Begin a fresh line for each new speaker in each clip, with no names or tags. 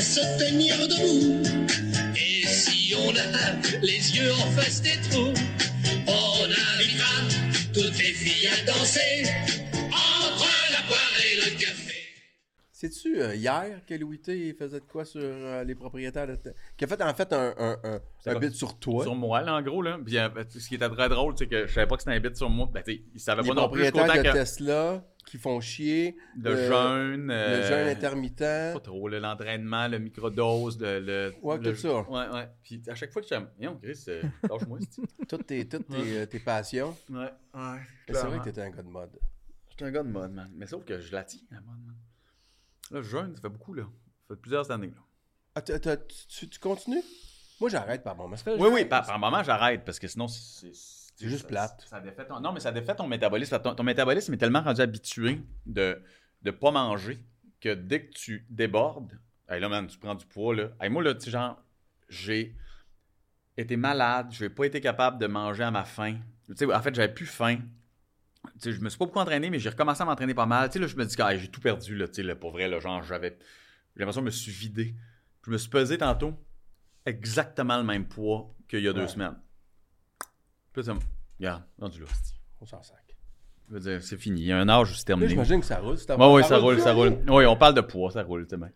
se tenir debout. Et si on a les yeux en face des trous, on invitera toutes les filles à danser entre la poire et le café.
C'est-tu euh, hier que Louis T faisait de quoi sur euh, les propriétaires de. t- Qui a fait en fait un, un, un,
C'est
un
comme-
bit sur toi.
Sur moi, là, en gros, là. Puis, euh, ce qui était très drôle, c'est que je savais pas que c'était un bit sur moi. Ben, tu sais, ils savaient
les
pas non plus
propriétaires
qu'autant
de
que
Tesla qui font chier.
le
euh,
jeûne.
Le
euh,
jeûne intermittent.
Pas trop, là, l'entraînement, le microdose, le. le
Ouais,
le-
tout ça.
Ouais, ouais. Puis, à chaque fois que j'aime. Non, Chris, euh, lâche-moi, c'est
Toutes tes, toutes tes,
Ouais.
euh, tes passions.
Ouais. Ouais.
Mais C'est vrai que t'étais un gars de mode.
J'étais un gars de mode, man. Mais sauf que je la tiens, la mode, man. Là, je jeûne, ça fait beaucoup, là. Ça fait plusieurs années, là.
Ah, t'as- t'as- tu, tu- tu continues? Moi, j'arrête par moment.
Oui, oui. Par, par moment, j'arrête parce que sinon, c'est. C'est
juste
ça-
plate.
Ça défait ton, non, mais ça défait ton métabolisme. Ton, ton métabolisme est tellement rendu habitué de ne pas manger que dès que tu débordes, hey, là, man, tu prends du poids. Là. Hey, moi, là, tu sais, genre, j'ai été malade, j'ai pas été capable de manger à ma faim. Tu sais, en fait, j'avais plus faim. Tu sais, je me suis pas beaucoup entraîné, mais j'ai recommencé à m'entraîner pas mal. Tu sais, là, je me dis que hey, j'ai tout perdu, là, tu sais, là, pour vrai, là, genre, j'avais. J'ai l'impression que je me suis vidé. Je me suis pesé tantôt exactement le même poids qu'il y a deux
Ouais.
semaines. Puis là, tu sais, regarde, rendu là. c'est-
On s'en sac.
Je veux dire, c'est fini. Il y a un âge où c'est
Là,
terminé.
j'imagine que ça roule. c'est un-
Oui, oui, Mm. ça roule, ça
roule.
roule. Oui, on parle de poids, ça roule, tu sais, ben.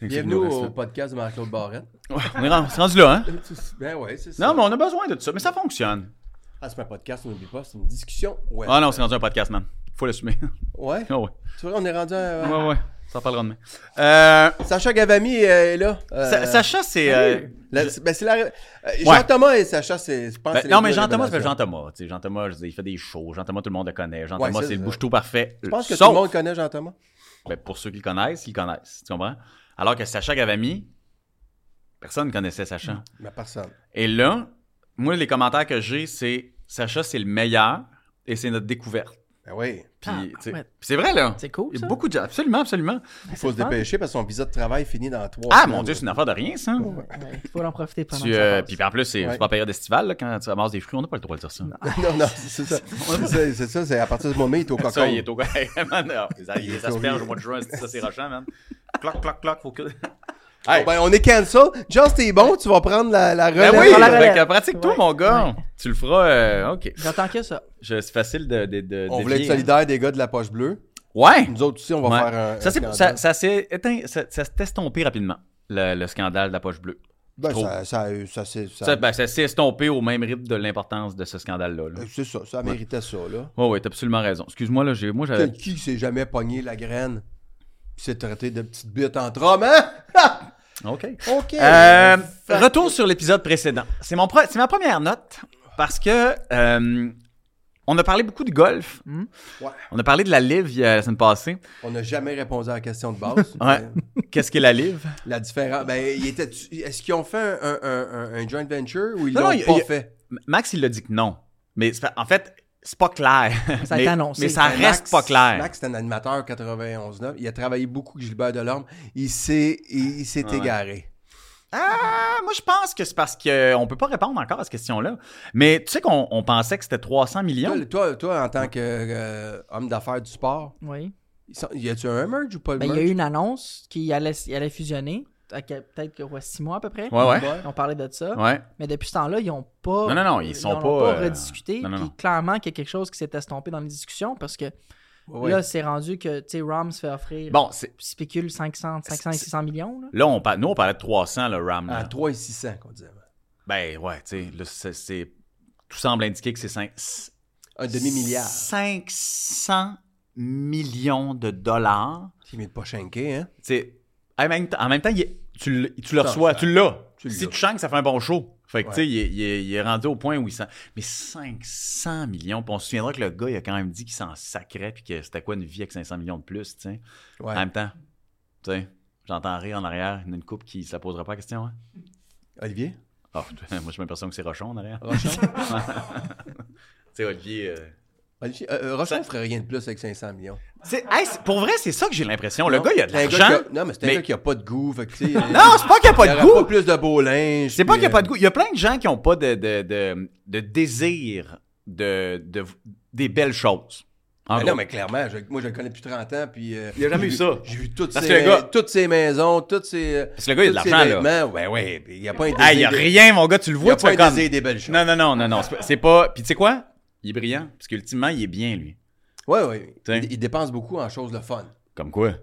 C'est que c'est
Bienvenue
glorieux,
au podcast de Marc-Claude Barrette.
ça. Ouais, on est rendu- c'est rendu là, hein?
ben ouais, c'est ça.
Non, mais on a besoin de tout ça, mais ça fonctionne.
Ah, c'est pas un podcast, on n'oublie pas, c'est une discussion. Ouais.
Ah non, c'est rendu un podcast, man. Faut l'assumer.
Ouais.
Ah ouais.
Tu vois, on est rendu à.
Ouais, ouais. Ça en parlera demain. Euh,
Sacha Gavami euh, est là. Euh,
Sa- Sacha, c'est. euh,
la- c'est- ben, c'est la- euh, Jean-Thomas et Sacha, c'est, je pense.
ben,
c'est les
non, mais
deux
Jean-Thomas, c'est
révélations.
Jean-Thomas. tu sais, Jean-Thomas, je veux dire, il fait des shows. Jean-Thomas, tout le monde le connaît.
Ouais,
Jean-thomas,
ça,
c'est le
ça.
bouche-tout parfait.
Je pense que
Sauf-
tout le monde connaît Jean-Thomas.
Ben, pour ceux qui le connaissent, ils le connaissent. Tu comprends? Alors que Sacha Gavami, personne ne connaissait Sacha.
Mais personne.
Et là, moi, les commentaires que j'ai, c'est Sacha, c'est le meilleur et c'est notre découverte.
Ben oui.
Puis,
Ah,
tu sais,
ouais.
puis c'est vrai, là.
C'est cool,
Il y
ça?
a beaucoup de gens. Absolument, absolument.
Il faut se dépêcher parce que son visa de travail finit dans trois
Ah,
semaines.
mon Dieu, c'est une affaire de rien, ça.
Ouais, Il faut en profiter pendant
Tu,
que ça
euh,
passe.
puis en plus, c'est
Ouais.
c'est pas en période estivale, là, quand tu ramasses des fruits, on n'a pas le droit de dire ça.
Non, non, c'est ça. C'est ça, c'est ça, c'est à partir du moment où il est au cocon.
Ça, il est au man, non, les-
Il est
Les asperges
au-
au mois de juin, c'est- ça, c'est rochant, man. Cloc, cloc, cloc, faut que.
Bon, ben, on est cancel. Just, t'es bon, tu vas prendre la, la relève.
Ben oui,
Dans la
fait
relève.
que pratique-toi,
Ouais.
mon gars. Tu le feras, euh, OK.
J'entends que ça.
Je- C'est facile de. de, de
On
dévier,
voulait être
hein.
solidaires des gars de la poche bleue.
Ouais!
Nous autres aussi, on va
Ouais.
faire un.
Ça,
un
s'est-
scandale.
ça, ça s'est éteint, ça, ça s'est estompé rapidement, le, le scandale de la poche bleue.
Ben,
trop.
ça, ça, ça, c'est- ça-
Ça, ben, ça s'est estompé au même rythme de l'importance de ce scandale-là.
euh, c'est ça, ça méritait ça, là.
Oui, oui, t'as absolument raison. Excuse-moi, là, j'ai, moi, j'avais.
Quel qui s'est jamais pogné la graine? Puis s'est traité de petite bite en trombe, hein? Ha!
OK.
OK.
Euh,
Fait-
retour sur l'épisode précédent. C'est, mon pre- c'est ma première note parce que euh, on a parlé beaucoup de golf.
Hmm?
Ouais.
On a parlé de la live il y a- la semaine passée.
On n'a jamais répondu à la question de base.
Ouais.
Mais
Qu'est-ce qu'est la live?
La différence. Ben, il était- est-ce qu'ils ont fait un, un- un- un joint venture ou ils
Non,
l'ont
non, il-
pas
il-
fait?
M- Max, il l'a dit que non. Mais c'est- en fait, c'est pas clair.
Ça a
mais,
été annoncé.
Mais ça
Ben,
reste
Max-
pas clair.
Max, c'est un animateur 91.9. Il a travaillé beaucoup avec Gilbert Delorme. Il s'est, il, il s'est
Ouais.
égaré.
Ah, moi, je pense que c'est parce qu'on peut pas répondre encore à cette question-là. Mais tu sais qu'on on pensait que c'était 300 millions.
Toi, toi, toi, en tant que euh, homme d'affaires du sport,
Oui.
ils sont- y a-tu un merge ou pas le
Ben, il y
merge?
a eu une annonce qui allait, il allait fusionner, à que- peut-être que ouais, six mois à peu près.
Ouais, ouais.
On parlait de ça.
Ouais.
Mais depuis ce temps-là, ils n'ont pas.
Non, non, non, ils sont
en ont
pas, euh,
rediscuté.
non, non,
puis
non.
clairement, qu'il y a quelque chose qui s'est estompé dans les discussions parce que
Ouais.
là, c'est rendu que, tu sais, Rom se fait offrir.
Bon, c'est-
Spécule 500, 500 et
C'est-
600 millions. Là.
là, on par- nous, on parlait de 300, le RAM. là.
Ah,
À 3 et 600, qu'on disait.
Ben, ouais, tu
Mm.
sais, là, c'est- c'est- tout semble indiquer que c'est 5...
Un demi-milliard.
500 millions de dollars.
Il m'est pas chinqué, hein?
Tu sais, en même temps, en même temps, il est- tu, le- tu le
Ça,
reçois,
ça-
tu l'as.
tu
si
l'as.
tu chantes, ça fait un bon show. Fait que,
Ouais.
tu sais, il, est- il est- il est rendu au point où il s'en... Mais 500 millions, puis on se souviendra que le gars, il a quand même dit qu'il s'en sacrait, puis que c'était quoi une vie avec 500 millions de plus, tu sais.
Ouais.
En même temps, tu sais, j'entends rire en arrière, il y en a une coupe qui se la posera pas la question, hein.
Olivier?
Ah, putain, moi, j'ai l'impression que c'est Rochon en arrière.
Rochon?
Tu sais, Olivier... euh,
Olivier, euh, euh, Rochon ferait rien de plus avec 500 millions.
C'est- hey, c'est- pour vrai, c'est ça que j'ai l'impression. Oh, Le
Non,
gars, il a de
c'est un gars
l'argent.
qui a- Non, mais c'est un
mais-
gars qui a pas de goût, fait que, tu sais, euh,
Non, c'est pas qu'il n'y a
il
pas de
aura pas
goût.
plus de beau linge.
C'est pas
puis,
qu'il n'y a
euh,
pas de goût. Il y a plein de gens qui n'ont pas de, de, de, de désir de, de- des belles choses. En
Mais
gros.
non, mais clairement, je- moi, je le connais depuis 30 ans, puis... euh,
Il n'y a
j'ai
jamais eu
vu-
ça.
J'ai vu toutes
Parce
ses,
que le gars-
toutes ses maisons, toutes ses...
Parce que le gars, il a de l'argent, là.
Ouais, ouais, puis il n'y a pas un
Ah, il n'y
désir
a
de-
rien, mon gars, tu le
Il n'y
vois,
a
tu fais
pas un
comme.
désir des belles choses.
Non, non, non, non, non. c'est pas- C'est pas. Puis tu sais quoi? Il est brillant. Parce qu'ultimement, il est bien, lui.
Ouais, ouais.
Tiens.
Il, il dépense beaucoup en choses de fun.
Comme quoi?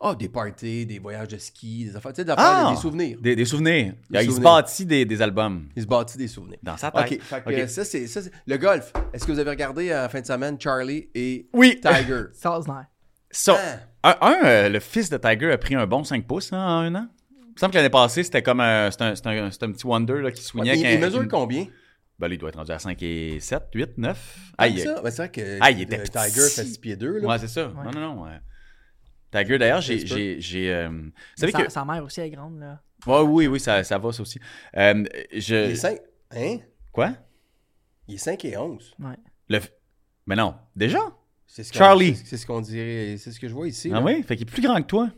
Ah, des parties, des voyages de ski, des affaires, tu sais, des, affaires,
Ah!
des souvenirs.
Des, des souvenirs.
Des
il se
souvenirs.
bâtit des, des albums
Il se bâtit des souvenirs.
dans sa tête.
OK. Fait que,
Ok.
euh, ça, c'est, ça, c'est- Le golf. Est-ce que vous avez regardé en fin de semaine Charlie et
Oui.
Tiger?
C'est ordinaire.
Ça,
Ah.
un, un, euh, le fils de Tiger a pris un bon 5 pouces hein, en un an. Il me semble que l'année passée, c'était comme un, c'était un, c'était un- c'était un petit Wonder là, qui
Il,
soignait.
il mesure combien?
Ben, là, il doit être rendu à 5 et 7, 8, 9.
Comme
Aïe.
ça? Ben, c'est vrai que
Ah, il était
euh,
petit.
Tiger fait 6 pieds 2. Là.
Ouais, c'est ça. Non, non, non. euh, Tiger, d'ailleurs, j'ai.
Ça se peut.
j'ai- j'ai, euh, Vous savez
Sa,
que.
sa mère aussi est grande, là.
Ouais, oui, oui, ça, ça va, ça aussi. Euh,
Il est
je...
5. Hein?
Quoi?
Il est 5 et 11.
Le... f- Mais non. Déjà?
C'est ce qu'on-
Charlie.
C'est, c'est ce qu'on dirait. C'est ce que je vois ici.
Ah
là.
oui? Fait qu'il est plus grand que toi.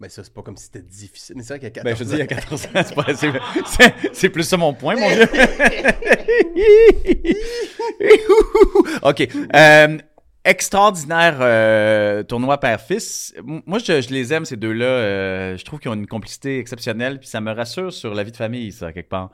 Ben, ça, c'est pas comme si c'était difficile. Mais c'est vrai qu'il y a 14
Ben, je te dis, il y a
ans.
14 ans, c'est pas- c'est c'est- c'est plus ça mon point, mon gars. OK. Euh, extraordinaire euh, tournoi père-fils. M- Moi, je, je les aime, ces deux-là. Euh, je trouve qu'ils ont une complicité exceptionnelle, puis ça me rassure sur la vie de famille, ça, quelque part.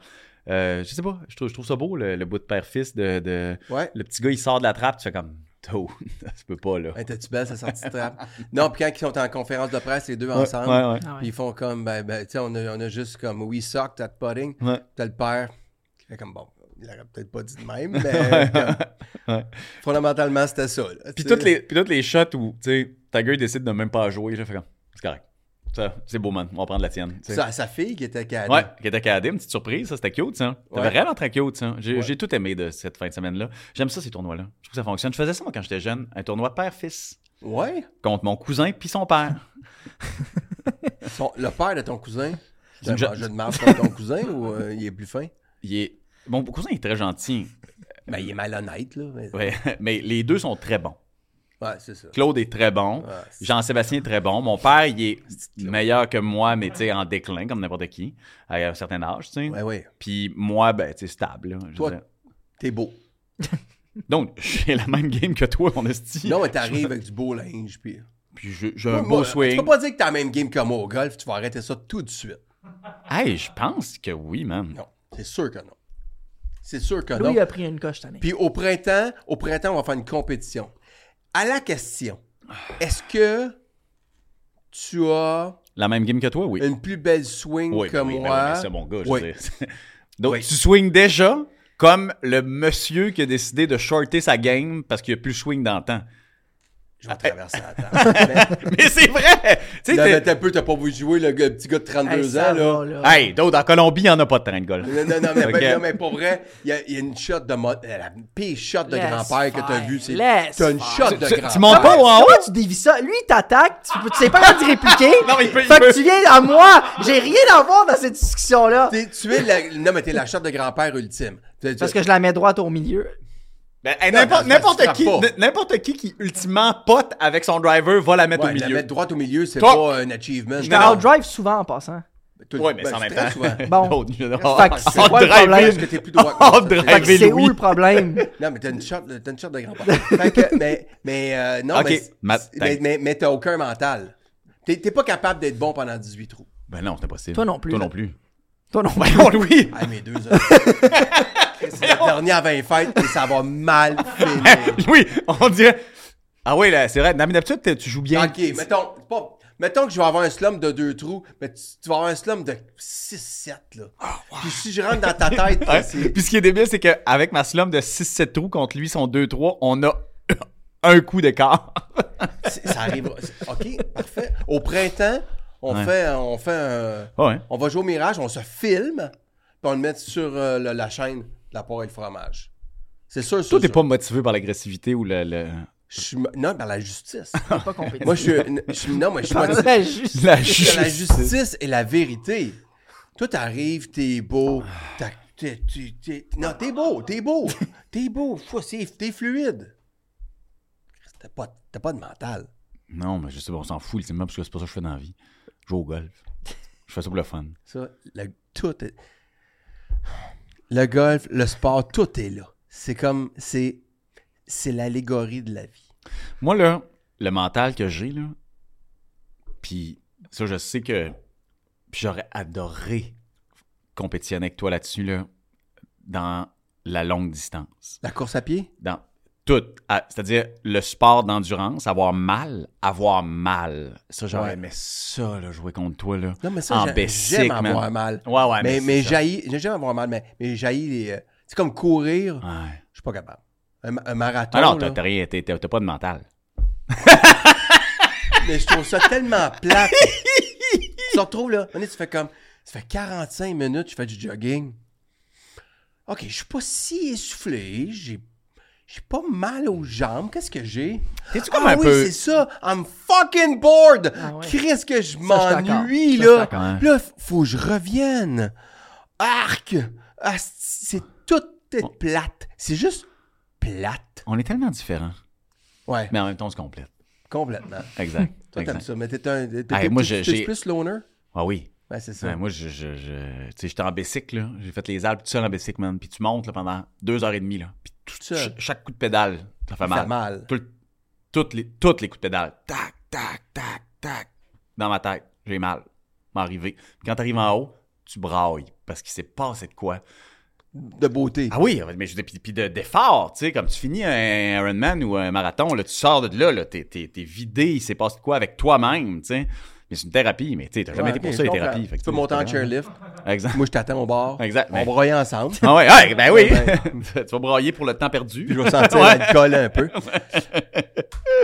Euh, je sais pas, je trouve, je trouve ça beau, le, le bout de père-fils. De, de-
Ouais.
Le petit gars, il sort de la trappe, tu fais comme... Oh, ça se peut pas, là.
Hey, Ben, T'as-tu belle sa sortie de trappe? non, puis quand ils sont en conférence de presse, les deux ensemble,
Ouais, ouais.
Ah ouais.
puis ils font comme, ben, ben, tu sais, on a, on a juste comme, we suck at putting.
Ouais.
T'as le père qui fait comme, bon, il l'aurait peut-être pas dit de même, mais comme,
Ouais.
fondamentalement, c'était ça. là, tu
Puis toutes
sais.
les, puis toutes les shots où, tu sais, Tiger décide de même pas jouer, je fais comme, c'est correct. Ça, c'est beau, man. On va prendre la tienne. tu sais.
Sa, sa fille qui était cadre.
Ouais, qui était cadé, une petite surprise, ça, c'était cute, ça. T'avais
Ouais.
vraiment très cute, ça. J'ai
Ouais.
j'ai tout aimé de cette fin de semaine-là. J'aime ça, ces tournois-là. Je trouve que ça fonctionne. Je faisais ça, moi, quand j'étais jeune, un tournoi père-fils
Ouais.
contre mon cousin puis son père.
Son- le père de ton cousin. C'est un
Une jo-
jeu de marche contre ton cousin ou euh, il est plus fin?
Il est... Mon cousin est très gentil,
Ben, il est malhonnête, là. mais- Ouais,
ouais, mais les deux sont très bons.
c'est ça.
Claude est très bon.
Ouais, Ah, c'est-
Jean-Sébastien est très bon. Mon père, il est meilleur que moi, mais tu sais, en déclin, comme n'importe qui, à un certain âge, tu sais.
Ouais, ouais.
Puis moi, ben, tu sais, stable. là, je
Toi-
veux dire.
T'es beau.
Donc, j'ai la même game que toi, mon esti.
Non, mais t'arrives avec du beau linge, puis...
Puis j'ai j'ai
Moi,
un
moi,
beau
Tu
swing.
peux pas dire que t'as la même game que moi au golf, tu vas arrêter ça tout de suite.
Hey, je pense que oui, man.
Non, c'est sûr que non. C'est sûr que
Louis
non.
a pris une coche cette année.
Puis au printemps, au printemps, on va faire une compétition. À la question, est-ce que tu as
La même game que toi, oui.
une plus belle swing
oui,
que
oui, ben oui,
moi?
mais c'est mon gars, je
Oui.
veux dire. Donc,
Oui.
tu swings déjà comme le monsieur qui a décidé de shorter sa game parce qu'il a plus le swing dans le temps.
Je vais traverser la table.
Mais c'est vrai! Tu sais,
Non,
t'es-
mais t'as peu, t'as pas voulu jouer le, gars- le petit gars de 32
Hey,
ans,
ça
là.
va, là.
Hey, d'autres, en Colombie, il n'y en a pas de train de golf.
Non, non, non, mais,
Ok.
ben, non, mais pour vrai, il y, a- il y a une shot de... mo- euh, La pire shot de
Laisse
grand-père que t'as
faire,
vue, c'est...
laisse
T'as une
faire.
shot
Tu-
de
tu-
grand-père.
tu montes pas au en haut?
Pourquoi tu dévis ça? Lui, il t'attaque, tu, peux- tu sais pas comment te répliquer.
Non, mais il peut- il
fait que
peut.
tu viens à moi, j'ai rien à voir dans cette discussion-là.
T'es- tu es la... Non, mais t'es la shot de grand-père ultime. T'es-
Parce
t'es-
que je la mets droite au milieu.
Ben, hey,
Non,
n'importe,
non, ça se
n'importe
frappe
qui,
pas.
n- n'importe qui qui ultimement pote avec son driver va la mettre
Ouais,
au
la
milieu.
mettre droite au milieu, c'est
Toi-
pas un achievement.
Je
Non,
la drive souvent en passant.
tout le-
Ouais, mais
ben,
c'est en même
très
temps.
souvent. Fait
Bon.
L'autre, je-
Fait que c'est
en
quoi le
drive-in.
problème?
que t'es plus droit.
Oh,
que ça,
drive.
c'est-
Fait que c'est
Louis.
où le problème?
Non, mais t'as une shot, t'as une shot de grand-père. Fait que- mais, mais, euh, non,
Ok,
mais, c'est-
ma-
mais, mais, mais t'as aucun mental. T'es t'es pas capable d'être bon pendant 18 trous.
Ben non, c'est impossible.
Toi non plus.
Toi non plus.
Toi non.
Voyons, Louis.
Ah, mes deux heures. c'est la dernière 20 fêtes et ça va mal finir.
Louis, on dirait. Ah oui, là, c'est vrai. Non, mais d'habitude, t'es- tu joues bien.
Ok, mettons, pas- mettons que je vais avoir un slum de deux trous, mais tu, tu vas avoir un slum de 6-7, là. Puis si je rentre dans ta tête,
Oh, Ouais.
c'est...
Puis ce qui est débile, c'est qu'avec ma slum de 6-7 trous contre lui, son 2-3, on a un coup d'écart.
C'est- Ça arrivera. C'est- OK, parfait. Au printemps, on
Ouais.
fait, on fait un-
Ouais.
on va jouer au mirage, on se filme, puis on le met sur euh, le- la chaîne de la poire et le fromage. C'est sûr, sûr,
Toi, t'es
sûr.
pas motivé par l'agressivité ou le. le-
Je suis mo- non, par la justice.
J'ai pas compris.
moi, je suis, je suis- non, moi, je suis motivé
Parle juste.
La
par la
justice.
justice et la vérité. Toi, t'arrives, t'es beau, t'as- t'es- t'es- t'es- non, t'es beau, t'es beau, t'es beau, Fou, c'est- t'es fluide. T'as pas, t'as pas de mental.
Non, mais je sais, pas, on s'en fout ultimement parce que c'est pas ça que je fais dans la vie. Je joue au golf. Je fais ça pour le fun.
Ça, le- tout est... Le golf, le sport, tout est là. C'est comme, c'est... c'est l'allégorie de la vie.
Moi, là, le mental que j'ai, là, puis ça, je sais que puis j'aurais adoré compétitionner avec toi là-dessus, là, dans la longue distance.
La course à pied?
Dans tout. à- C'est-à-dire le sport d'endurance, avoir mal, avoir mal. Ça, j'aurais
Ouais.
aimé ça, là, jouer contre toi, là.
Non, mais
En
ça, j'a-
bicycle,
j'aime
man.
avoir mal.
Ouais, ouais,
mais mais
c'est
jaillit, j'aime avoir mal, mais, mais jaillit les. euh, C'est comme courir,
ça. Ouais.
je suis pas capable. Un, ma- un marathon.
Ah non,
là,
t'as t'as rien, t'as t'as- t'as pas de mental.
mais je trouve ça tellement plate. tu te retrouves là, on est, tu fais comme. Ça fait 45 minutes, je fais du jogging. Ok, je suis pas si essoufflé, j'ai. J'ai pas mal aux jambes, qu'est-ce que j'ai?
T'es-tu
Ah oui, c'est ça. I'm fucking bored.
Ah ouais.
Christ que je
Ça, je
m'ennuie,
suis d'accord. Ça, je suis
là.
d'accord.
Quand même.
Là, f- faut que je revienne. Arc! Asti, C'est tout est plate. C'est juste plate.
On est tellement différents,
Ouais,
mais en même temps, on se complète.
complètement.
Exact.
Toi, t'aimes
exact.
ça, mais t'es un. T'es
Ah, et moi,
t'es-
je-
t'es
j'ai-
plus loner?
Ah oui.
Ouais, Ben, c'est ça.
Ouais, moi, je, je, je- tu sais, j'étais en bicycle, là. J'ai fait les Alpes tout seul en bicycle, man. Puis tu montes là, pendant deux heures et demie, là. Puis
tout
ch- chaque coup de pédale,
Ça
ça fait
fait
mal.
mal.
Tout le- toutes, les, toutes les coups de pédale. Tac, tac, tac, tac. Dans ma tête, j'ai mal. M'arriver. Quand t'arrives en haut, tu brailles parce qu'il s'est passé de quoi.
De beauté.
Ah oui, mais je veux dire, puis- puis de- d'effort, tu sais, comme tu finis un Ironman ou un marathon, là, tu sors de là, là t'es, t'es- t'es vidé, il s'est passé de quoi avec toi-même, tu sais. Mais c'est une thérapie, mais tu sais, t'as jamais
Ouais,
été pour
ok,
ça,
je
les
comprends.
thérapies. fait que
Tu peux monter en chairlift.
Exact.
Moi, je t'attends au bar.
Exact,
On
mais-
broyait ensemble.
Ah ouais, ouais, ben oui.
Ouais,
tu vas brailler pour le temps perdu.
Puis je vais sentir
Ouais.
l'alcool un peu.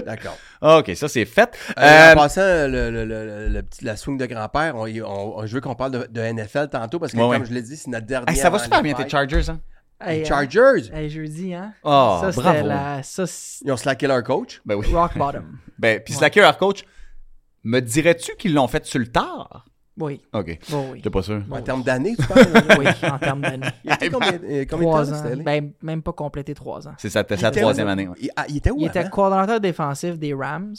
D'accord.
Ah, Ok, ça c'est fait.
Euh,
Euh,
en passant, le, le- le- le- le petit- la swing de grand-père, on, on- on- je veux qu'on parle de, de NFL tantôt parce que,
Ouais,
comme
ouais.
je l'ai dit, c'est notre dernière.
hey, ça va super
NFL.
bien tes Chargers, hein?
Hey,
Les
euh,
Chargers,
hey, jeudi, hein?
Oh,
Ah,
ça, c'était
bravo.
la. Ça, c'est
ils ont slacké leur coach.
Ben oui.
rock bottom.
Ben, puis
Ouais.
Slacker, leur coach, me dirais-tu qu'ils l'ont fait sur le tard?
Oui,
Ok,
oui, oui.
t'es pas sûr.
En
oui.
termes d'années, tu parles.
Oui, en termes d'années.
Il était combien, euh, combien de temps,
Trois
cette
ans.
année?
Ben, même pas complété trois ans.
C'est sa, sa
était
troisième
où?
année. ouais.
il, ah, il était où
Il était
avant?
coordonnateur défensif des Rams.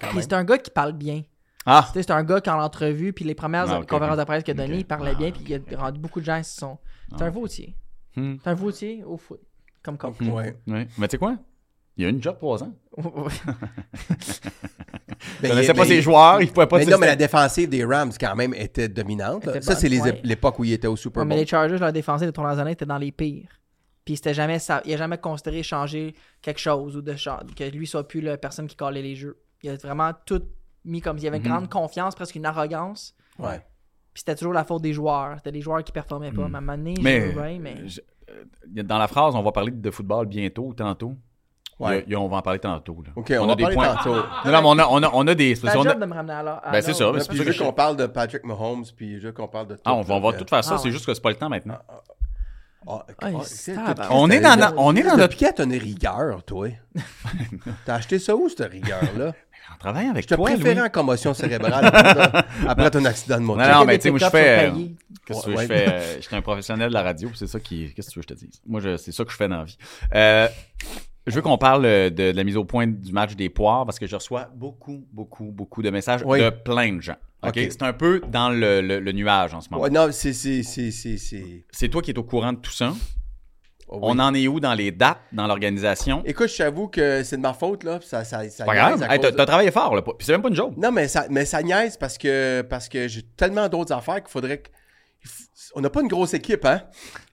Puis c'est un gars qui parle bien.
Ah,
Tu sais, C'est un gars qui, en entrevue, puis les premières
Ah, ok.
conférences de presse qu'il a données,
Ok.
il parlait
Ah,
bien,
ok,
puis il a
ok.
rendu beaucoup de gens ils se sont. C'est
Ah.
un vautier.
Hmm.
C'est un vautier au foot. Comme comme.
Ouais.
Ouais. Mais tu sais quoi? Il a une job trois ans.
Ben,
Il connaissait
il-
pas
mais-
ses joueurs, il pouvait pas
Mais
dire
non, mais la
c'était-
défensive des Rams, quand même, était dominante.
Était
ça,
bonne,
c'est les
ouais.
é- l'époque où il était au Super
Ouais,
Bowl.
mais les Chargers, leur défensive des tournois années était dans les pires. Puis c'était jamais ça. Il a jamais considéré changer quelque chose ou de cha- que lui soit plus la personne qui collait les jeux. Il a vraiment tout mis comme il y avait une
Mhm.
grande confiance, presque une arrogance.
Ouais.
Puis c'était toujours la faute des joueurs. C'était les joueurs qui performaient pas. À un moment donné, je
Hmm. Mais,
veux bien, mais...
je- euh, dans la phrase, on va parler de football bientôt, tantôt.
Ouais.
Il y a- on va en parler tantôt. là.
OK, on, va parler tantôt.
Non, non, mais on a, on a, on a des.
C'est la
on
job
a-
de me ramener à Ah, l'heure.
Ben, c'est ça, mais c'est
Puis
pour ça
je
que
veux qu'on parle de Patrick Mahomes, puis je veux qu'on parle de tout.
Ah, on va, on va
là,
tout faire ça,
Ah,
c'est
ouais.
juste que c'est pas le temps maintenant.
Ah, ok.
Ah,
Ah,
il
c'est-
tabarnak.
t'as-
On
t'as-
est dans,
t'as-
na- on est dans
Le
notre.
piquet, t'as une rigueur, toi. T'as acheté ça où, cette rigueur-là?
En travaillant avec
Je te
toi,
préférais
Louis.
en commotion cérébrale après, après ton accident de moto.
Non, non, mais tu sais, moi, je fais. euh,
payés.
Qu'est-ce que tu
Ouais,
veux, je
ouais.
fais. euh, J'étais un professionnel de la radio, puis c'est ça qui. Qu'est-ce que tu veux, que je te dise? Moi, je- c'est ça que je fais dans la vie. Euh, je veux qu'on parle euh, de, de la mise au point du match des poires, parce que je reçois beaucoup, beaucoup, beaucoup de messages
Oui.
de plein de gens. OK?
OK.
C'est un peu dans le, le- le nuage en ce moment.
Ouais, non, c'est... c'est- c'est- c'est- c'est-
C'est toi qui es au courant de tout ça.
oh, oui.
On en est où dans les dates, dans l'organisation?
Écoute, je t'avoue que c'est de ma faute, là. puis Ça, ça, ça
Pas
niaise
grave.
à
Hey,
cause
t'as
de-
t'as travaillé fort, là. pas- Puis c'est même pas une joke.
Non, mais ça, mais ça niaise parce que, parce que j'ai tellement d'autres affaires qu'il faudrait que... On n'a pas une grosse équipe, hein?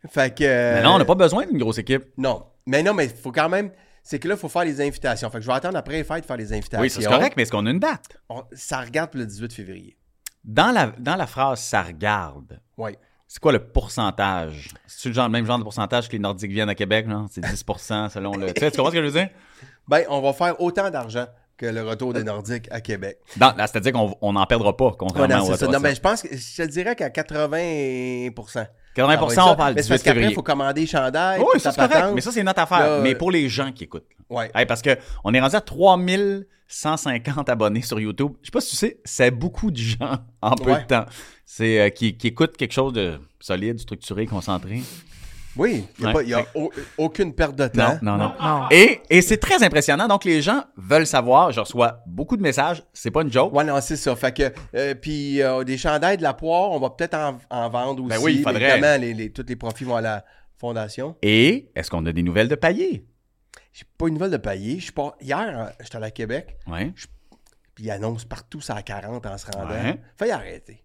Fait que...
Mais non, on n'a pas besoin d'une grosse équipe.
Non. Mais non, mais il faut quand même... C'est que là, il faut faire les invitations. Fait que je vais attendre après les fêtes faire les invitations.
Oui, ça, c'est correct, mais est-ce qu'on a une date?
On- ça regarde pour le 18 février.
Dans la, dans la phrase ça regarde,
Oui.
c'est quoi le pourcentage? C'est le genre- le même genre de pourcentage que les Nordiques viennent à Québec, non? C'est 10 selon le. tu, sais, tu comprends ce que je veux dire?
Ben, on va faire autant d'argent que le retour des Nordiques à Québec.
Dans- là, C'est-à-dire qu'on on n'en perdra pas,
Ouais,
contrairement
non,
au
c'est ça.
Ottawa.
Non, mais je pense que je te dirais qu'à 80
Ça va être
80
ça, on parle
Mais
du
c'est parce qu'après, il
18 février.
faut commander les chandails.
Oui,
puis
ça
ta
c'est correct.
patente.
Mais ça, c'est notre affaire.
Là,
mais
euh,
pour les gens qui écoutent.
Ouais.
Hey, parce qu'on est rendu à 3150 abonnés sur YouTube. Je sais pas si tu sais, c'est beaucoup de gens en peu
Ouais.
de temps. C'est euh, qui, qui écoutent quelque chose de solide, structuré, concentré.
Oui, il n'y a,
Ouais.
pas- il y a au- aucune perte de temps.
Non, non, non.
Non.
Et, et c'est très impressionnant. Donc, les gens veulent savoir. Je reçois beaucoup de messages. C'est pas une joke.
Ouais, non, c'est ça. Fait que, euh, puis euh, des chandails de la poire, on va peut-être en, en vendre aussi.
Ben oui, il
mais
faudrait.
Évidemment, les, les- tous les profits vont à la fondation.
Et est-ce qu'on a des nouvelles de Paillé?
J'ai pas une nouvelle de payer. Je suis pas... Hier, euh, j'étais allé à Québec,
Ouais.
puis il annonce partout ça à 40 en se rendant.
Ouais.
Failli arrêter.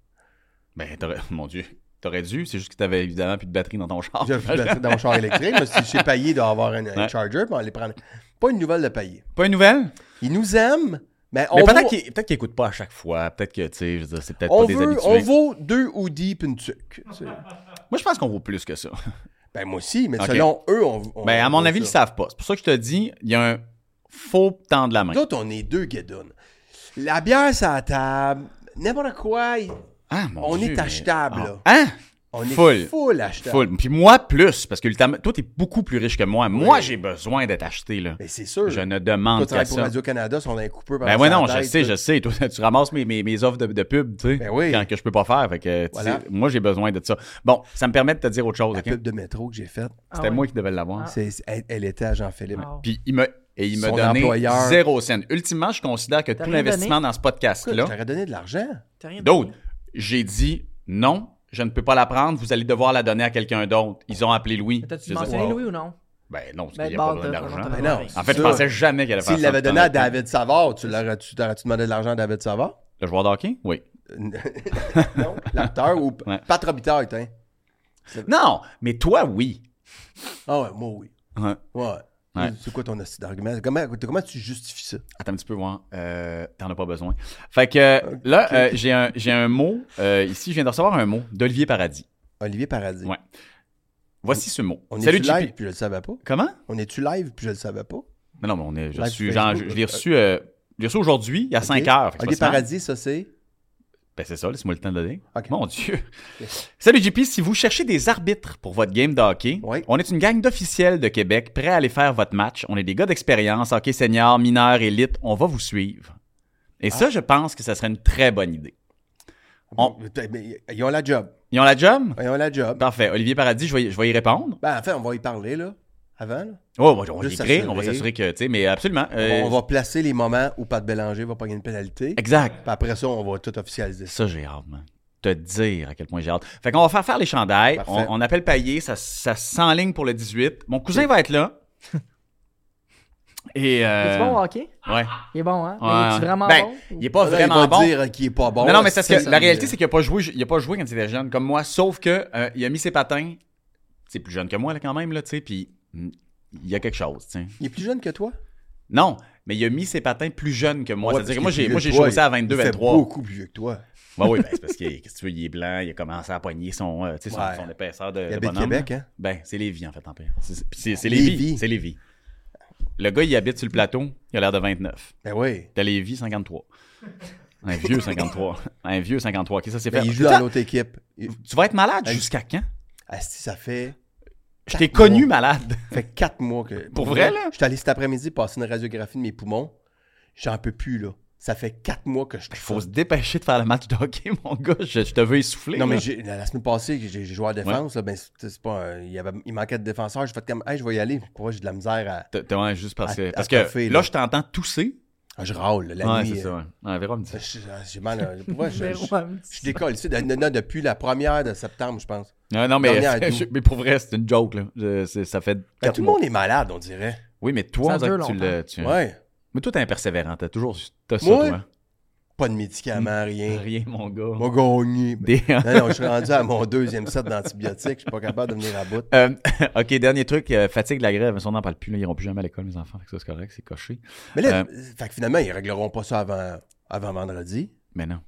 Ben, t'aurais- mon Dieu. T'aurais dû, c'est juste que t'avais évidemment plus de batterie dans ton char.
J'ai fait battre dans mon char électrique, mais si j'ai payé doit avoir un, un
Ah. Ouais.
charger, puis on les prendre. Pas une nouvelle de payer.
Pas une nouvelle?
Ils nous aiment, mais on
Mais
vaut,
peut-être qu'il peut-être qu'il écoute pas à chaque fois. Peut-être que, tu sais, je veux dire, c'est peut-être
on
pas des
veut-
habitués.
on vaut deux hoodies puis une tuque. tu sais.
Moi, je pense qu'on vaut plus que ça.
Ben moi aussi, mais
Ok.
selon eux, on, on
Ben, à mon
on-
avis, ils le savent pas. C'est pour ça que je te dis, il y a un faux temps de la main.
Nous autres, on est deux guédounes. La bière, c'est à la table. N'importe quoi, il-
Ah, mon
on
Dieu,
est
mais-
achetable,
Ah.
là.
Hein?
on est
Full.
full achetable.
Full. Puis moi, plus, parce que ultimement, toi, t'es beaucoup plus riche que moi. Moi, j'ai besoin d'être acheté, là.
Mais c'est sûr.
Je
Toi,
ne
tu
demande qu'à
travailles pour
ça.
Radio-Canada, si on a un coupeur par
Ben
la
ouais, non, je
tête,
sais,
tout.
je sais. Toi, tu ramasses mes, mes, mes offres de, de pub, tu sais,
Ben oui.
quand que je peux pas faire. Fait que, tu
Voilà.
sais, moi, j'ai besoin de ça. Bon, ça me permet de te dire autre chose,
La
OK?
pub de métro que j'ai faite,
Ah
C'était
ouais.
moi qui devais l'avoir.
c'est- c'est- elle, elle était à Jean-Philippe.
Ah ouais.
Puis il me, et il me
Son
donnait
employeur.
zéro cent. Ultimement, je considère que
T'as
tout
rien
l'investissement dans ce
Écoute, je
podcast-là,
t'aurais donné de l'argent.
T'as rien
d'autres,
donné.
j'ai dit non, je ne peux pas la prendre, vous allez devoir la donner à quelqu'un d'autre. Ils ont appelé Louis.
Mais T'as-tu
Je
mentionné
dis, wow.
Louis ou non?
Ben non, parce
Ben,
qu'il n'y a
bon,
pas besoin
t'as-
d'argent.
t'as-
Ben non.
En fait, je
Ça,
pensais jamais qu'elle allait faire
S'il
ça,
l'avait donné à
honnêtement.
David Savard, tu l'aurais-tu t'aurais-tu demandé de l'argent à David Savard?
Le joueur d'hockey? Oui.
non, l'acteur ou
Ouais.
Pat Robitaille, hein?
Non, mais toi, oui.
Ah ouais, moi oui.
Hein.
Ouais.
Ouais.
C'est quoi ton astuce d'argument? Comment, comment tu justifies ça?
Attends un petit peu, voir. Euh, T'en as pas besoin. Fait que euh, là, euh, j'ai un, j'ai un mot. euh, ici, je viens de recevoir un mot d'Olivier Paradis.
Olivier Paradis.
Ouais. Voici ce mot.
On
Salut,
est-tu
JP.
live puis je le savais pas?
Comment?
On est-tu live puis je le savais pas?
Non, non, mais on est, je,
Live
suis,
Facebook,
genre, je, je l'ai
euh,
reçu, euh, je l'ai reçu aujourd'hui, il y a 5 heures. fait que c'est
Olivier
pas si mal.
Paradis, ça c'est.
Ben, c'est ça, laisse-moi le temps de le dire.
Ok.
Mon Dieu.
Ok.
Salut JP, si vous cherchez des arbitres pour votre game de hockey,
Oui.
on est une gang d'officiels de Québec prêts à aller faire votre match. On est des gars d'expérience, hockey senior, mineur, élite, on va vous suivre. Et
Ah.
ça, je pense que ça serait une très bonne idée. On-
Mais- mais Ils ont la job.
Ils ont la job?
Ils ont la job.
Parfait. Olivier Paradis, je vais, y- je vais y répondre.
Ben, en fait, on va y parler, là, avant. là.
Oh, on va- on va
Juste
l'écrire, on va
s'assurer.
s'assurer que, tu sais, mais absolument. euh,
On va placer les moments où Pat Bélanger va pogner une pénalité. Puis
Exact.
après ça, on va tout officialiser. ça.
Ça, j'ai hâte, man. Te dire à quel point j'ai hâte. Fait qu'on va faire faire les chandails. On,
Parfait.
on appelle Paillé. Ça, ça s'enligne pour le 18. Mon cousin va être là. Et.
Il
Euh,
est bon au hockey?
ouais.
Il est bon, hein?
Ouais.
Mais il est vraiment
Ben,
bon?
Il est pas
Là,
vraiment
il va
bon.
dire qu'il est pas bon.
non, non, mais c'est parce que
ça,
la
mais-
réalité, c'est qu'il a pas joué, il a pas joué quand il était jeune, comme moi, sauf que euh, il a mis ses patins. C'est plus jeune que moi, là, quand même, là, tu sais, puis mm, il y a quelque chose, tu sais.
Il est plus jeune que toi?
Non, mais il a mis ses patins plus jeune que moi.
Ouais,
C'est-à-dire que moi,
parce qu'il
j'ai
est
moi,
vieux
j'ai
que toi,
joué ça à
il-
22,
il fait
23.
beaucoup plus vieux que toi.
Ben oui, ben, c'est parce que, qu'est-ce que tu veux, il est blanc, il a commencé à poigner son, euh, tu sais, son,
Ouais.
son épaisseur de,
Il
de
habite
bonhomme.
Québec, hein?
Ben, c'est Lévis, en fait, tant pis. C'est- C'est c'est
Lévis.
Lévis. C'est Lévis. Le gars, il habite sur le plateau, il a l'air de 29.
Ben oui.
T'as Lévis, 53. Un vieux 53. Un vieux 53. Ok, ça, c'est
Ben,
fait.
il joue dans
Putain,
l'autre équipe. Il-
tu vas être malade
Hey.
jusqu'à quand?
Asti, ça fait,
Je t'ai
Quatre mois.
connu malade.
ça fait quatre mois que.
Pour vrai, là?
Je suis allé cet après-midi passer une radiographie de mes poumons. J'en peux plus, là. Ça fait quatre mois que je.
Il Ben, faut se dépêcher de faire le match de hockey, mon gars. Je, je te veux essouffler.
Non,
là.
mais j'ai- la, la semaine passée, j'ai j'ai joué à la défense. là, ben, c'est- c'est pas un- il, y avait, il manquait de défenseurs. J'ai fait comme, hey, je vais y aller. Pourquoi j'ai de la misère à.
T'as- t'as- ouais, juste parce
À-
que.
à
Parce
toffer,
que
là.
là, je t'entends tousser.
Ah, je râle, là, la
Ouais,
nuit.
c'est ça, ouais. Ouais, Véro me dit.
euh, je- J'ai mal. euh, Pourquoi je.
Mais
je-
ouais, mais
je décolle ici. Non, non, depuis la première de septembre, je pense.
Non, non, mais,
Dernière atout.
mais pour vrai, c'est une joke, là. Je- c'est- ça fait.
Ben,
quatre
tout le
mois.
monde est malade, on dirait.
Oui, mais toi,
Ça
on dirait
dure
que tu
longtemps.
le. tu-
Ouais.
Mais toi, t'es un persévérant, t'as toujours t'as ça,
Moi?
toi. hein.
Pas de médicaments, rien.
Hmm. Rien, mon gars.
Moi, gagné. Ben,
Des- euh,
Non, non, je suis rendu à mon deuxième set d'antibiotiques. Je suis pas capable de venir à bout.
Euh, ok, dernier truc, euh, fatigue de la grève. Ça, on n'en parle plus. Là, ils n'iront plus jamais à l'école, mes enfants. Fait que ça, c'est correct, c'est coché.
Mais là,
Euh.
fait que finalement, ils régleront pas ça avant, avant vendredi.
Mais non.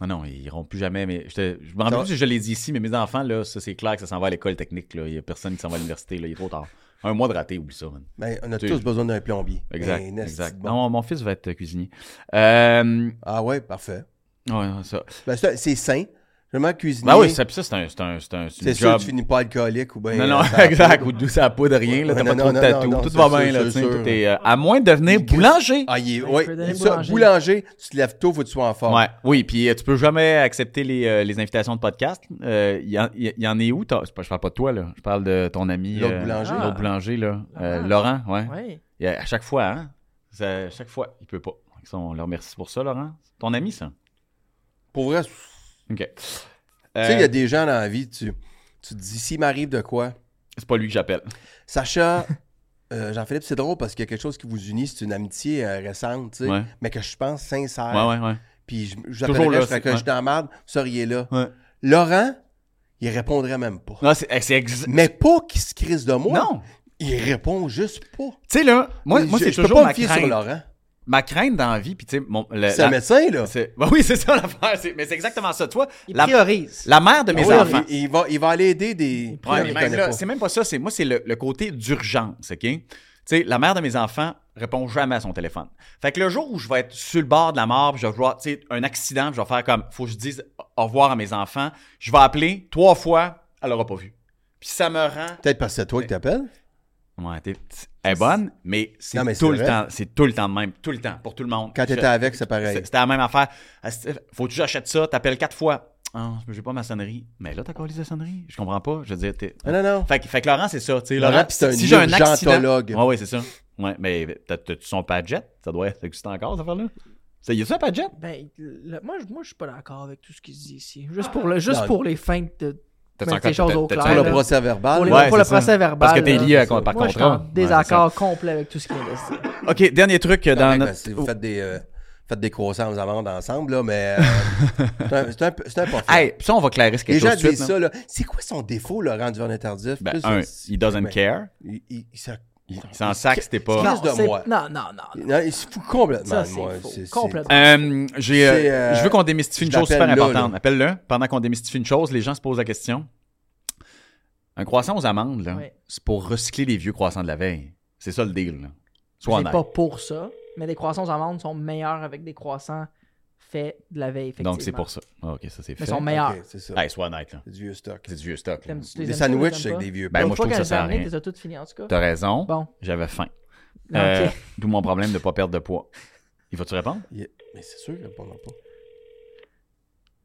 Non, non, ils iront plus jamais. Mais je, te, je me
Ça
rappelle
va.
plus si je l'ai dit ici, mais mes enfants, là, ça, c'est clair que ça s'en va à l'école technique. là. Il n'y a personne qui s'en va à l'université. là. Il est trop tard. Un mois de raté, oublie ça, man.
Ben, on a
Tu-
tous besoin d'un plombier.
Exact.
Ben, nasty
exact.
de bon.
Non, mon fils va être cuisinier. Euh,
Ah ouais, parfait.
ouais, non, ça.
Ben, c'est c'est sain. Vraiment cuisiner.
Ben oui, ça, puis ça, c'est un, c'est un, c'est un, c'est une
C'est sûr
job.
que tu finis pas alcoolique ou bien. euh,
Non, non, exact. Ou douce à poudre, rien. Là,
Ouais,
t'as
non,
pas trop
non,
de
non, non,
tatou. Tout
c'est
va
sûr,
bien, là.
c'est
tu sais,
sûr.
tout est, euh, à moins de devenir
Chris-
boulanger.
Ah, il est,
Ouais,
ouais,
il peut donner
ça,
boulanger.
boulanger, tu te lèves tôt, faut que tu sois en forme.
Ouais. Oui, puis euh, tu peux jamais accepter les, euh, les invitations de podcast. Euh, Il y, en- il y en est où? t'as- c'est pas- Je parle pas de toi, là. Je parle de ton ami.
L'autre
euh,
boulanger. Ah.
l'autre boulanger, là. Euh,
Ah.
Laurent, ouais.
Ouais.
Il y a- à chaque fois, hein. Ça- à chaque fois, il peut pas. Donc, ça, On le remercie pour ça, Laurent. C'est Ton ami, ça.
Pour vrai,
OK.
tu sais, il y
Euh,
a des gens dans la vie, tu, tu te dis, s'il m'arrive de quoi,
C'est pas lui que j'appelle.
Sacha, euh, Jean-Philippe, c'est drôle parce qu'il y a quelque chose qui vous unit, c'est une amitié euh, récente, tu sais,
Ouais.
mais que je pense sincère.
Ouais, ouais, ouais.
Puis je, je,
Toujours
l'appellerais,
là,
je ferais
c'est-
que je suis dans la merde, vous seriez là.
Ouais.
Laurent, il répondrait même pas.
Non, c'est eh, c'est ex-
Mais pas qu'il se crisse de moi.
Non.
Il répond juste pas.
Tu sais, là, moi, moi
Je-
c'est
je
toujours
peux pas
ma
me fier
crainte.
sur Laurent.
Ma crainte dans la vie, puis tu sais, mon- le-
C'est un
la-
médecin, là.
c'est- Ben oui, c'est ça l'affaire. c'est- Mais c'est exactement ça. Toi,
Il
la,
priorise.
la mère de
Ah
mes
oui,
enfants.
Il, il va, il va aller aider des.
Ouais,
Je
mais
les
même
connais
là,
pas.
c'est même pas ça. C'est moi, c'est le, le côté d'urgence, ok. Tu sais, la mère de mes enfants répond jamais à son téléphone. Fait que le jour où je vais être sur le bord de la mort, puis je vais voir, tu sais, un accident, puis je vais faire comme, faut que je dise au revoir à mes enfants. Je vais appeler trois fois, elle aura pas vu. Puis ça me rend.
Peut-être parce que c'est toi qui t'appelles.
Ouais, t'es- elle est bonne, mais c'est
Non, mais
tout
c'est
le
vrai.
temps, c'est tout le temps de même, tout le temps, pour tout le monde.
Quand t'étais
Je-
avec, c'est pareil.
c'est- C'était la même affaire. Asti, Faut que j'achète ça, t'appelles quatre fois. Ah, j'ai pas ma sonnerie. Mais là, t'as collé la sonnerie. Je comprends pas. Je veux dire, t'es.
Non, non, non.
Fait, que- fait que Laurent, c'est ça. tu sais,
Laurent,
Laurent,
pis c'est un
si j'ai un accident.
urgentologue.
Ouais, ouais, c'est ça. Ouais, mais t'as- t'as-tu son Padjet Ça doit ça existe encore, cette affaire-là. Ça y est, ça, Padjet
Ben, le- moi, je- moi, je suis pas d'accord avec tout ce qui se dit ici. Juste pour, le, juste
Non.
pour les fins de
T'as-tu
mettre les
encore-
choses au
t'as-
clair.
t'as-tu
Pour le
là.
procès
Pour,
verbal.
les-
Ouais,
pour
c'est
le
ça.
procès verbal.
Parce que t'es
là.
lié à- par contrat.
Moi, je suis en
Ouais,
désaccord complet avec tout ce qui est dit.
Ok, dernier truc euh,
C'est correct,
dans
ben, si Vous
notre.
faites des. euh, Faites des croissants aux amandes ensemble, là, mais euh, c'est un- c'est un peu- c'est important.
Hey, pis ça, on va clarifier quelque
Les gens
chose. tout de
disent
suite,
ça, là. C'est quoi son défaut, Laurent Duvernay Tardif?
là. Ben,
Plus,
un,
c'est-
il doesn't
ben,
care.
Il, il- il s'en-
Il il s'en sac, c'était pas.
Non.
Non,
Juste de
c'est-
moi.
non, non, non.
non, il se fout complètement
Ça,
de moi.
c'est faux.
C'est- c'est-
Complètement.
Euh, j'ai, euh,
C'est, euh,
je veux qu'on démystifie une
je
chose super
l'appelle là,
importante.
là.
Appelle-le. Pendant qu'on démystifie une chose, les gens se posent la question. Un croissant aux amandes, là,
Ouais.
c'est pour recycler les vieux croissants de la veille. C'est ça le deal. Là. Sois
C'est
honnête.
pas pour ça, mais les croissants aux amandes sont meilleurs avec des croissants faits de la veille, effectivement.
Donc c'est pour ça. Ah, ok, ça c'est fait.
Mais sont meilleurs.
Ok, c'est ça.
Hey, sois honnête. Là.
C'est du vieux stock.
C'est du vieux stock. là.
T'aimes-tu les
Des
aimes-tu, les
sandwichs
aimes
avec
pas?
des vieux.
Ben, moi, je
L'autre fois,
trouve que ça
quand
sert à
les ai amenés,
rien.
t'es toutes finies, en tout cas.
T'as raison.
Bon.
J'avais faim. Euh,
Ok.
D'où mon problème de ne pas perdre de poids. Il va-tu répondre?
Il- Mais c'est sûr qu'il répondra pas.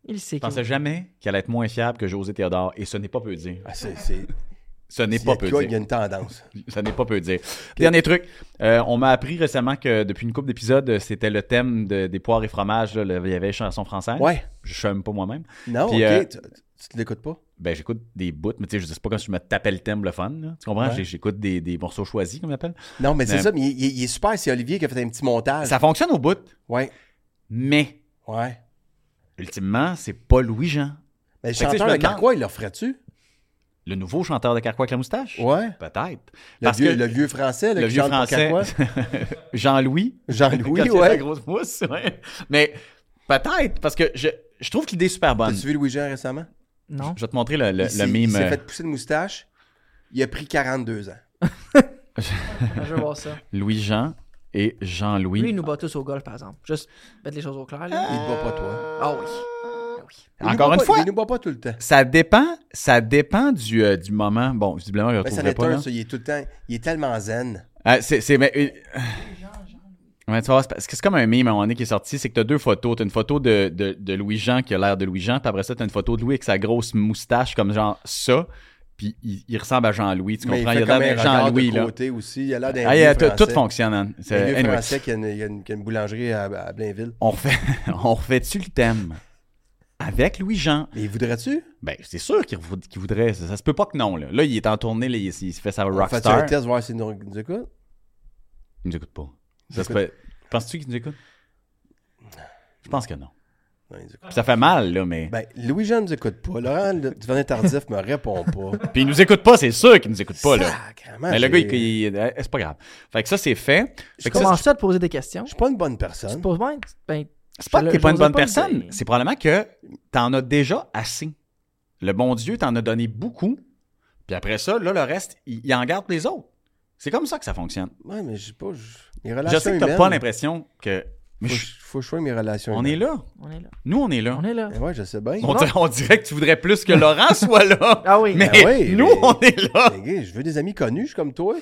Il sait
Je
qu'il
pensais jamais qu'elle allait être moins fiable que José Théodore. Et ce n'est pas peu dire.
Ah, c'est. c'est-
Ce n'est
s'il y
pas
a de
peu
quoi,
dire.
Il y a une tendance.
Ça n'est pas peu dire. Dernier truc, euh, on m'a appris récemment que depuis une couple d'épisodes, euh, c'était le thème de- des poires et fromages. là, le- il y avait chanson française.
Ouais.
Je ne même pas moi-même.
Non,
Hein? Puis,
ok.
euh,
Tu, tu te l'écoutes pas?
Ben, j'écoute des bouts, mais tu sais, je dis pas comme si je me tapais le thème pour le fun. là. Tu comprends?
Ouais.
J'ai- J'écoute des, des morceaux choisis, comme on appelle.
Non, mais,
mais-
c'est ça, mais il, il- il est super. C'est Olivier qui a fait un petit montage.
Ben, Ça fonctionne au bout,
Ouais.
mais
Ouais.
ultimement, c'est pas Louis-Jean,
Mais le
Fait que, tu sais,
chanteur
je me
de
demande-
Carquois, il leur ferait-tu?
le nouveau chanteur de Carquois avec la moustache.
Ouais.
Peut-être.
Le
Parce
vieux,
que
le vieux français, là,
le
qui
vieux
chante pour
français,
Carquois.
Jean-Louis,
Jean-Louis,
quand il a sa
ouais.
grosse mousse, ouais. Mais peut-être, parce que je, je trouve que l'idée est super bonne.
T'as-tu vu Louis-Jean récemment?
Non.
Je vais te montrer le, le,
il
le
s'est-
mime. euh,
Il s'est fait pousser une moustache. Il a pris 42 ans.
Je veux voir ça.
euh, Louis-Jean et Jean-Louis.
Lui, il nous bat tous au golf, par exemple. Juste mettre les choses au clair,
Il
là.
ne bat pas, toi.
Ah oui. Ah oui.
Il nous
Encore
bat
une
pas-
fois,
Il ne bat pas tout le temps.
ça dépend, ça dépend du, euh, du moment. Bon, visiblement, je ne
Mais ça
retrouverai
n'est
pas. hein. là.
un, ça. Il est tout le temps. Il est tellement zen.
Ah, c'est, c'est, mais, euh, ouais, tu vois, c'est, parce que c'est comme un mime à un moment donné qui est sorti, c'est que t'as deux photos. T'as une photo de, de, de Louis-Jean qui a l'air de Louis-Jean, puis après ça, t'as une photo de Louis avec sa grosse moustache comme genre ça, puis il, il ressemble à Jean-Louis, tu
Mais il
comprends?
fait
a
comme
l'air
un
d'un
regard
Jean-Louis,
de
là.
côté aussi. Il a l'air d'un
Ah,
vieux
yeah, tout- tout
français.
fonctionne, hein.
Un
C'est-
vieux
anyway.
français qui a une, qui a une- qui a une boulangerie à, à Blainville.
On refait, on refait-tu le thème? Avec Louis-Jean.
Mais voudrais-tu?
Ben, c'est sûr qu'il vou- qu'il voudrait. Ça, ça se peut pas que non, là. Là, il est en tournée, là, il, il se fait sa
On fait un
rockstar.
test, voir s'il nous, nous écoute.
Il nous écoute pas. Ça
Nous
se peut- Penses-tu qu'il nous écoute? Je pense que non.
Non, il nous écoute.
Puis ça fait mal, là, mais.
Ben, Louis-Jean ne nous écoute pas. Laurent le- Duvernay Tardif me répond pas.
Puis il nous écoute pas, c'est sûr qu'il nous écoute pas, là.
Sacrément,
Mais le gars,
j'ai-
il, il- eh, c'est pas grave. Fait que ça, c'est fait.
Je
Fait que ça,
commence ça à te poser des questions.
Je suis pas une bonne
Tu
personne.
te poses bien. Ben,
c'est pas que
je-
t'es pas une
j'osais
bonne
pas le
personne.
dire.
C'est probablement que t'en as déjà assez. Le bon Dieu t'en a donné beaucoup. Puis après ça, là, le reste, il, il en garde pour les autres. C'est comme ça que ça fonctionne.
Ouais, mais je sais pas. je- Mes
Je
relations
sais que t'as
humaines,
pas l'impression que. Mais
Faut,
je-
faut que je sois mes relations
on est là.
on est là.
Nous, on est là.
On est là.
Eh ouais, je sais bien.
On, dirait, on dirait que tu voudrais plus que Laurent soit là.
Ah oui.
Mais
Ah oui,
nous,
mais-
on est là.
Mais, gars, je veux des amis connus, je suis comme toi.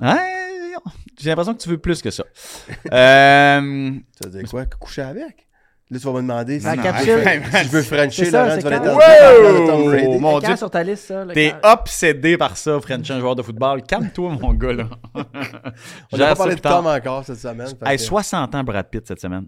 Ouais, J'ai l'impression que tu veux plus que ça. Euh,
Ça veut dire quoi? Coucher avec? Là, tu vas me demander si,
La
si
capsule.
je veux Frencher
C'est ça,
Laurent
c'est
Duvernay
quand-
Tardif à la place de Tom Brady.
Wow! oh Mon
Mon
Dieu,
sur ta liste, ça. le
t'es oh.
quand-
obsédé par ça, French, un joueur de football. Calme-toi, mon gars, là.
On n'a
Gère
pas
ça
parlé
plus
de
tard.
Tom encore cette semaine. fait
Hey,
que-
60 ans, Brad Pitt, cette semaine.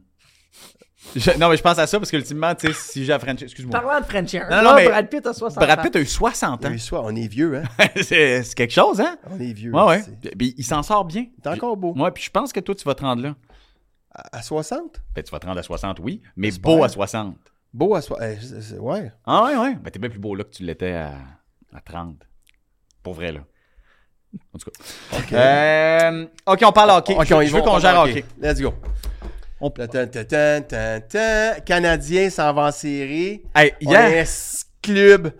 Je- non, mais je pense à ça parce qu'ultimement, tu sais, si j'ai à French. Excuse-moi.
Parlant de French Air,
Non,
là,
non, mais-
Brad Pitt a 60
Brad
ans.
Pitt a eu 60 ans.
Oui, soit, on est vieux, hein?
c'est c'est quelque chose, hein?
On est vieux.
Ouais, ouais.
c'est-
Puis- Puis il s'en sort bien.
T'es encore beau.
Ouais, puis je pense que toi, tu vas te rendre là.
À, à 60?
Ben, tu vas te rendre à 60, oui, mais
J'espère.
beau à 60.
Beau à 60. eh, c'est- c'est- ouais.
Ah ouais, ouais. Ben, t'es bien plus beau là que tu l'étais à, à 30. Pour vrai, là. En tout cas.
OK.
Euh, OK, on parle hockey. je
on y
je
va,
veux qu'on
on
gère
parle
hockey.
Let's go.
On-
Ta- ta- ta- ta- ta- ta. Canadien s'en va en série.
Hey,
Yes!
hier,
club.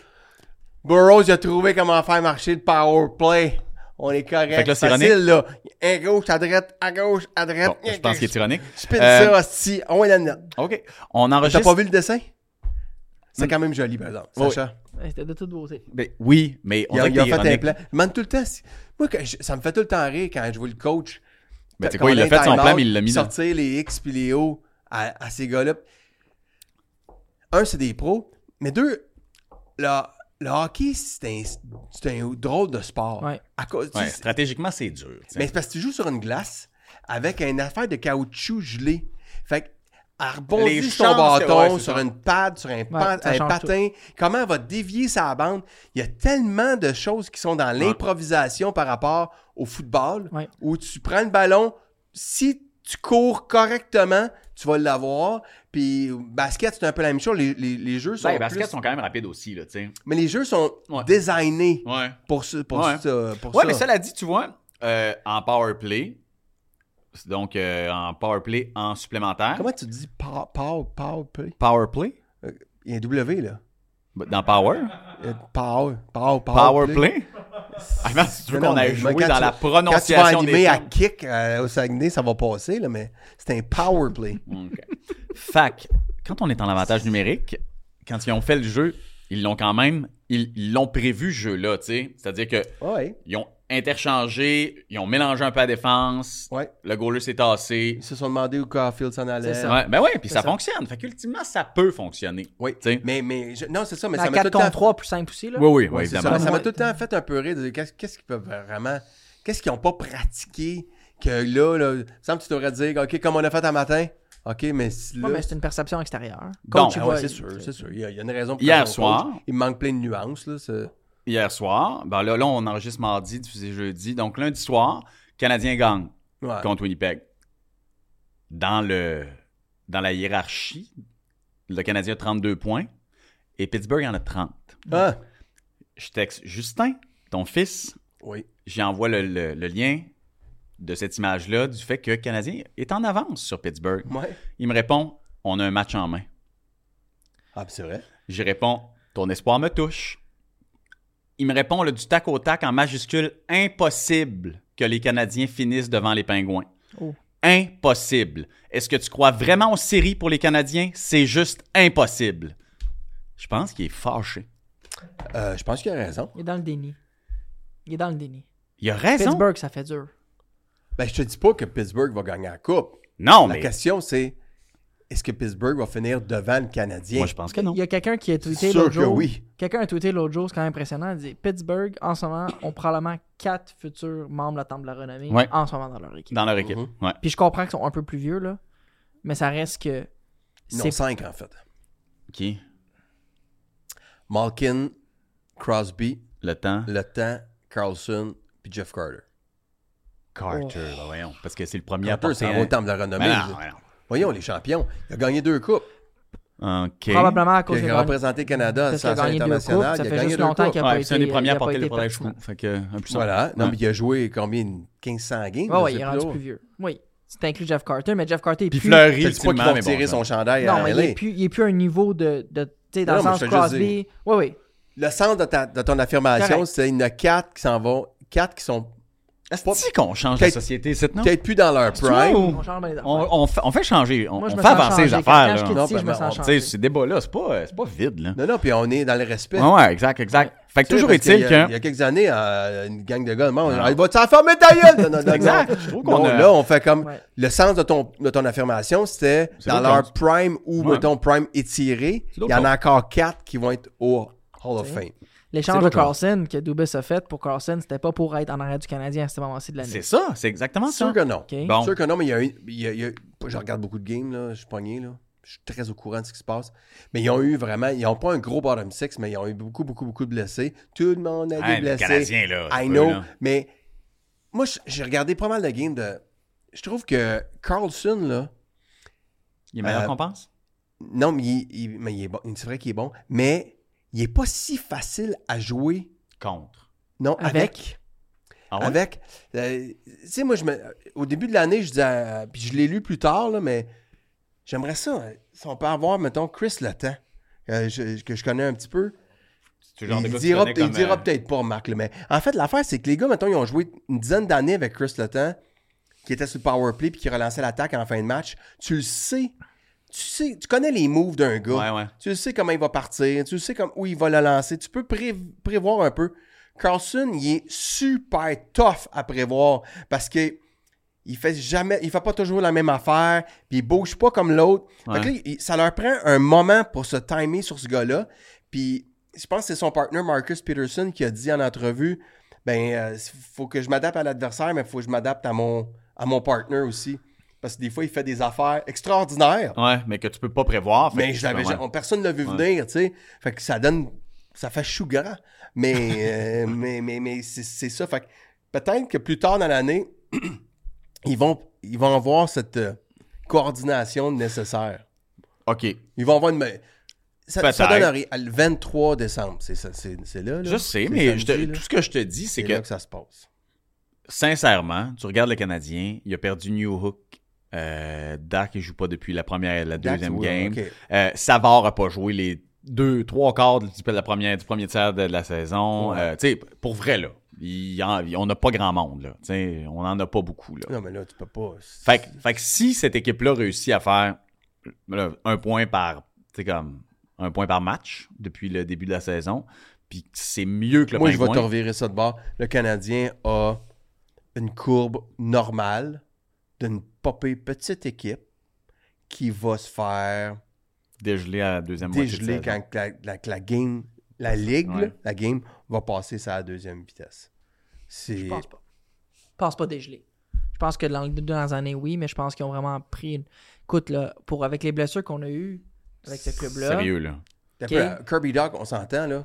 Burroughs a trouvé comment faire marcher le power play. On est correct.
Fait que là, c'est
facile, là. À gauche, à droite, à gauche, à droite.
Bon, je pense qu'il est ironique.
Spin
Euh,
ça, si on est là-dedans.
OK. On
T'as
enregistre.
pas vu le dessin? C'est quand même joli, par exemple.
Oui.
Sacha.
Ouais, C'était de toute beauté.
Ben, oui, mais on
Il a,
dirait
il a
que t'es
fait un
ironique.
plan. Je demande tout le temps. si- Moi, que je- ça me fait tout le temps rire quand je vois le coach.
Ben, tu sais
quand
quoi, il
on
a
un
fait son
time-out,
plan, mais il l'a mis là.
Sortir les X puis les O à, à ces gars-là. Un, c'est des pros. Mais deux, le, le hockey, c'est un, c'est un drôle de sport.
Ouais.
À cause- tu-
Ouais, stratégiquement, c'est dur. tu sais.
mais Ben, c'est parce que tu joues sur une glace avec une affaire de caoutchouc gelé. Fait que, elle rebondit
Les
sur
chances
ton
que-
bâton,
ouais, c'est
sur
ça.
une pad, sur un, pan-
ça
un
change
patin. Comment elle va dévier sa bande? Il y a tellement de choses qui sont dans l'improvisation par rapport au football
Ouais.
où tu prends le ballon, si tu cours correctement, tu vas l'avoir. Puis basket, c'est un peu la même chose. Les, les- les jeux sont.
Ben, les baskets
plus-
sont quand même rapides aussi, là, tu sais.
Mais les jeux sont
Ouais.
designés
Ouais.
pour, ce, pour,
Ouais.
ce- pour
Ouais,
ça.
mais cela dit, tu vois, euh, en power play, c'est donc euh, en power play en supplémentaire.
Comment tu dis pow, pow, pow, play?
Power play?
Il y a un W, là.
Ben, Dans power?
Euh, Power, power,
Power play? Ah, man, si tu veux
Non,
qu'on aille
mais
joué
quand
dans
tu- Quand
la
tu vas
prononciation des
animer à
termes.
kick euh, au Saguenay, ça va passer, là, mais c'est un power play.
OK. Fac, quand on est en avantage numérique, quand ils ont fait le jeu, ils l'ont quand même, ils ils l'ont prévu, ce jeu-là, tu sais. C'est-à-dire que
Ouais,
ils ont interchangé, ils ont mélangé un peu la défense,
ouais.
le goaler s'est tassé.
Ils se sont demandé où Caulfield s'en allait.
C'est ça.
Ouais, ben ouais, puis
C'est
ça,
ça.
fonctionne. Fait qu'ultimement, ça peut fonctionner.
Oui.
tu sais.
Mais, mais je- non, c'est ça, mais
à
ça m'a tout
4
le temps...
contre 3, plus simple aussi. Là.
Oui, oui, oui,
Ouais, c'est ça,
évidemment.
mais ça m'a tout le temps fait un peu rire. de dire, Qu'est-ce qu'est-ce qu'ils peuvent vraiment... Qu'est-ce qu'ils n'ont pas pratiqué que là, là... Semble que tu devrais dire, OK, comme on a fait un matin... OK, mais si là...
Ouais, mais c'est une perception extérieure.
Bon,
Coach, il
Ah
va-
ouais, c'est sûr, c'est sûr. Il y, a, il y a une raison pour
Hier
laquelle on coach.
soir-
Il me manque plein de nuances, là. c'est-
Hier soir, ben là, là, on enregistre mardi, diffusé jeudi. Donc lundi soir, Canadien gagne.
Ouais.
contre Winnipeg. Dans, le, dans la hiérarchie, le Canadien a 32 points et Pittsburgh en a 30.
Ah,
Je texte Justin, ton fils,
oui.
j'y envoie le, le- le lien de cette image-là du fait que le Canadien est en avance sur Pittsburgh.
Ouais.
Il me répond On a un match en main.
Ah, puis c'est vrai.
J'y réponds Ton espoir me touche. Il me répond là, du tac au tac en majuscule Impossible que les Canadiens finissent devant les Pingouins.
Oh.
Impossible. Est-ce que tu crois vraiment aux séries pour les Canadiens C'est juste impossible. Je pense qu'il est fâché.
Euh, je pense qu'il a raison.
Il est dans le déni. Il est dans le déni.
Il a raison.
Pittsburgh, ça fait dur.
Ben, je te dis pas que Pittsburgh va gagner la coupe.
Non,
La
mais.
question, c'est est-ce que Pittsburgh va finir devant le Canadien?
Moi, je pense que non.
Il y a quelqu'un qui a tweeté
Sûr
l'autre
que
jour.
oui.
Quelqu'un a tweeté l'autre jour, c'est quand même impressionnant. Il dit Pittsburgh, en ce moment, ont probablement quatre futurs membres de la Temple de la Renommée
Ouais.
en ce moment dans leur équipe.
Dans leur équipe.
Mhm.
Ouais.
Puis je comprends qu'ils sont un peu plus vieux, là. Mais ça reste que.
Non,
C'est
5 en fait.
Qui
Malkin, Crosby,
Le temps.
Le Temps, Carlson, puis Jeff Carter.
Oh.
Carter, ben voyons. Parce que c'est le premier
Carter,
à
c'est
porter
un temps de la
un-
renommée.
Ben
je veux
non,
dire.
ben non.
Voyons, les champions. Il a gagné deux coupes.
OK.
probablement à cause de
Il a
leur-
représenté le Canada à
Parce qu'il a
l'international.
gagné deux
international.
coupes, ça
il a
fait
gagné
juste
deux
longtemps
coupes.
qu'il a- pas
Ouais, puis c'est un
été-
des premiers à
il a pas
porter le
été
protège
pertinent.
Fait que, un plus
Voilà. Non,
Ouais.
mais il a joué combien 1500 games
Ouais,
je sais
ouais, il est
plus
rendu
trop.
plus vieux. Oui. C'est inclus Jeff Carter, mais Jeff Carter est
Puis
plus.
Je
Fleury,
te dis pas qu'il
ultimement,
va
mais bon,
retirer
ça.
son chandail
Non,
à
mais il
LA.
est plus, il est plus à un niveau de. de tu sais, dans
Non,
le
mais
sens
je te le
Crosby. Oui, oui.
Le centre de, ta- de ton affirmation,
Correct.
c'est il y en a quatre qui s'en vont, quatre qui sont
Est-ce qu'on change la
Peut-être-
société, cette non?
peut-être plus dans leur prime.
On change bien les
On,
affaires.
on fait, on fait changer, on,
Moi, je
on
me
fait
sens
avancer les
changé.
affaires.
Quand
là.
je quitte
Non,
ici,
ben,
je me
ben,
sens
on-
Tu sais,
changé.
ces débats-là, c'est pas, c'est pas vide, là.
Non, non, puis on est dans le respect.
Ouais, ouais, exact, exact. Fait que
Tu sais,
toujours
parce
est-il
qu'il y a-
que...
Il y a quelques années, euh, une gang de gars, le monde, Ah, il va te s'enfermer ta gueule! Non, non, non,
Exact.
non.
Je trouve qu'on
Non,
a-
là, on fait comme.
Ouais.
Le sens de ton, de ton affirmation, c'était
C'est
dans
d'autres
leur
choses.
prime ou,
Ouais.
mettons, prime étiré,
C'est
il
d'autres
y en
choses.
a encore quatre qui vont être au Hall of
C'est-
Fame.
L'échange
C'est
de
autre chose.
Carlson que Dubis a fait pour Carlson, c'était pas pour être en arrière du Canadien à ce moment-ci de l'année.
C'est ça, c'est exactement
Sûr
ça.
que non.
Ok.
Bon,
Sûr que non, mais il y a une. il y a- il y a- Je regarde beaucoup de games, là, je suis pogné, là. Je je suis très au courant de ce qui se passe. Mais ils ont eu vraiment, ils n'ont pas un gros bottom six, mais ils ont eu beaucoup, beaucoup, beaucoup de blessés. Tout le monde a
Hey,
des
le
blessés.
Canadien, là.
I
eux,
know,
là.
mais moi, j- j'ai regardé pas mal de games de. Je trouve que Carlson, là,
Il est meilleur
Euh,
qu'on pense?
non, mais il, il- mais il est bon. C'est vrai qu'il est bon, mais il est pas si facile à jouer.
Contre.
Non,
Avec?
avec.
Ah ouais?
Avec. euh, tu sais, moi, je me, au début de l'année, je disais. à- puis je l'ai lu plus tard, là, mais j'aimerais ça. euh, Si on peut avoir, mettons, Chris Letang, euh, je- que je connais un petit peu.
C'est le genre de
Il
gars qui
dira,
connaît
il
comme,
dira
euh,
peut-être pas, Marc. là, mais en fait, l'affaire, c'est que les gars, mettons, ils ont joué une dizaine d'années avec Chris Letang, qui était sur le power play puis qui relançait l'attaque en fin de match. Tu le sais. Tu sais, tu connais les moves d'un gars.
Ouais, ouais.
Tu sais comment il va partir. Tu sais comme, où il va le lancer. Tu peux pré- prévoir un peu. Carlson, il est super tough à prévoir parce que il fait jamais, il fait pas toujours la même affaire, puis il bouge pas comme l'autre. Fait que
Ouais.
là, il- ça leur prend un moment pour se timer sur ce gars-là. Puis je pense que c'est son partenaire Marcus Peterson qui a dit en entrevue, ben euh, faut que je m'adapte à l'adversaire, mais faut que je m'adapte à mon à mon partner aussi, parce que des fois il fait des affaires extraordinaires.
euh, Ouais, mais que tu peux pas prévoir. fait
Mais
que
je
tu
l'avais
peux-
jamais- personne ne l'a vu
Ouais.
venir, tu sais. Fait que ça donne. Ça fait chou grand. Mais, euh, mais, mais, mais c'est- c'est ça. Fait que peut-être que plus tard dans l'année, ils vont, ils vont avoir cette euh, coordination nécessaire.
OK.
Ils vont avoir une. mais Ça, ça
Peut-être.
donne rien. le 23 décembre. C'est ça- c'est c'est là, là.
Je sais,
C'est
mais je te-
samedi, là.
tout ce que je te dis, c'est
C'est
que
là que ça se passe.
sincèrement, tu regardes le Canadien, il a perdu New Hook. Euh, Dak, il joue pas depuis la première et la deuxième
That's-
game.
ok.
Euh, Savard a pas joué les deux, trois quarts du, de la première, du premier tiers de la saison.
Ouais.
Euh, tu sais, pour vrai, là, il en- il- on n'a pas grand monde. Là. Tu sais, On en a pas beaucoup. Là.
Non, mais là, tu peux pas.
Fait, que- fait que si cette équipe-là réussit à faire là, un point par tu sais, comme un point par match depuis le début de la saison, puis que c'est mieux que le
Moi, je vais te
Pingouin,
revirer ça de bord. Le Canadien a une courbe normale d'une popée petite équipe qui va se faire
dégelé à la deuxième moitié de
dégeler
saison.
quand la, la- la game, la ligue,
Ouais.
là, la game va passer sa deuxième vitesse. C'est
Je pense pas. Je pense pas dégeler. Je pense que dans les deux dernières années, oui, mais je pense qu'ils ont vraiment pris une. Écoute, là, pour, avec les blessures qu'on a eues avec ce club-là.
Sérieux, là.
T'as
Ok.
peu, euh, Kirby Doc, on s'entend là.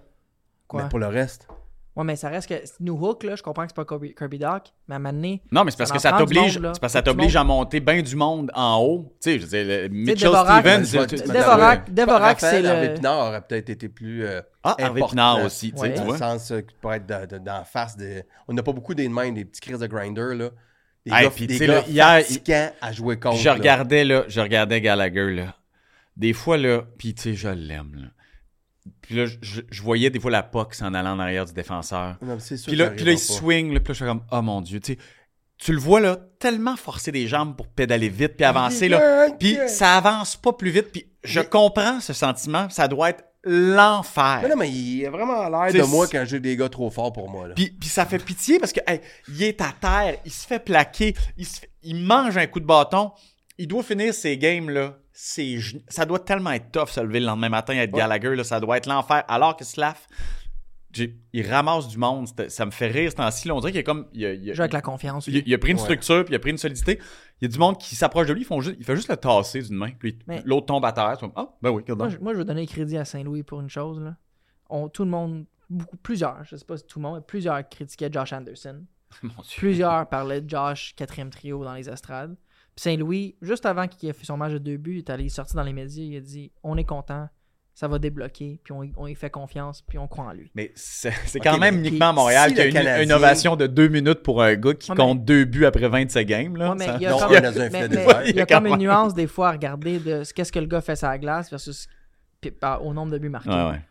Quoi?
Mais pour le reste,
Ouais, mais ça reste que. New Hook, là, je comprends que c'est pas Kirby, Kirby Doc, mais à un moment donné,
Non, mais c'est
Ça
parce que
en
ça
prend du
t'oblige
monde, là.
c'est parce que ça
Faut que tu
t'oblige à monter bien du monde en haut. Tu sais, je veux dire, le- Mitchell
Dvorak-
Stevens.
Tu
tu-
vas-
tu-
Devorak,
Je pense que
Devorak, c'est
Raphaël Harvey
le.
Pinard aurait peut-être été plus. euh,
Ah, Harvey
important,
Pinard aussi, tu sais,
Ouais.
tu
dans
vois.
le sens euh, qui pourrait être de- de- d'en face des. On n'a pas beaucoup des mains, des petits crises de grinder, là. Des
Hey,
gars,
puis,
des
tu sais, là,
gars
hier, il-
fatigants à jouer contre.
Puis je
là.
regardais, là, je regardais Gallagher, là. Des fois, là, puis tu sais, je l'aime, là. Puis là, je- je, je voyais des fois la POC s'en allant en arrière du défenseur.
Non, mais c'est sûr
Puis là,
que
puis là, il
t'arriveras pas.
swing, là, puis là, je suis comme, oh mon Dieu, tu sais. Tu le vois, là, tellement forcer des jambes pour pédaler vite puis avancer, là. Puis ça avance pas plus vite, puis je
Mais-
comprends ce sentiment, ça doit être l'enfer.
Mais non, mais il a vraiment l'air
Tu
de
sais,
moi
c'est-
quand j'ai des gars trop forts pour moi, là.
Puis, puis ça fait pitié parce que hey, il est à terre, il se fait plaquer, il, se fait- il mange un coup de bâton, il doit finir ses games là. ses gen- ça doit tellement être tough se lever le lendemain matin et être
Ouais.
Gallagher là, ça doit être l'enfer. Alors que Slav, j'ai- il ramasse du monde, c'était- ça me fait rire ce temps-ci. là. On dirait qu'il est comme il a, il a-
Joue avec la confiance.
il a- il a pris une
Ouais.
structure, puis il a pris une solidité. Il y a du monde qui s'approche de lui, ils font juste, il fait juste le tasser d'une main, puis
Mais-
l'autre tombe à terre. tu vois, Ah, ben oui, regarde
Moi
donc.
je, moi, je veux donner le crédit à Saint-Louis pour une chose. Là. On, tout le monde, beaucoup, plusieurs, je sais pas si tout le monde, mais plusieurs critiquaient Josh Anderson.
Mon Dieu.
Plusieurs parlaient de Josh, quatrième trio dans les estrades. Puis Saint-Louis, juste avant qu'il ait fait son match de deux buts, il est allé sortir dans les médias, il a dit On est content, ça va débloquer, puis on, y- on y fait confiance, puis on croit en lui.
Mais c'est c'est quand
Ok,
même
mais
uniquement à
puis
Montréal
si
qu'il y a
le
une,
Canadien-
une ovation de deux minutes pour un gars qui
Ouais, mais-
compte deux buts après 27 games. Là,
Ouais, mais
Ça-
il y a
Non,
comme,
on est dans un
mais-
filet
mais
désert.
il y a
Quand
comme une
même.
nuance des fois à regarder de ce qu'est-ce que le gars fait sur la glace versus puis par- au nombre de buts marqués.
Ouais, ouais.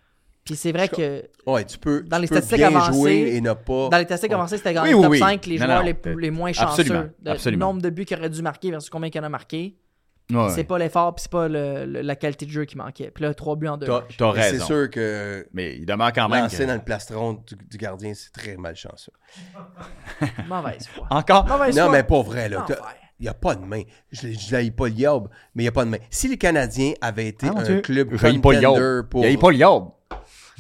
Puis c'est vrai que
Ouais, tu peux,
Dans
tu
les
peux
statistiques
bien
avancées,
jouer et ne pas.
Dans les statistiques avancées, c'était dans
Oui,
le
oui,
top
oui.
5 les
Non,
joueurs
non,
les,
euh,
plus- les moins chanceux.
absolument,
de-
absolument.
Le nombre de buts qu'il aurait dû marquer versus combien qu'il en a marqué.
Ouais,
C'est
ouais.
pas l'effort, puis c'est pas le- le- la qualité de jeu qui manquait. Puis là, 3 buts en 2.
T'as-
T'as
Mais C'est
raison.
sûr que
Mais il demeure quand même.
lancer
que-
dans le plastron du, du gardien, c'est très malchanceux.
Mauvaise foi.
Encore.
Mauvaise
Non,
foi.
mais pas vrai, là.
L'enfer.
T'as- Il n'y a pas de main. Je ne l'ai pas le Yob, mais il n'y a pas de main. Si les Canadiens avaient été
Ah, mon
un
Dieu.
club
Il faillit pas le
contender
yob.
pour...
Il faillit pas le yob.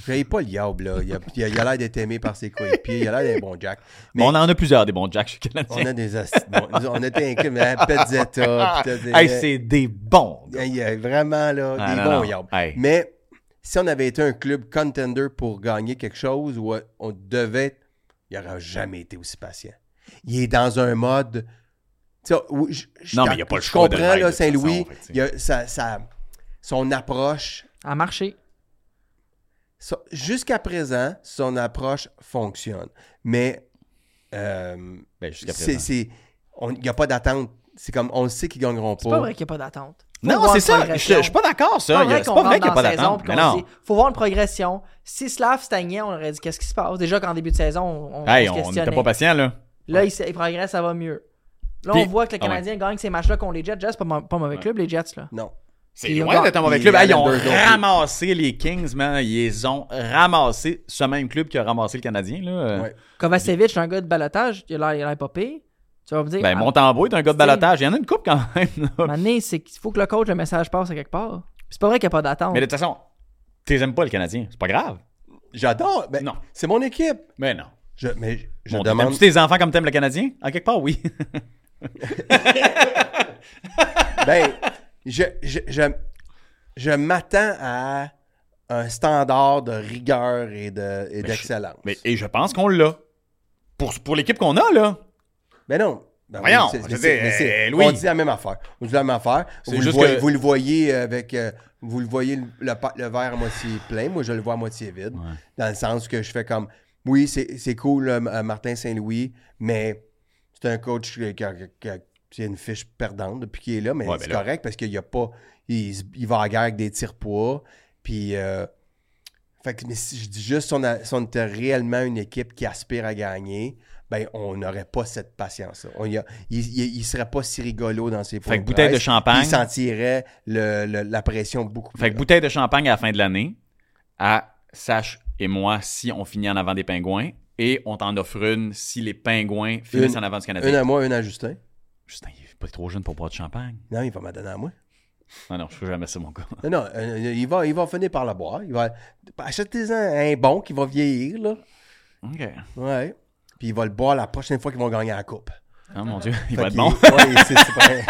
J'avais pas le diable, là. Il a il a- il a l'air d'être aimé par ses coéquipiers. Il a l'air d'un bon Jack. Mais-
Mais on en a plusieurs des bons Jack chez Canadien.
On a des hosties. de bons- on était un mais Pezzetta. puis t'as
Hey,
des-
c'est des bons. gars.
Il y a vraiment là,
Ah,
des
non,
bons
non.
yabs.
Hey.
Mais si on avait été un club contender pour gagner quelque chose où euh, on devait, il n'aurait jamais été aussi patient. Il est dans un mode. tu sais, où je- je-
Non, mais il y a pas le
je
choix de
comprends,
le faire,
là,
de toute façon,
Saint-Louis.
fait que, tu sais.
il y a sa- sa- son approche.
À marcher.
son- Jusqu'à présent, son approche fonctionne. Mais. euh,
Ben, jusqu'à
c'est-
présent.
c'est- on- Il n'y a pas d'attente. C'est comme on sait qu'ils gagneront
C'est
pas.
pas vrai qu'il n'y a pas d'attente. Faut
Non,
voir
c'est
une
ça. Je
progression.
je suis pas d'accord,
C'est
ça. Il y a- C'est pas vrai qu'il n'y a pas
rentre dans la saison
d'attente.
puis
Mais
qu'on
non.
dit, faut voir une progression. Si Slav stagnait, on aurait dit qu'est-ce qui se passe. Déjà qu'en début de saison, on, on
Hey,
se
on
questionnait.
n'était pas patient, là.
Là, il, s- il progresse, ça va mieux. Là,
Puis-
on voit que le
Ah ouais.
Canadien gagne ces matchs-là contre les Jets. Jets, c'est pas, mo- pas mauvais club, les Jets. Là.
Non.
C'est
Puis
loin
on-
d'être un mauvais
puis
club.
les
Hey, ils ont
Islanders non plus.
ramassé les Kings, man. Ils les ont ramassé ce même club qui a ramassé le Canadien, là.
Ouais.
Kovacevic, un gars de balotage, il a l'air- il a l'air pas pire. Tu vas me dire,
Ben,
à-
Montembeau est un gars de balotage. Il y en a une coupe quand même,
à un
là.
moment donné, c'est qu'il faut que le coach, le message passe à quelque part. C'est pas vrai qu'il n'y a pas d'attente.
Mais de toute façon, tu les aimes pas, le Canadien. C'est pas grave.
J'adore. ben,
Non.
C'est mon équipe.
Mais non.
Je, mais je- je
Bon,
demande.
T'aimes-tu tes enfants comme t'aimes le Canadien? En quelque part, oui.
Ben, je, je, je, je m'attends à un standard de rigueur et de- et d'excellence.
Mais, et je pense qu'on l'a. Pour, pour l'équipe qu'on a, là.
Mais non. Ben oui,
Voyons,
c'est-
je
mais
veux
c'est-
dire,
mais c'est-
euh, Louis.
On dit la même affaire. On dit la même affaire.
C'est
Vous le,
juste
voyez,
que-
vous le voyez avec. euh, vous le voyez le, le pa- le verre à moitié plein. Moi, je le vois à moitié vide.
Ouais.
Dans le sens que je fais comme. Oui, c'est c'est cool, euh, euh, Martin Saint-Louis, mais c'est un coach qui, qui- qui- qui a une fiche perdante depuis qu'il est là, mais
Ouais,
c'est
ben là.
correct parce qu'il y a pas. Il, se- il va à la guerre avec des tirs poids. Puis. euh, fait que, mais si je dis juste si on, a- si on était réellement une équipe qui aspire à gagner, ben on n'aurait pas cette patience-là. On y a- il, il- il serait pas si rigolo dans ses points
que bouteille de
presse,
champagne.
puis Il sentirait le- le- la pression beaucoup plus.
Fait que
grande.
bouteille de champagne à la fin de l'année à Sach et moi si on finit en avant des pingouins et on t'en offre une si les pingouins finissent
Une-
en avant du
Une
Canadien.
à moi, une à Justin.
Justin, il est pas trop jeune pour boire de champagne.
Non, il va m'en donner à moi. Ah
Non, non, je fais jamais ça, mon gars.
Non, non, euh, il, va, il va finir par la boire. Il va... Achetez-en un bon qui va vieillir, là.
OK.
Ouais. Puis il va le boire la prochaine fois qu'ils vont gagner la coupe.
Ah, mon Dieu, il
Euh, Fait
va être
qu'il-
bon.
ouais, c'est- c'est vrai.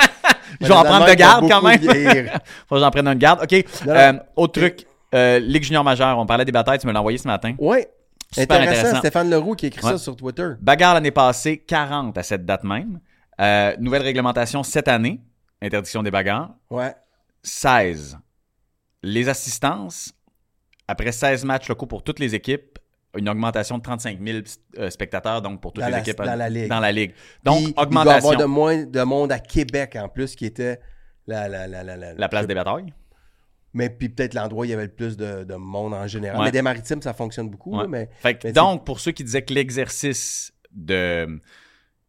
Je vais en prendre de garde quand même.
Il va beaucoup vieillir.
Faut que j'en prenne une garde. OK.
Non,
euh,
non.
autre truc, euh, Ligue junior majeure, on parlait des batailles, tu me l'as envoyé ce matin.
Ouais.
Super
intéressant.
intéressant.
Stéphane Leroux qui écrit
Ouais.
ça sur Twitter.
Bagarre l'année passée, 40 à cette date même. Euh, nouvelle réglementation cette année, interdiction des bagarres.
Ouais.
16. Les assistances, après 16 matchs locaux pour toutes les équipes, une augmentation de 35 000 euh, spectateurs, donc pour toutes
Dans
les
la-
équipes
dans la ligue.
dans la ligue. Donc,
Puis, Il doit y
augmentation.
avoir de moins de monde à Québec en plus qui était la, la, la, la, la-
La place des batailles.
Mais puis peut-être l'endroit où il y avait le plus de, de monde en général.
Ouais.
Mais des maritimes, ça fonctionne beaucoup.
Ouais.
là, mais
Fait que
Mais
donc, pour ceux qui disaient que l'exercice de hum,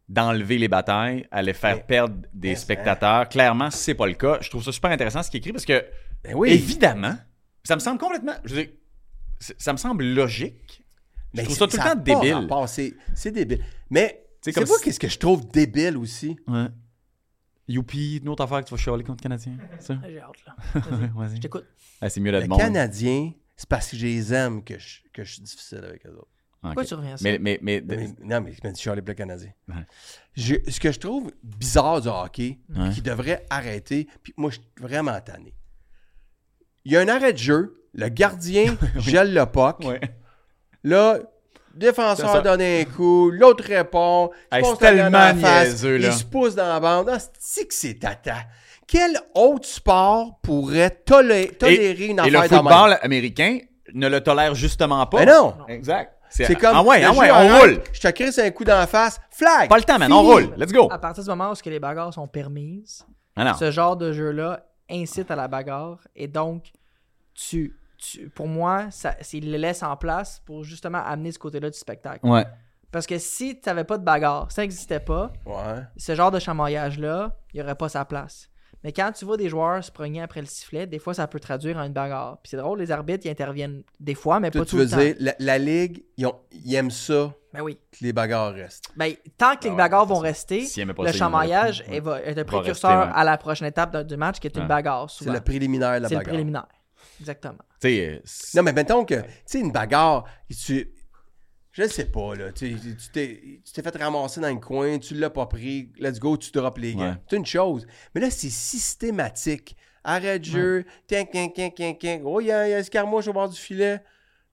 d'enlever les batailles allait faire
Mais-
perdre des
mais-
spectateurs, clairement, c'est pas le cas. Je trouve ça super intéressant ce qu'il écrit parce que,
Ben oui.
évidemment, ça me semble complètement. Je veux dire, c'est- ça me semble logique. Je
mais
trouve
c'est-
ça tout
a
le temps
pas
débile.
rapport, C'est c'est débile. Mais c'est
C'est comme
comme pas
si-
qu'est-ce que je trouve débile aussi.
Ouais. Youpi, une autre affaire que tu vas chialer contre le Canadien. Ça.
J'ai hâte, là.
Vas-y.
Je t'écoute.
Ah, c'est mieux
Le
d'être bon.
Canadien, c'est parce que je les aime que je, que je suis difficile avec eux autres.
Ah, ok.
Pourquoi tu reviens à ça?
Mais, mais, mais,
Mais- non, mais je me dis, je suis allé pour le Canadien.
Ouais.
Je- ce que je trouve bizarre du hockey,
Ouais.
qui devrait arrêter, puis moi, je suis vraiment tanné. Il y a un arrêt de jeu, le gardien gèle le puck,
Ouais.
là, défenseur
Ça, ça-
donne un coup, l'autre répond, il
Hey,
se
c'est
pose la
tellement
main en face,
niaiseux, là.
il se pousse dans la bande. Ah, c'est que c'est tata. Quel autre sport pourrait tolé- tolérer une
et le
affaire de même?
football américain ne le tolère justement pas.
Mais non!
Exact.
C'est comme,
Ah ouais,
le
ah
jeu
ouais, on
arrête,
roule.
Je te crisse un coup dans la face, flag!
Pas le temps, man. On
Fini.
roule. Let's go.
À partir du moment où ce que les bagarres sont permises,
Ah non.
ce genre de jeu-là incite à la bagarre et donc tu, tu pour moi ça il le laisse en place pour justement amener ce côté-là du spectacle
Ouais.
parce que si tu n'avais pas de bagarre ça n'existait pas
Ouais.
ce genre de chamaillage là il n'y aurait pas sa place mais quand tu vois des joueurs se progner après le sifflet des fois ça peut traduire en une bagarre puis c'est drôle les arbitres ils interviennent des fois mais
Toi,
pas
tu
tout
veux
le temps
dire, la, la Ligue, ils, ont- ils aiment ça
ben oui
que les bagarres restent.
Ben, tant que les
ouais,
bagarres
de toute façon,
vont rester
s'il aimait pas
le
ça, il mourrait
chamaillage
plus. Ouais.
est, va- est un
rester,
précurseur
ouais.
à la prochaine étape d'un- du match qui est une
Ouais.
bagarre
C'est
souvent
le préliminaire de la
c'est le
bagarre.
préliminaire Exactement.
Tu sais, euh, c'est-
Non, mais mettons que, tu sais, une bagarre, tu. Je sais pas, là. Tu tu t'es tu t'es fait ramasser dans le coin, tu l'as pas pris, let's go, tu drops les gants.
Ouais.
C'est une chose. Mais là, c'est systématique. Arrêt de jeu, tiens, tiens, tiens, tiens, tiens. Oh, il y a, il y a escarmouche au bord du filet.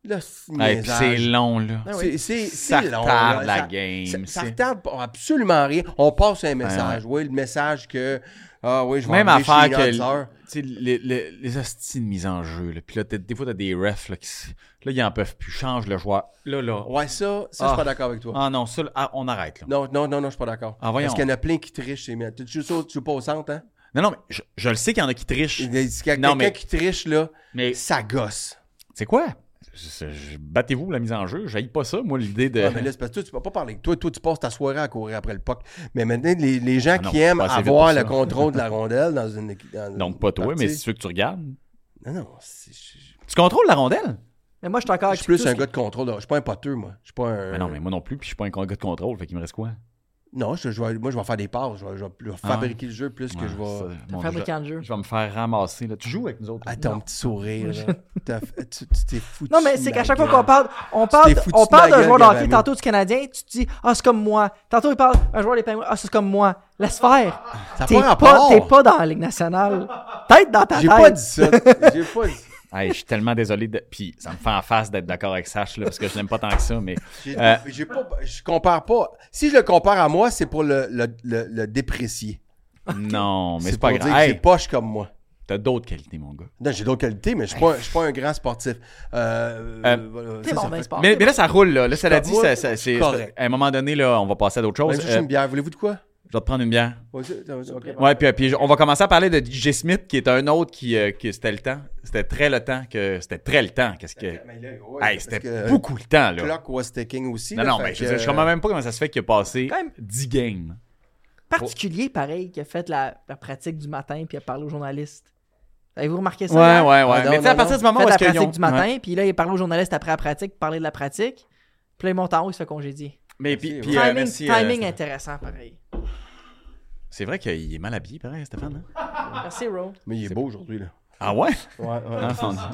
Là, c'est
Hey, puis c'est
niaisage.
long, là.
Ah
C'est-
oui.
C'est c'est
Ça
long,
retarde
là.
la
Ça-
game.
Ça, ça
c'est- Hein?
retarde pas- absolument rien. On passe un message. Oui, le message que. Ah oui, je vais
Même
arriver chez
affaire
une autre
que-
sœur.
Tu sais, les, les, les hosties de mise en jeu. Là. Puis là, t'as- des fois, t'as des refs là, qui s- là, ils en peuvent plus. Change le joueur. Là, là.
Ouais, ça, ça, je suis
Ah.
pas d'accord avec toi.
Ah non, ça, là, ah, on arrête. Là.
Non, non, non, non, je suis pas d'accord.
Ah, voyons.
Parce qu'il y en a plein qui trichent, ces mecs. Tu tu joues, tu joues pas au centre, hein?
Non, non, mais je, je le sais qu'il y en a qui trichent.
Il y a- il y a
Non,
Quelqu'un
mais-
qui triche, là,
Mais
ça gosse.
c'est quoi? Je- je- Battez-vous pour la mise en jeu. J'aille pas ça, moi, l'idée de.
Ouais, Ah, mais là, c'est parce que toi, tu peux pas parler. Toi, toi, tu passes ta soirée à courir après le puck. Mais maintenant, les, les gens
Ah non,
qui aiment
pas assez vite pour
avoir
ça.
le contrôle de la rondelle dans une équipe.
Donc, pas toi, mais c'est ceux que tu regardes.
Non, non, c'est- je- je-
Tu contrôles la rondelle?
Euh.
Mais moi, je suis encore
je suis plus un gars de contrôle. là. Je suis pas un poteux, moi. Je suis pas un.
Mais non, mais moi non plus, puis je suis pas un gars de contrôle. Fait qu'il me reste quoi?
Non, je, je vais- moi, je vais faire des passes. Je vais, je vais- je vais
Ah.
fabriquer le jeu plus que
Ouais,
je vais.
ça, mon-
fabricant de
je,
jeu.
je vais me faire ramasser. Là. Tu joues avec nous autres.
À ton
Non.
petit sourire, là. T'as- Tu tu t'es foutu.
Non, mais
de
c'est
ma
qu'à chaque fois
gueule.
qu'on parle, on parle,
t'es foutu
on
de ma
parle d'un
gueule,
joueur de hockey,
Gavamou.
tantôt du Canadien, tu te dis, ah, c'est comme moi. Tantôt, il parle un joueur des Penguins, ah, c'est comme moi. Laisse faire.
Ça a
T'es
pas
pas,
rapport.
t'es pas dans la Ligue nationale. Peut-être dans ta tête.
J'ai pas dit ça. J'ai pas dit
Hey, je suis tellement désolé. De... Puis ça me fait en face d'être d'accord avec Sash, là, parce que je l'aime pas tant que ça. Mais
J'ai-
Euh,
j'ai pas- je compare pas. Si je le compare à moi, c'est pour le, le- le- le déprécier.
non, mais
C'est
c'est
pour
pas
dire
grave.
que
Hey,
c'est poche comme moi.
t'as d'autres qualités, mon gars.
Non, j'ai d'autres qualités, mais je suis pas, je suis pas un grand sportif. Euh,
Euh,
voilà,
T'es
ça,
bon,
ça
ben,
fait-
c'est pas
Mais, mais là, ça roule, là. Là, ça l'a dit,
Moi,
ça, ça- c'est.
correct.
À un moment donné, là, on va passer à d'autres
Ben,
choses.
je
Euh,
suis une bière. Voulez-vous de quoi?
je vais te prendre une bière.
Ouais, c'est- c'est- ok.
Ouais, puis, euh, puis on va commencer à parler de DJ Smith, qui est un autre qui, euh, qui- c'était le temps. C'était très le temps que. C'était très le temps. Qu'est-ce que.
Mais là, ouais,
Hey,
parce
c'était
que
beaucoup le temps,
Le
là.
clock was ticking aussi.
Non,
là,
non,
fait
mais je,
que-
veux dire, je comprends même pas comment ça se fait qu'il a passé
Quand même.
10 games.
particulier, pareil, qui a fait la, la pratique du matin puis a parlé aux journalistes. Avez-vous remarqué ça?
Ouais, ouais,
hier?
ouais.
Ah, non,
mais tu
non,
sais, à partir
non.
du moment
fait
où
la
est-ce qu'ils
pratique
ont.
du matin,
Ouais.
puis là, il parle aux journalistes après la pratique, parler de la pratique. Puis là, il monte en haut, il se fait congédier.
Mais puis,
Merci, ouais.
puis, euh,
timing
merci, euh,
timing
Stéphane.
intéressant, pareil.
C'est vrai qu'il est mal habillé, pareil, Stéphane. hein?
Merci, Ro.
Mais il est beau aujourd'hui, là. Hein?
Ah ouais?
Ouais, ouais.
Ah, on-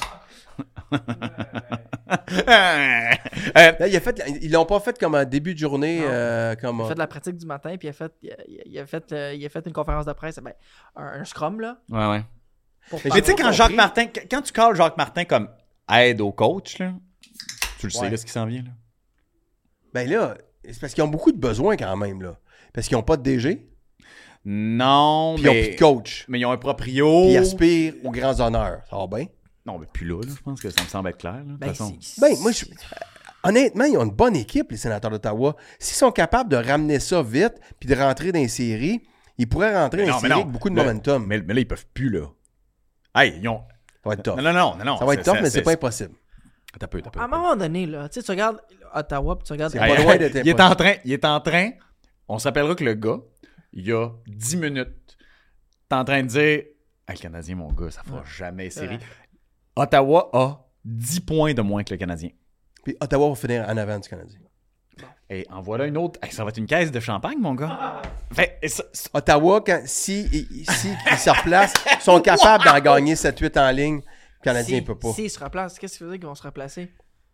Euh,
Là, il a fait, ils l'ont pas fait comme en début de journée,
Non.
euh, comme.
Il a fait de la pratique du matin, puis il a fait, il a, il a fait, euh, il a fait une conférence de presse, ben, un, un scrum, là.
ouais, ouais.
pour
Mais
Mais
parler-
tu sais, quand
compris.
Jacques Martin, qu- quand tu calls Jacques Martin comme aide au coach, là, tu le sais,
Ouais.
là, ce qui s'en vient. Là.
Ben là, c'est parce qu'ils ont beaucoup de besoins quand même, là. Parce qu'ils ont pas de DG,
Non,
puis ils ont
mais. Oh.
plus de coach.
mais ils ont un proprio.
Puis il aspire aux grands honneurs. Ça va bien?
Non, mais puis là, là, je pense que ça me semble être clair. là, de toute
Ben,
façon.
c'est-
Ben, moi, je- Honnêtement, ils ont une bonne équipe, les sénateurs d'Ottawa. S'ils sont capables de ramener ça vite puis de rentrer dans les séries, ils pourraient rentrer
Mais
dans
non,
les
mais
séries
non.
avec beaucoup de
Le-
momentum.
Mais, mais là, ils peuvent plus, là. Hey, ils ont.
Ça va être tough.
Non, non, non, non. non,
ça va être
c'est-
tough, mais c'est pas Ah,
c'est-
impossible.
T'as peu, t'as peu.
À un moment donné, là, tu sais, tu regardes Ottawa, puis tu regardes.
C'est
Hey,
pas
Hey,
loin
hey,
d'être
Ah, il est
impossible.
en train, il est en train. On s'appellera que le gars, il y a 10 minutes, t'es en train de dire Hey, le Canadien, mon gars, ça fera
Ouais.
jamais
C'est
série. Ottawa a 10 points de moins que le Canadien.
Puis Ottawa va finir en avant du Canadien.
Et en voilà une autre. Hey, ça va être une caisse de champagne, mon gars. Fait, et ça- ça-
Ottawa, quand, si, i- i- si ils se replacent, ils sont capables d'en gagner 7-8 en ligne. Le Canadien
si-
ne peut pas.
S'ils se replacent, qu'est-ce que veut dire qu'ils vont se replacer?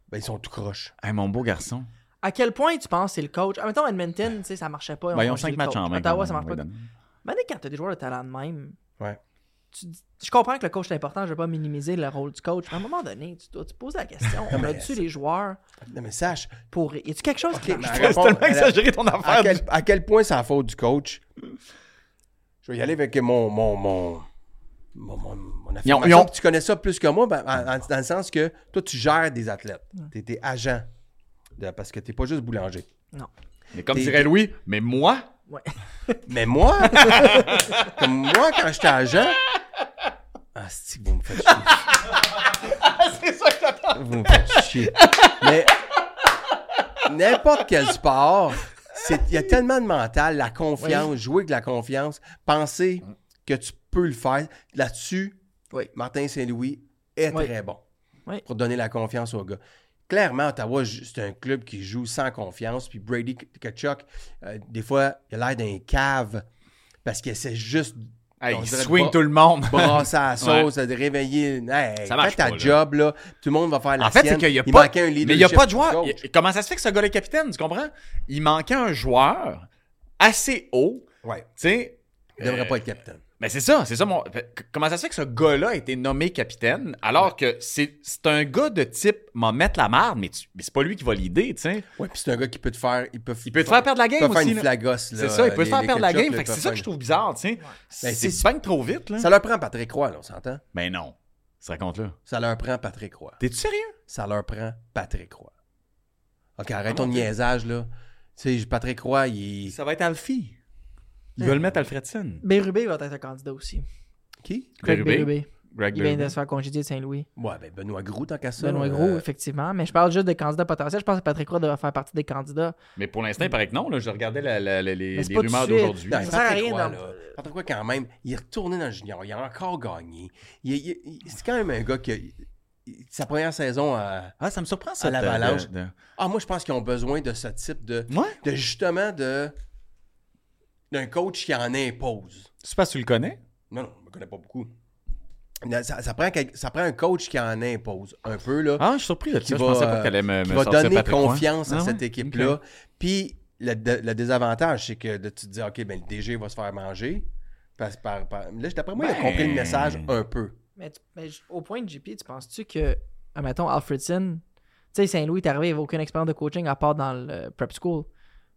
Ben, ils sont tout croches.
Hey, mon beau garçon.
À quel point tu penses que c'est le coach? Ah, mettons, Edmonton, tu sais, ça marchait pas.
Ben, ils ont
congédie
5
le
matchs
coach.
en main.
Ottawa,
quand
ça
même,
marche pas.
on va donner.
Mais quand t'as des joueurs de talent de même,
Ouais.
tu dis- je comprends que le coach est important, je vais pas minimiser le rôle du coach. Mais à un moment donné, tu dois te poser la question. on
mais
a-tu les joueurs
Non, mais sache,
pour. Y a-tu quelque chose qui
Ok,
marche?
mais
C'est tellement exagéré ton
à
affaire.
quel, à quel point c'est la faute du coach? Je vais y aller avec mon. mon, mon, mon, mon- mon affirmation,
Ils ont- ils ont-
puis Tu connais ça plus que moi, ben, en- en- dans le sens que toi, tu gères des athlètes. Tu es, agent. de- parce que tu n'es pas juste boulanger.
Mais comme
T'es-
dirait Louis, mais moi,
Ouais.
Mais moi, comme moi, quand j'étais agent. Ah, si, vous me faites chier. c'est ça que Vous me faites chier. Mais n'importe quel sport, c'est- il y a tellement de mental, la confiance, jouer avec la confiance, penser que tu peux le faire. Là-dessus,
Oui.
Martin Saint-Louis est
Oui.
très bon
Oui.
pour donner la confiance aux gars. Clairement, Ottawa, j- c'est un club qui joue sans confiance. Puis Brady K- Kachuk, euh, des fois, il a l'air d'un cave parce qu'il essaie juste
Hey,
On
il
dirait
swing
pas-
tout le monde.
brasser à la sauce, de réveiller. Hey,
Ça
ça
marche
fais ta
pas, là.
job, là. Tout le monde va faire la
En fait,
sienne.
c'est qu'il n'y a
il
pas.
manquait un leadership
mais il n'y a pas de joueur.
coach.
Il- Comment ça se fait que ce gars-là est capitaine, tu comprends? Il manquait un joueur assez haut,
Ouais.
tu sais.
Il devrait
euh,
pas être capitaine.
Mais c'est ça, c'est ça mon. fait que Comment ça se fait que ce gars-là a été nommé capitaine alors que c'est c'est un gars de type m'en mettre la marde, mais, tu- mais c'est pas lui qui va l'idée, tu sais.
Ouais, puis c'est un gars qui peut te faire. Il peut,
Il peut te faire perdre la
il
game
peut faire
aussi.
une
là.
flagosse, là.
C'est ça, il
euh,
peut te
les-
faire
les
perdre la
ketchup,
game.
là,
Fait que
il
c'est
peut
ça
faire
que je trouve bizarre, tu sais.
Ben,
c'est
c'est-
bang trop vite, là.
une- Ça leur prend Patrick Roy, là, on s'entend?
Mais non, ce raconte-là.
Ça leur prend Patrick Roy.
T'es-tu sérieux?
Ça leur prend Patrick Roy. OK, arrête
Ah, mon
ton
Dieu.
niaisage, là. Tu sais, Patrick Roy, il.
Ça va être Alfie. Il va le mettre Alfredson.
Bérubé va être un candidat aussi.
Qui?
Craig
Bérubé.
Bérubé.
Greg
Il vient de
Berube.
se faire congédier de Saint-Louis.
Ouais, ben Benoît Gros, tant qu'à ça.
Benoît
euh,
Gros, effectivement. Mais je parle juste des candidats potentiels. Je pense que Patrick Roy devrait faire partie des candidats.
Mais pour l'instant, il paraît que non. Là, je regardais la- la- la- les,
Mais c'est
les
pas tout de
rumeurs
suite.
d'aujourd'hui.
Non,
Ça sert à
Patrick
rien
Roy,
d'en-
là, Patrick Roy, quand même, il est retourné dans le junior. Il a encore gagné. Il- il- il- c'est quand même un gars qui. a- il- Sa première saison à.
Ah, ça me surprend ça.
À
de-
l'avalanche.
de- de-
Ah, moi, je pense qu'ils ont besoin de ce type de.
Ouais.
de justement de. d'un coach qui en impose.
C'est parce que tu le connais.
Non, non, je ne connais pas beaucoup. Non, Ça, ça prend, quel- ça prend un coach qui en impose un peu, là.
Ah, je suis surpris de
Qui
ça. je
va,
pensais pas
euh,
qu'elle allait me,
qui
me
va
sortir
donner
Patrick Roy.
confiance à
Ah
cette
ouais?
équipe-là.
Ok.
Puis le, de- le désavantage, c'est que de, tu te dis, OK, ben, le DG va se faire manger. Parce, par, par- Là, d'après moi, il a
Ben.
compris le message un peu.
Mais, tu- mais j- au point de JP, tu penses-tu que, admettons, Alfredson, tu sais, Saint-Louis est arrivé, il n'avait aucune expérience de coaching à part dans le prep school.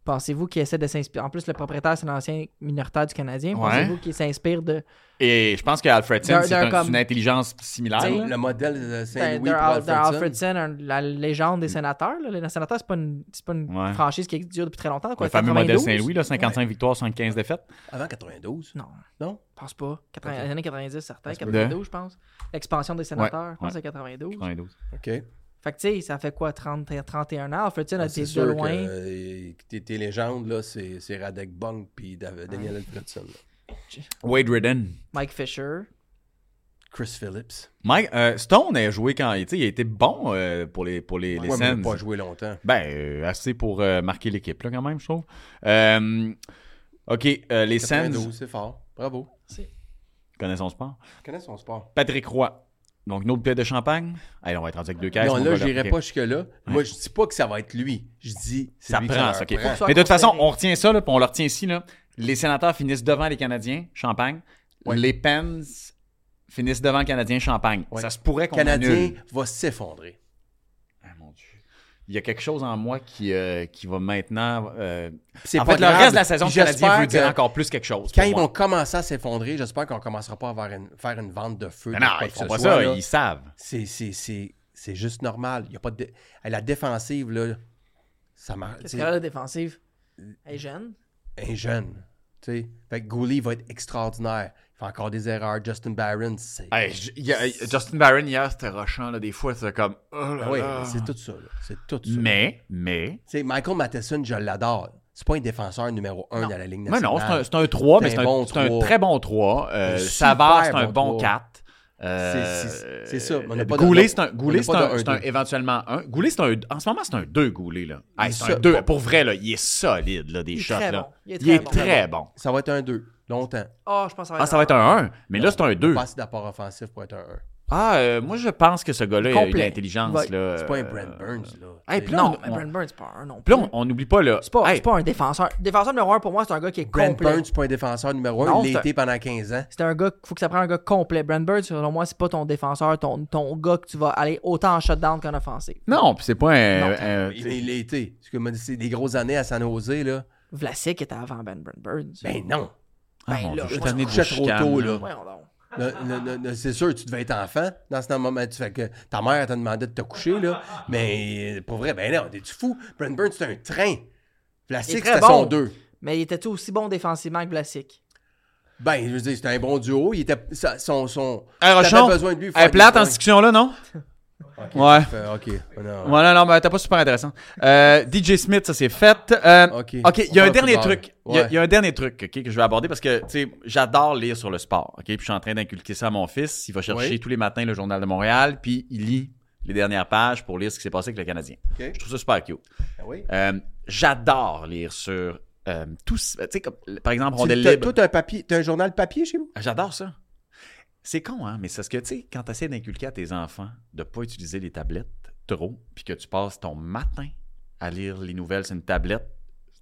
Pensez-vous qu'il essaie de s'inspirer? En plus, le propriétaire, c'est l'ancien minoritaire du Canadien.
Ouais.
Pensez-vous qu'il s'inspire de.
Et je pense qu'Alfredson,
D'un-
c'est
d'un
un-
comme-
c'est une intelligence similaire.
T'sais,
là.
Le modèle de
Ben,
de,
Saint-Louis pour
de- de
Alfredson.
Ben, Alfredson, un- la légende des sénateurs. là. Les sénateurs, c'est pas une, c'est pas une
Mm. Ouais.
franchise qui dure depuis très longtemps. Quoi,
le fameux modèle
92?
Saint-Louis, là, 55 victoires, 75 défaites.
Avant 92,
Non,
non?
je pense pas. 80,
Ok.
Les années 90, certains.
Ça se peut.
92, je pense. L'expansion des sénateurs, je pense
ouais.
à 92.
92.
OK.
Ben, Fait que, tu sais, ça fait quoi, 30, 31 ans? Alfredson a
Ah,
été
C'est
de
sûr
loin.
que euh, tes- tes légendes, là, c'est c'est Radek Bunk puis Dav- Daniel Alfredson. là.
Wade Redden.
Mike Fisher.
Chris Phillips.
Mike, euh, Stone a joué quand tu sais, il a été bon euh, pour les, pour les, les
Moi, il
Sens.
n'a pas joué longtemps.
Ben, euh, assez pour euh, marquer l'équipe, là, quand même, je trouve. Euh, OK, euh, les Sens
92, c'est fort. Bravo.
connaissent son sport.
Je connais son sport.
Patrick Roy. Donc, une autre bouteille de champagne. Allez, on va être rendu avec deux caisses.
non,
mon
là,
gars,
je n'irai
OK.
pas jusque-là. Moi, je dis pas que ça va être lui. Je dis, c'est
Ça
lui
prend,
que
ça,
leur
OK.
prend.
Faut que ce soit
Ah. Mais de toute façon,
considéré.
on retient ça, là, puis on le retient ici. Là. Les sénateurs finissent devant les Canadiens, champagne. Les Pens finissent devant les Canadiens, champagne.
Ouais.
Ça se pourrait
Le
qu'on
Canadien
annule.
va s'effondrer.
Ah, mon Dieu. Il y a quelque chose en moi qui, euh, qui va maintenant... euh,
C'est
en
pas
fait, le
grave.
reste de la saison, le
Puis
Canadien veut
j'espère
dire
que
encore plus quelque chose.
Quand
pour
ils
moi.
vont commencer à s'effondrer, j'espère qu'on ne commencera pas à avoir une- faire une vente de feu.
Mais
de
non,
quoi
ils
que
font
ce
pas
soit,
ça,
là.
ils savent.
C'est- c'est- C'est c'est juste normal. Il y a pas de... dé- Hey, La défensive, là, ça marche.
Qu'est-ce qu'elle a, la défensive? Elle est jeune.
un jeune. tu sais. Fait que Gouli va être extraordinaire. Il fait encore des erreurs. Justin Barron, c'est.
Hey, j- il y a- Justin Barron, hier, c'était rushant. Là, des fois, c'était comme... oh là
Ah oui,
là.
c'est tout ça. là. C'est tout ça.
Mais, mais...
Tu sais, Michael Matheson, je l'adore. C'est pas un défenseur numéro un dans la ligne
Mais
nationale.
non, c'est un, c'est un 3,
C'est
mais c'est
un
un,
bon
c'est un
3.
très bon 3.
Un
Euh,
super
Savard, c'est un
bon
bon
3.
4. Euh,
C'est- c'est- c'est ça, mais on n'a pas de-
Goulet, c'est un,
on n'a
Goulet,
pas
c'est
de
un,
un
c'est un
deux.
éventuellement un. Goulet, c'est un. En ce moment, c'est un 2 Goulet. Là. Ah,
Il
c'est
est
un
so-
2. Pour vrai, là, il est solide, là, des
Il est
shots.
très
là.
bon. Il est
Il est
très bon.
très bon.
Ça va être un 2, longtemps.
Ah, je pense que
Ah, ça va être un 1, mais là, c'est un 2.
Pas assez d'apport offensif pour être un 1.
Ah, euh, moi, je pense que ce gars-là, il a de
Complet.
l'intelligence.
Ouais.
là.
C'est pas un Brent Burns, là.
Euh, Hey,
Tu sais,
puis là,
Non,
on-
mais Brent Burns, c'est pas un non
Puis
plus.
là, on- on n'oublie pas, là.
C'est pas,
hey,
c'est pas un défenseur. Défenseur numéro un, pour moi, c'est un gars qui est
Brent
complet.
Burns, c'est pas un défenseur numéro 1.
Non,
Il
c'est
l'a été pendant 15 ans.
C'est un gars, faut que ça prenne un gars complet. Brent Burns, selon moi, c'est pas ton défenseur, ton, ton gars que tu vas aller autant en shutdown qu'en offensive.
Non, puis c'est pas un.
Non.
un-
Il il l'a été. Parce que moi, c'est des grosses années à San Jose, là.
Vlasic était avant Ben Brent Burns.
Ben non.
Ah, mon
là,
Dieu,
je
cette année de
couchais trop
chicane,
tôt, là.
Voyons donc.
Le- le- le- le- c'est sûr, tu devais être enfant dans ce moment. Tu fais que ta mère elle t'a demandé de te coucher, là. Mais euh, pour vrai, ben non, t'es-tu fou? Brent Burns, c'est un train.
Il est
Plastique,
très
c'était son
bon.
2.
Mais il était-tu aussi bon défensivement que Vlasic?
Ben, je veux dire, c'était un bon duo. Il était. sa- Son. son
Hey,
t'avais
Rochon,
besoin de lui. pour faire
Elle
des
est plate en
points.
discussion là, non?
Ok,
Ouais.
fait- ok. Non.
Ouais, non, non, mais t'as pas super intéressant. Euh, DJ Smith, ça c'est fait. Euh,
Ok.
OK, il y a
On parle
un dernier
football.
truc. Il y, a-
Ouais.
il y a un dernier truc ok, que je vais aborder parce que tu sais, j'adore lire sur le sport. ok, Puis je suis en train d'inculquer ça à mon fils. Il va chercher
Oui.
tous les matins le Journal de Montréal, puis il lit les dernières pages pour lire ce qui s'est passé avec le Canadien.
Ok.
Je trouve ça super cute.
Ah oui?
Euh, j'adore lire sur euh, tout, tu sais, comme, par exemple,
Tu-
Rondelle
t'as-
Libre.
Toi, t'as un, papier, t'as un journal papier chez vous?
Ah, J'adore ça. C'est con, hein, mais c'est parce que, tu sais, quand tu essaies d'inculquer à tes enfants de pas utiliser les tablettes trop, puis que tu passes ton matin à lire les nouvelles sur une tablette,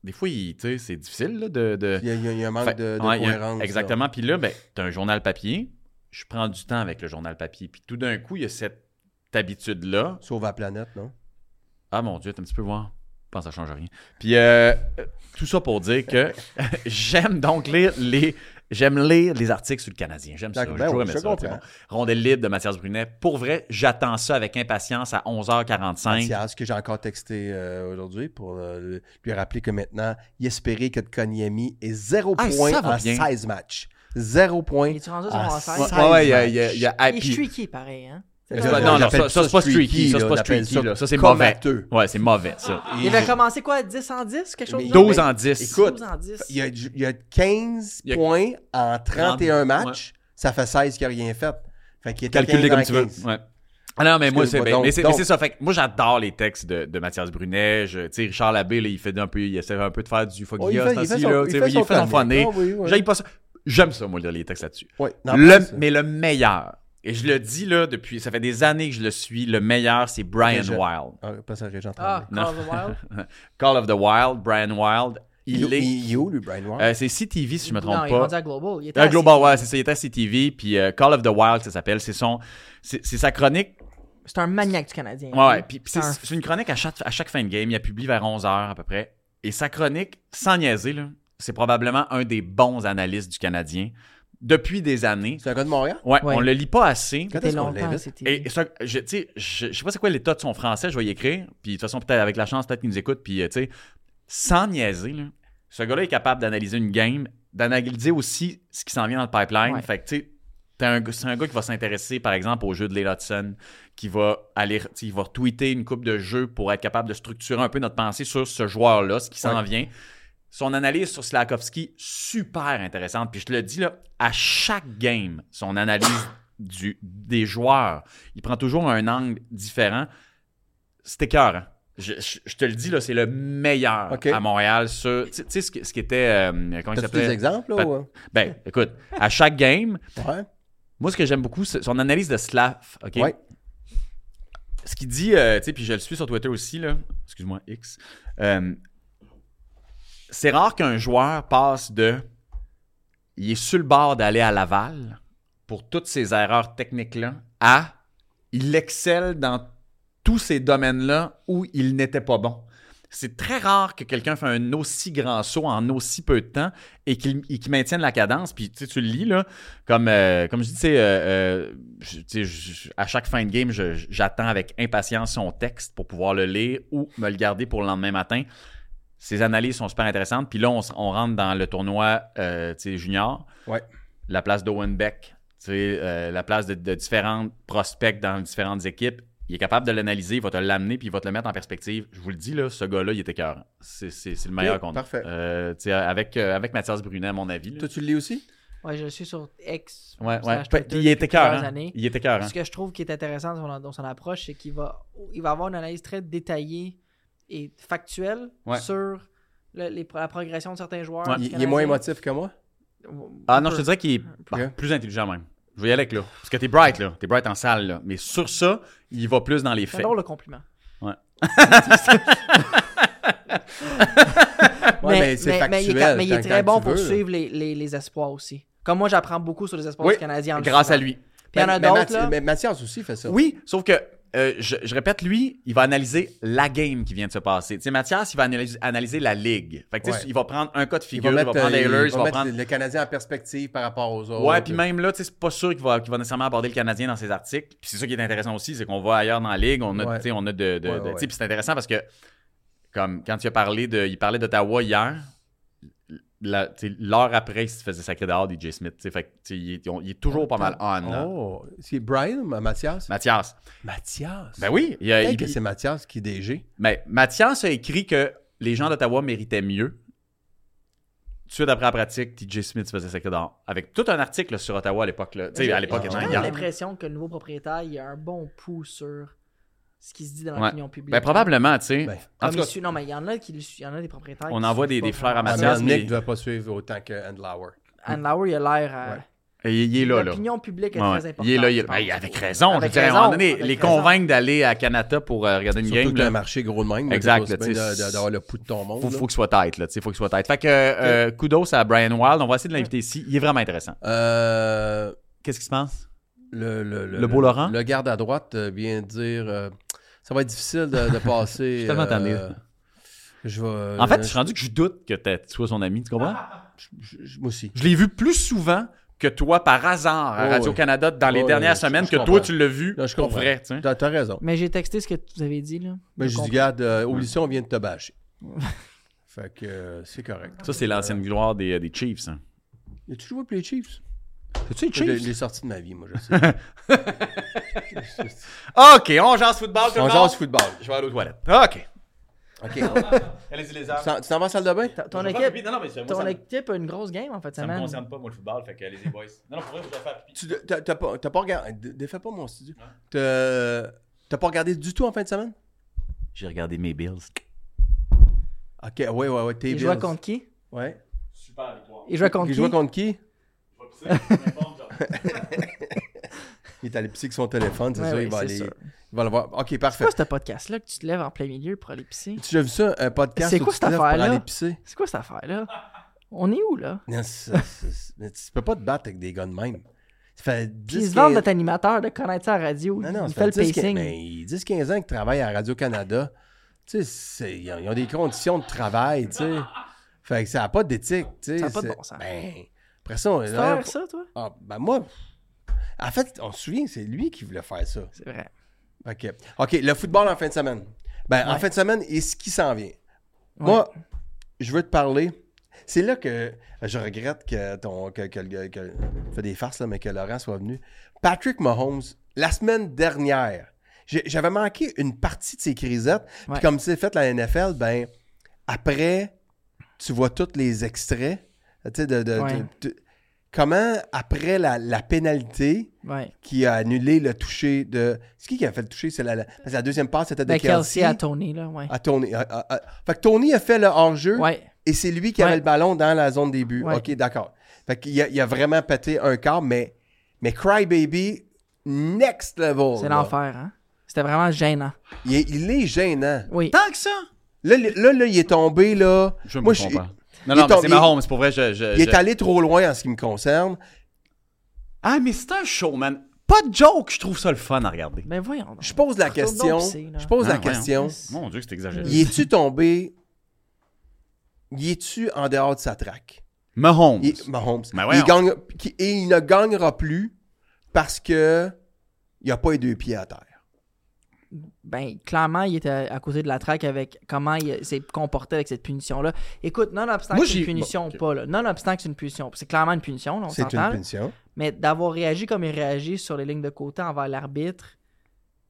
des fois, il- tu sais, c'est difficile là, de. de-
Il y a, il y a- il y a un manque
Fait-
de, de
ouais, il y a-
cohérence. là.
Exactement. Puis là, ben, tu as un journal papier. Je prends du temps avec le journal papier. Puis tout d'un coup, il y a cette habitude-là.
Sauve la planète, non?
Ah mon Dieu, t'as un petit peu voir. Je pense que ça change rien. Puis euh, euh, tout ça pour dire que j'aime donc lire les. J'aime lire les articles sur le Canadien. J'aime ça.
D'accord,
J'ai
ben
toujours
oui,
aimé
je
ça,
comprends.
c'est bon. Rondelle libre de Mathias Brunet. Pour vrai, j'attends ça avec impatience à 11h45.
Mathias, que j'ai encore texté euh, aujourd'hui pour euh, lui rappeler que maintenant, il espérait que Konyemi est 0
Ah, ça
point en
va bien.
16 matchs. 0 point.
Il est rendu sur
Ah,
mon
ça-
Ouais,
16.
ouais, ouais, il y a- il y a- il y a- ah,
Il est
puis-
streaky, pareil, hein?
Là,
pas-
là,
non, non,
j'appelle
ça- ça, c'est pas streaky, ça, c'est
là,
pas
on appelle
streaky, là. Ça, c'est
comme
mauvais.
honteux.
Ouais, c'est mauvais, ça.
Il avait commencé quoi, 10 en 10, quelque chose
Mais-
de même?
12 en 10.
Écoute,
12 en 10.
Il y a, il y a 15
Il y a-
points en 31
30,
match. Ça fait 16 qu'il n'a rien fait. Fait qu'il était 15
calculé comme
en
tu veux.
15.
Ouais. Ah non, mais moi, c'est
Excuse-moi,
mais-
donc-
mais c'est- mais
donc-
c'est ça. Fait que moi, j'adore les textes de, de Mathias Brunet. Je- Tu sais, Richard Labbé, là, il, fait un peu, il essaie un peu de faire du fuck
Oh, il
guilla,
fait- il
ce
fait
temps-ci,
son-
là,
il
tu sais,
fait
il
son
fait son
fané.
fané.
Ah oui, ouais.
J'aille pas ça. J'aime ça, moi, lire les textes là-dessus.
Ouais, non,
Le-
pas ça.
mais le meilleur, et je le dis là depuis, ça fait des années que je le suis, le meilleur, c'est Brian
Régent.
Wild.
Ah, pas ça, Régent
Ah,
Tremblay.
Non.
Call of the Wild.
Call of the Wild, Brian Wild. Il,
Il,
est.
il est où, lui, Brian Ward?
euh, c'est CTV, si je me trompe
non, Il est
pas.
rendu à Global. Il était
Ah,
à
Global,
CTV.
ouais, c'est ça. Il était à CTV, puis euh, Call of the Wild, ça s'appelle. C'est son. C'est c'est sa chronique
C'est un maniaque du Canadien.
Ouais, ouais. Puis, puis c'est
C'est un-
c'est une chronique à chaque, à chaque fin de game. Il a publié vers 11h à peu près. Et sa chronique, sans niaiser, là, c'est probablement un des bons analystes du Canadien depuis des années.
C'est un gars de Montréal?
Ouais,
Ouais.
on le lit pas assez.
Quand
C'était
est-ce qu'on
longtemps,
l'invite?
c'était...
Et ça, je, tu sais, je, je sais pas c'est quoi l'état de son français, je vais y écrire. Puis de toute façon, peut-être avec la chance, peut-être qu'il nous écoute. Puis, euh, tu sais, sans niaiser, là, ce gars-là est capable d'analyser une game, d'analyser aussi ce qui s'en vient dans le pipeline.
Ouais.
Fait que, tu sais, t'as un gars- c'est un gars qui va s'intéresser, par exemple, au jeu de Leigh Hudson, qui va aller, tu sais, il va tweeter une coupe de jeux pour être capable de structurer un peu notre pensée sur ce joueur-là, ce qui s'en
Ouais.
vient. Son analyse sur Slakowski, super intéressante. Puis je te le dis, là, à chaque game, son analyse du, des joueurs, il prend toujours un angle différent. C'était cœur. Je, je- je te le dis, là, c'est le meilleur
Ok.
à Montréal. sur- Tu sais- tu sais ce, qui- ce qui était. euh, comment il
T'as-tu des
s'appelait
exemples? Là,
Pat-
ou, euh?
Ben, écoute, à chaque game,
Ouais.
moi, ce que j'aime beaucoup, c'est son analyse de Slav. OK?
Ouais.
Ce qu'il dit, euh, tu sais, puis je le suis sur Twitter aussi, là. Excuse-moi, X. Euh, c'est rare qu'un joueur passe de. Il est sur le bord d'aller à Laval pour toutes ces erreurs techniques-là à. Il excelle dans tous ces domaines-là où il n'était pas bon. C'est très rare que quelqu'un fasse un aussi grand saut en aussi peu de temps et qu'il et qu'il maintienne la cadence. Puis tu sais, tu le lis, là, comme, euh, comme je dis, tu sais, euh, euh, je- tu sais, je- à chaque fin de game, je- j'attends avec impatience son texte pour pouvoir le lire ou me le garder pour le lendemain matin. Ses analyses sont super intéressantes. Puis là, on, s- on rentre dans le tournoi euh, tu sais, junior.
Ouais.
La place d'Owen Beck, tu sais, euh, la place de, de différents prospects dans différentes équipes. Il est capable de l'analyser, il va te l'amener, puis il va te le mettre en perspective. Je vous le dis, là, ce gars-là, il est écœurant. C'est c'est- c'est le meilleur
Ok,
qu'on a.
parfait.
Euh, tu sais, avec, euh, avec Mathias Brunet, à mon avis. là.
Toi, tu le lis aussi?
Ouais, je le suis sur X.
Ouais,
slash
ouais.
Twitter
Puis il hein. est
depuis
écœurant.
plusieurs années.
Il est écœurant.
Ce que je trouve qui est intéressant dans son, dans son approche, c'est qu'il va, il va avoir une analyse très détaillée et factuelle
Ouais.
sur le- les- la progression de certains joueurs.
Ouais.
du
Il, il est moins
Canadien.
émotif que moi?
Ah non, je te dirais qu'il est bah,
Ok.
plus intelligent même. Je vais y aller avec là. Parce que t'es bright là. T'es bright en salle là. Mais sur ça, il va plus dans les
C'est un
faits.
drôle le compliment.
Ouais, mais, c'est
mais
factuel.
il est, quand- mais il est
quand-
très
quand
bon
tu
pour
veux, là.
suivre les, les, les espoirs aussi. Comme moi, j'apprends beaucoup sur les espoirs
Oui,
du Canadien. en le
Grâce
suivant.
à lui.
Puis il y en a
Mais- mais
d'autres,
Mathi-
là.
Mais ben, Mathias aussi fait ça.
Oui, sauf que euh, je, je répète, lui, il va analyser la game qui vient de se passer. Tu sais, Mathias, il va analyser, analyser la ligue. Fait que, tu sais,
Ouais.
il va prendre un cas de
Il
figure,
va
il va,
mettre,
prendre les
euh, il va
Oilers, il va
mettre
prendre
le Canadien en perspective par rapport aux autres.
Ouais, puis même là, tu sais, c'est pas sûr qu'il va, qu'il va nécessairement aborder le Canadien dans ses articles. Puis c'est ça qui est intéressant aussi, c'est qu'on va ailleurs dans la ligue, on a,
Ouais.
tu sais, on a de. de-
Ouais,
de-
ouais,
tu sais,
ouais.
Puis c'est intéressant parce que, comme quand il a parlé de. Il parlait d'Ottawa hier, la- tu sais, l'heure après, il se faisait sacré dehors, DJ Smith. tu sais, Fait que, tu sais, il, est- on- il est toujours pas mal on. là.
Oh, c'est Brian ou Mathias?
Mathias.
Mathias?
Ben oui, il a-
Peut-être
il-
que c'est Mathias qui est DG.
mais Mathias a écrit que les gens d'Ottawa méritaient mieux. Tout de suite après la pratique, TJ Smith se faisait sacré dehors. Avec tout un article sur Ottawa à l'époque. là. Tu sais, à l'époque,
J'ai
Ah,
quand
non,
même
hier.
regarde.
l'impression que le nouveau propriétaire, il a un bon pouls sur ce qui se dit dans
Ouais.
l'opinion publique.
Ben, probablement, tu sais.
Ben,
en
Ah,
tout
mais
cas,
su- non, mais il y en a qui le su- il y en a des propriétaires.
On
qui
envoie des-
suivent pas
des
vraiment.
fleurs à
Ah,
Mathias.
mais
Mathias, mais-
Nick ne devait pas suivre autant que Andlauer.
Anne Lauer, il a l'air. à-
Ouais.
il il est là, là.
L'opinion publique est
Ouais,
très
ouais.
importante.
Il est là, il
je
est là.
pense.
Ben, il- avec raison. je
Avec
veux dire, à un
raison,
moment donné,
avec
les
raison.
convaincre d'aller à Canada pour euh, regarder une
Surtout
game,
que t'as un
là,
marché gros de même. mais t'as
Exact,
pas
là, tu
besoin
sais,
de- de- D'avoir le pouls de ton monde.
faut,
là.
faut qu'il soit tête. Là, tu sais, faut qu'il soit tête. Fait que euh, kudos à Brian Wild. On va essayer de l'inviter ici. Il est vraiment intéressant.
Euh,
Qu'est-ce qui se passe?
le, le,
Le beau Laurent?
Le garde à droite euh, vient de dire euh, ça va être difficile de, de passer.
Je suis tellement
euh,
tanné.
je vais-
En fait, je
Euh, je-
suis rendu que je doute que t'es- tu sois son ami. Tu comprends?
Ah!
je- je- moi aussi.
Je l'ai vu plus souvent que toi par hasard à
Oh,
Radio-Canada dans les
Oh,
dernières
ouais, je-
semaines
je
que
comprends.
toi tu l'as vu
Non, je
pour
comprends.
vrai. tu sais.
T'as t'as raison.
Mais j'ai texté ce que vous avez dit, là.
Mais je dis,
comprends.
garde, euh, oublie ça, on vient de te bâcher. fait que euh, c'est correct.
Ça, c'est l'ancienne gloire des, des Chiefs. hein.
Y tu joué pour les Chiefs?
C'est-tu les
Je l'ai- je
Chiefs?
l'ai sorti de ma vie, moi, je sais.
OK, on jase football. tout le
on
monde.
jase football.
Je vais aller aux toilettes. Ah, OK.
OK.
Allez-y, les
Tu t'en- tu t'en vas à la salle de bain?
Ta- Ton équipe,
Non, non, mais ça- moi,
ton
ça me-
équipe a une grosse game en fait,
ça me
semaine.
concerne pas, moi, le football. Fait que allez-y, boys. Non, non, pour vrai, je vais faire pipi.
Tu t'as t'as pas, t'as pas regardé. dé- Défais pas mon studio. T'as t'as pas regardé du tout en fin de semaine?
J'ai regardé mes Bills.
Ok, ouais, ouais, ouais. Tes
Il jouait
Bills.
contre qui
Ouais.
Super victoire.
Il jouait contre
Il
qui
jouait contre qui?
Je vais pisser, je vais répondre, genre.
Il est allé pisser avec son téléphone, c'est
Ouais,
ça,
ouais,
il va
c'est
aller.
sûr.
Il va le voir. Ok, parfait.
Pourquoi ce podcast-là que tu te lèves en plein milieu pour aller pisser
Tu as vu ça, un podcast
C'est
où
quoi
tu
cette
te lèves pour
affaire-là?
aller pisser?
C'est quoi cette affaire-là On est où là
Non, ça, ça, ça, mais tu peux pas te battre avec des gars de même. Ça fait 10
Puis ils se vendent
15
notre animateur de connaître ça à la radio.
Non, non,
il
ça
fait le
10, 15
pacing.
mais 10-15 ans qu'ils travaillent à Radio-Canada. Tu sais, c'est- ils ont, ils ont des conditions de travail, tu sais. Fait que ça n'a pas d'éthique, tu sais.
Ça a pas de
c'est-
bon sens.
Ben, après ça, on
Tu t'en rêves ça, toi
Ah, ben moi. En fait, on se souvient, c'est lui qui voulait faire ça.
C'est vrai.
OK. OK, le football en fin de semaine. Ben, en
Ouais.
fin de semaine, et ce qui s'en vient. Moi, je veux te parler. C'est là que je regrette que ton. Que, que, que- que- je fais des farces, là, mais que Laurent soit venu. Patrick Mahomes, la semaine dernière, j'ai- j'avais manqué une partie de ses crisettes. Puis
Ouais.
comme c'est fait la NFL, ben, après, tu vois tous les extraits. Tu sais, de. de-
Ouais.
de- de- comment, après la, la pénalité
Ouais.
qui a annulé le toucher de. C'est qui qui a fait le toucher C'est la, la- parce que la deuxième passe, c'était de
Ben,
Kelsey. Ah,
Kelsey à Tony, là, ouais.
à Tony. à- à- à- Fait que Tony a fait le hors-jeu
Ouais.
et c'est lui qui
Ouais.
avait le ballon dans la zone début.
Ouais.
OK, d'accord. Fait qu'il a, il a vraiment pété un câble, mais, mais Crybaby, next level.
C'est
Oh là.
l'enfer, hein. C'était vraiment gênant.
Il est, il est gênant.
Oui.
Tant que ça!
Là, le- là, là, il est tombé, là.
Je me
Moi,
comprends.
je-
Non,
il
non,
est
mais
tombé-
c'est Mahomes, pour vrai, je... je-
Il est
je-
allé trop loin en ce qui me concerne.
Ah, mais c'est un show, man. Pas de joke, je trouve ça le fun à regarder.
Mais Ben, voyons. donc.
Je pose la
Retourne
question.
donc pisser, là.
Je pose la
Ah, voyons.
question.
Mon Dieu, c'est exagéré.
Y es-tu tombé? Y es-tu en dehors de sa traque?
Mahomes.
Il, Mahomes.
Ben
il
voyons.
gagne, qui- et il ne gagnera plus parce que il a pas les deux pieds à terre.
Ben, clairement, il était à à côté de la traque avec comment il s'est comporté avec cette punition-là. Écoute, nonobstant
Moi,
que c'est une
j'ai-
punition
bon,
ou pas, là, nonobstant que c'est une punition, c'est clairement une punition, là, on
C'est
s'entend,
une
là.
punition.
mais d'avoir réagi comme il réagit sur les lignes de côté envers l'arbitre,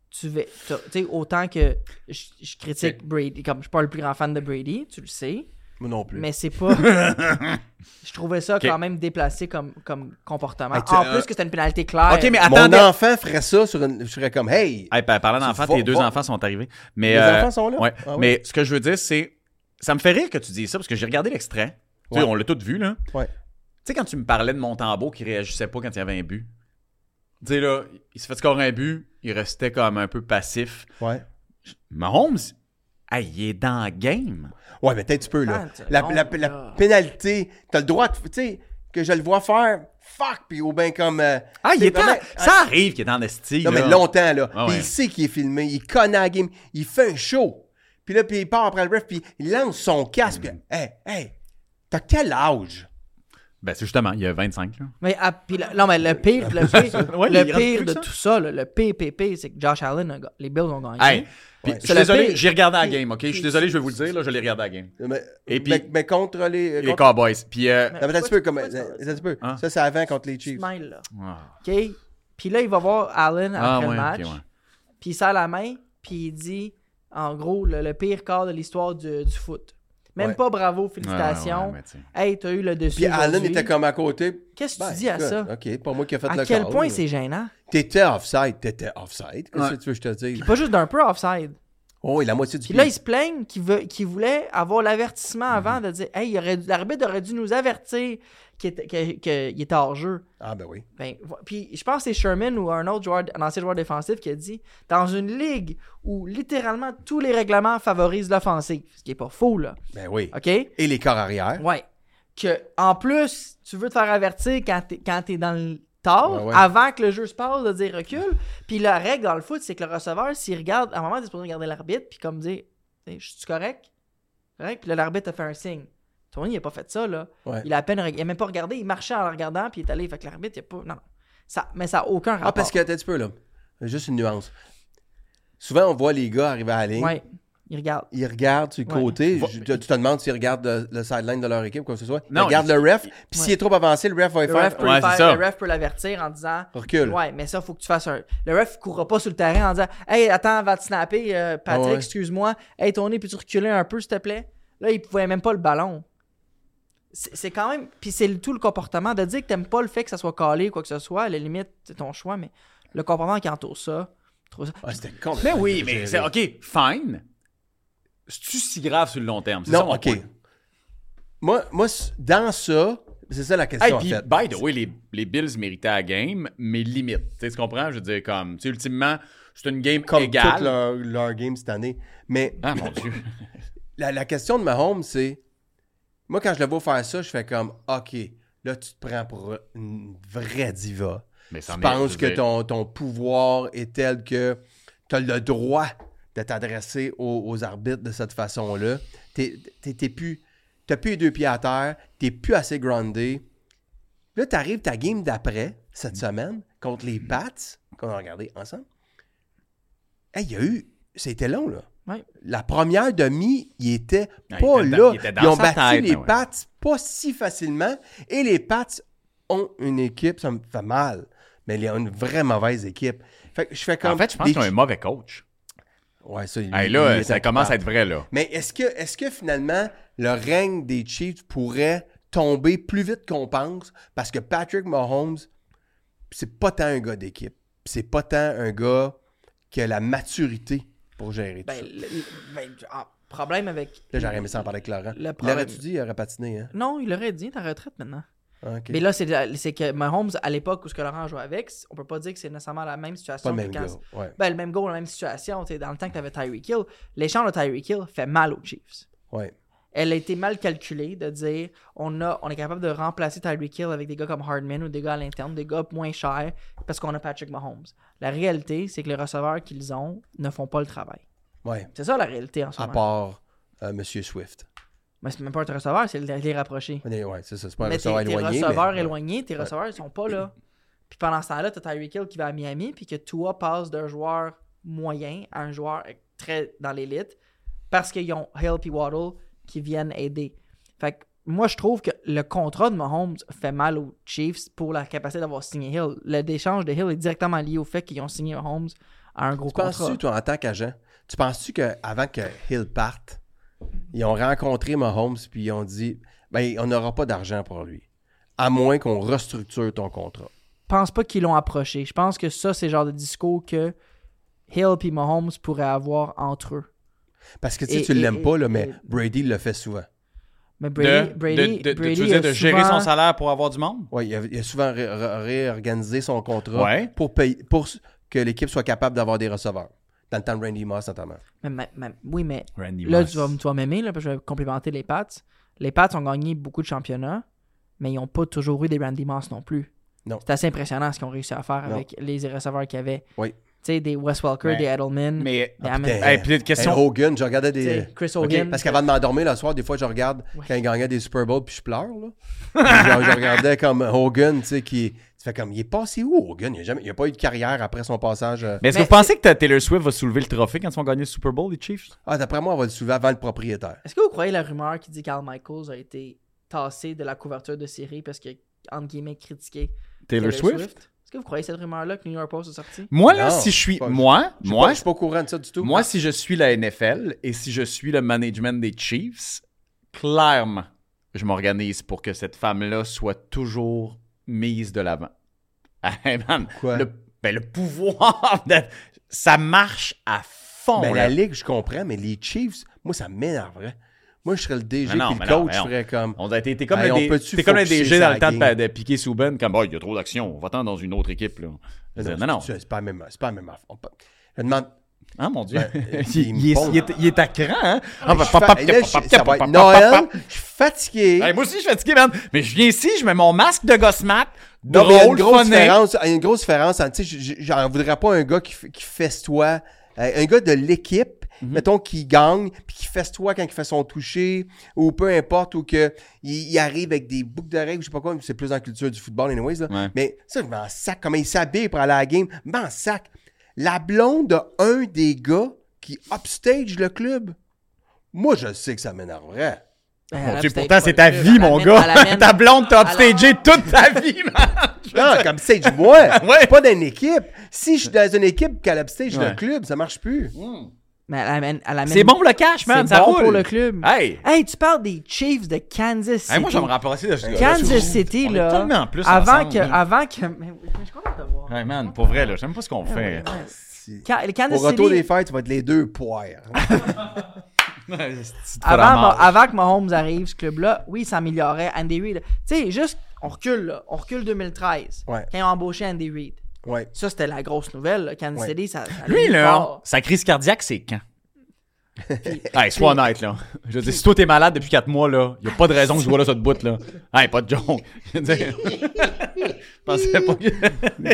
tu vais- t'as- tu sais, autant que je, je critique Brady, comme je suis pas le plus grand fan de Brady, tu le sais,
Moi non plus.
mais c'est pas. je trouvais ça quand même déplacé comme, comme comportement.
Hey, tu-
en
euh,
plus que c'était une pénalité claire.
OK, mais
Mon
attendez.
enfant ferait ça sur une. Je serais comme Hey!
Hey, pa- parlant
Tu
d'enfants,
vas-
tes deux
va-
enfants sont arrivés. Mais,
Les
euh,
enfants sont là.
ouais.
Ah oui?
Mais ce que je veux dire, c'est. Ça me fait rire que tu dises ça parce que j'ai regardé l'extrait. Tu sais,
Ouais.
on l'a tout vu, là.
Ouais.
Tu sais, quand tu me parlais de Montembeau qui réagissait pas quand il y avait un but, tu sais, là, il s'est fait scorer un but, il restait comme un peu passif.
Ouais.
Mahomes, hey, il est dans le game.
Ouais, mais peut-être tu peux, là.
Attends,
La,
non,
la- la
là.
pénalité, t'as le droit de. Tu sais, que je le vois faire, fuck! Puis au bain comme. euh,
Ah, il
c'est
est en-
vraiment-
Ça arrive qu'il est en esti.
Non, mais
là.
longtemps, là.
Ah
Puis
ouais.
Il sait qu'il est filmé, il connaît la game, il fait un show. Puis là, puis il part après le ref, puis il lance son casque.
Mm.
puis, Hey, hey, t'as quel âge?
Ben, c'est justement, il y a 25. Là.
Mais, ah, puis le- non, mais le pire, le pire,
Euh, Ouais,
le
il rate
pire
plus que
de
ça.
tout ça, là, le PPP, c'est que Josh Allen, a ga- les Bills ont gagné.
Hey, puis,
Ouais.
je
C'est
suis
le
désolé,
pire.
j'ai regardé la game, OK? Je suis
Puis-
désolé, je vais vous le dire, là, je l'ai regardé la game.
Mais,
Et puis-
mais, mais contre les.
Les
contre-
Cowboys. Puis, euh,
Non, mais attends un petit peu, comme.
Pourquoi tu-
attends un petit peu.
Hein?
Ça, c'est avant contre les
Tu
Chiefs.
te mêles, là.
ah.
OK? Puis là, il va voir Allen
Ah,
après
ouais,
le match.
ok, ouais.
Puis il serre la main, puis il dit, en gros, le, le pire quart de l'histoire du, du foot. Même
Ouais.
pas bravo,
Ouais, ouais,
félicitations.
ouais, mais tu sais.
Hey, t'as eu le dessus.
Puis Allen
aujourd'hui.
était comme à côté.
Qu'est-ce que
Ben,
tu dis à
écoute,
ça?
OK, pas moi qui ai fait le
À quel
call,
point
là.
c'est gênant?
T'étais offside, t'étais offside. Qu'est-ce que
Ouais.
tu veux que je te dise?
Puis pas juste d'un peu offside.
Oh, et la moitié du
Puis là,
prix.
ils se plaignent qu'ils veulent- qu'ils voulaient avoir l'avertissement avant de dire Hey, il aurait dû- l'arbitre aurait dû nous avertir qu'il était, que- que- il était hors jeu.
Ah, ben oui.
Ben, vo- puis je pense que c'est Sherman ou un autre joueur, un ancien joueur défensif qui a dit Dans une ligue où littéralement tous les règlements favorisent l'offensive, ce qui est pas faux, là.
Ben oui.
OK?
Et les corps arrière.
Ouais. Que, en plus, tu veux te faire avertir quand t'es, quand t'es dans le tard,
Ouais, ouais.
avant que le jeu se passe, de dire recul. Puis la règle dans le foot, c'est que le receveur, s'il regarde, à un moment, il est supposé regarder l'arbitre, puis comme dire, Hey, je suis correct? Correct? Puis là, l'arbitre a fait un signe. Tony, il a pas fait ça, là.
Ouais.
Il a à peine, reg- il a même pas regardé, il marchait en le regardant, puis il est allé. Fait que l'arbitre, il a pas. Non, non. Ça, mais ça a aucun rapport.
Ah, parce que, attends un petit peu, là. Juste une nuance. Souvent, on voit les gars arriver à la ligne.
Ouais. Il regarde.
Ils regardent sur le
Ouais.
côté. Je- tu tu te demandes s'ils regardent le, le sideline de leur équipe, quoi que ce soit. Ils
Non,
regardent
ils-
le ref. Puis
ils-
s'il est trop avancé, le ref va y
Le
faire.
ref peut,
Ouais,
le faire-
c'est ça.
le ref peut l'avertir en disant
Recule.
Ouais, mais ça, faut que tu fasses un. Le ref courra pas sur le terrain en disant Hey, attends, va te snapper, euh, Patrick,
Ah ouais.
excuse-moi. Hey, Tony, peux-tu reculer un peu, s'il te plaît Là, il voyait même pas le ballon. C'est c'est quand même. Puis c'est le- tout le comportement. De dire que t'aimes pas le fait que ça soit calé, quoi que ce soit, à la limite, c'est ton choix, mais le comportement qui entoure ça. je trouve ça-
Ah, c'était con.
Mais oui, mais c'est OK, fine. C'est-tu si grave sur le long terme? C'est ça
Non,
mon
OK.
point.
Moi, moi, c- dans ça, c'est ça la question,
Hey,
en
puis,
fait.
by the way, les, les Bills méritaient la game, mais limite. Tu sais, tu comprends? Je veux dire, comme, tu sais, ultimement, c'est une game
Comme toute
égale.
leur, leur game cette année. Mais
Ah, mon Dieu.
la, la question de Mahomes, c'est. Moi, quand je le vois faire ça, je fais comme OK, là, tu te prends pour une vraie diva.
Mais
Tu penses que ton, ton pouvoir est tel que tu as le droit de t'adresser aux, aux arbitres de cette façon-là. T'es t'es- t'es plus. T'as plus les deux pieds à terre, t'es plus assez groundé. Là, t'arrives ta game d'après, cette semaine, contre les Pats, qu'on a regardé ensemble. Hey, il y a eu. C'était long, là.
Ouais.
La première demi, il était
Ah, il
pas
était dans-
là.
il était dans
Ils ont
sa
battu
tête,
les
ben ouais.
Pats pas si facilement. Et les Pats ont une équipe, ça me fait mal, mais ils ont une vraie mauvaise équipe. Fait que je fais comme.
En fait, je pense
les-
qu'ils ont un mauvais coach.
Ouais, ça, il-
Hey,
il
là,
est
ça commence
incroyable.
à être vrai, là.
Mais est-ce que, est que finalement, le règne des Chiefs pourrait tomber plus vite qu'on pense parce que Patrick Mahomes, c'est pas tant un gars d'équipe. C'est pas tant un gars qui a la maturité pour gérer tout
Ben,
ça.
le- le- ben, ah, problème avec.
Là, j'aurais aimé ça en parler avec Laurent.
Le
L'aurais-tu
problème-
dit, il aurait patiné, hein?
Non, il aurait dit ta retraite maintenant.
Ah, ok.
Mais là, c'est c'est que Mahomes, à l'époque où ce que Laurent jouait avec, on peut pas dire que c'est nécessairement la même
pas
situation
le
que
même
quand
gars. Ouais.
ben, le même goal, la même situation. t'sais, Dans le temps que tu avais Tyreek Hill, l'échange de Tyreek Hill fait mal aux Chiefs.
ouais.
Elle a été mal calculée de dire on, a, on est capable de remplacer Tyreek Hill avec des gars comme Hardman ou des gars à l'interne, des gars moins chers parce qu'on a Patrick Mahomes. La réalité, c'est que les receveurs qu'ils ont ne font pas le travail.
Ouais.
C'est ça la réalité en ce
À
moment.
part euh, M. Swift.
Mais c'est même pas un receveur, c'est les rapprocher.
On est- Ouais, c'est ça. C'est pas un
mais tes,
receveur
tes
éloigné. mais-
receveurs
ouais.
éloignés, tes receveurs, ils sont pas là. Puis pendant ce temps-là, t'as Tyreek Hill qui va à Miami, puis que toi passe d'un joueur moyen à un joueur très dans l'élite parce qu'ils ont Hill et Waddle qui viennent aider. Fait que moi, je trouve que le contrat de Mahomes fait mal aux Chiefs pour la capacité d'avoir signé Hill. Le déchange de Hill est directement lié au fait qu'ils ont signé Mahomes à un gros
Tu penses-tu,
contrat.
toi, en tant qu'agent, tu penses-tu qu'avant que Hill parte, ils ont rencontré Mahomes puis ils ont dit ben, on n'aura pas d'argent pour lui. À moins qu'on restructure ton contrat.
Je pense pas qu'ils l'ont approché. Je pense que ça, c'est le genre de discours que Hill et Mahomes pourraient avoir entre eux.
Parce que tu sais,
Et-
tu
et-
l'aimes
et-
pas, là, mais
et-
Brady le fait souvent.
Mais
De,
Brady,
de-
Brady,
de- de-
Brady
tu veux dire
a
de gérer
souvent-
son salaire pour avoir du monde?
Ouais, il, a, il a souvent ré- ré- réorganisé son contrat
Ouais.
pour, payer, pour s- que l'équipe soit capable d'avoir des receveurs. Dans le temps de Randy Moss, notamment.
Mais- mais- mais- oui, mais
Randy
là, tu vas, m- tu vas m'aimer, là, parce que je vais complimenter les Pats. Les Pats ont gagné beaucoup de championnats, mais ils n'ont pas toujours eu des Randy Moss non plus.
Non.
C'est assez impressionnant ce qu'ils ont réussi à faire
Non.
avec les receveurs qu'il y avait.
Oui.
Tu sais, des Wes Welker,
Mais-
des Edelman,
Mais,
des
Ah,
Hammond-
putain.
hey, puis une
Hey,
question.
Hogan, je regardais
tu
des.
sais, Chris
Ok,
Hogan.
Parce qu'avant de m'endormir le soir, des fois, je regarde
Ouais.
quand il gagnait des Super Bowls puis je pleure. Là. je, je regardais comme Hogan, tu sais, qui. Tu fais comme, il est passé où, Hogan Il n'a jamais... il a pas eu de carrière après son passage. euh.
Mais est-ce
Mais
que vous pensez que ta- Taylor Swift va soulever le trophée quand ils vont gagner le Super Bowl, les Chiefs?
Ah, d'après moi, on va le soulever avant le propriétaire.
Est-ce que vous croyez la rumeur qui dit qu'Al Michaels a été tassé de la couverture de série parce que, entre guillemets, critiqué
Taylor, Swift?
Est-ce que vous croyez cette rumeur-là que New York Post a sortie?
Moi, là,
Non,
si je suis.
pas-
Moi,
Je
moi,
ne suis pas au courant de ça du tout.
Moi, si je suis la NFL et si je suis le management des Chiefs, clairement, je m'organise pour que cette femme-là soit toujours mise de l'avant. Hey, man,
Quoi?
Le, ben, le pouvoir, de- ça marche à fond.
Ben,
là.
la Ligue, je comprends, mais les Chiefs, moi, ça m'énerverait. Moi, je serais le DG
Mais non,
puis
mais
le
non,
coach,
mais
je
non.
ferais comme...
On a été t'es comme
Hey,
le
Ben, on
des-
peut-tu
t'es comme le
focusser
DG dans
sa
le temps
game?
de, de piquer Souben comme bah il y a trop d'action, va-t'en dans une autre équipe là. Je disais, Non non.
C'est c'est pas la même... C'est pas la même affaire. On peut- Je demande...
Ah mon dieu.
Ben,
il,
ils me
il est,
pondent.
il est- il est à cran hein. Ah,
ben, Je
pop,
fa-
pop,
Là,
pop,
je-
pop,
ça
pop,
va être
pop,
Noël,
pop, pop.
je suis fatigué.
Hey, moi aussi je suis fatigué man, mais je viens ici, je mets mon masque de gosmat,
Non, mais il y a une
drôle,
grosse
funné.
différence. Il y a une grosse différence. entre, Tu sais, je- je- j'en voudrais pas un gars qui, f- qui festoie. euh, un gars de l'équipe,
Mhm.
mettons, qui gagne, puis qui festoie quand il fait son toucher, ou peu importe, ou que il, il arrive avec des boucles d'oreilles, ou je sais pas quoi, mais c'est plus dans la culture du football, anyways. Là.
Ouais.
Mais ça, je m'en sac. Comment il s'habille pour aller à la game, je m'en sac. La blonde de un des gars qui upstage le club, moi, je sais que ça m'énerverait.
Mon Dieu, pourtant c'est ta vie mon gars. Ta blonde t'a upstagé toute ta vie man. Je veux
Non,
dire,
comme stage moi,
Ouais.
pas d'une équipe. Si je suis dans une équipe qu'à l'upstage
Ouais.
le club, ça marche plus.
Mais elle amène, elle amène-
C'est bon pour le cash man,
c'est
ça
bon
roule
pour le club.
Hey.
Hey, tu parles des Chiefs de Kansas City.
Hey, moi, je vais me remplacer de ce gars-là.
Kansas
surtout.
City,
On est
là.
tellement plus
avant
ensemble,
que,
là.
avant que. Mais oui, mais je suis content de te voir.
Ouais, man, pour vrai, là, j'aime pas ce
Ah
qu'on fait.
Si-
Ka- le Kansas
Au retour des
City,
fêtes, tu vas être les deux poires.
C'est pas la
avant,
marge.
avant que Mahomes arrive, ce club-là, oui, ça améliorait. Andy Reid. Tu sais, juste, on recule, là. On recule 2013.
Ouais.
Quand ils ont embauché Andy Reid.
Ouais.
Ça, c'était la grosse nouvelle. là. Kansas
Ouais.
City, ça. ça
Lui,
allait
là,
fort.
sa crise cardiaque, c'est quand? hey, sois honnête, là. Je veux dire, si toi t'es malade depuis 4 mois, là, y a pas de raison que je vois là ça te bout, là. Hey, pas de joke. Je veux dire, je pensais pas que.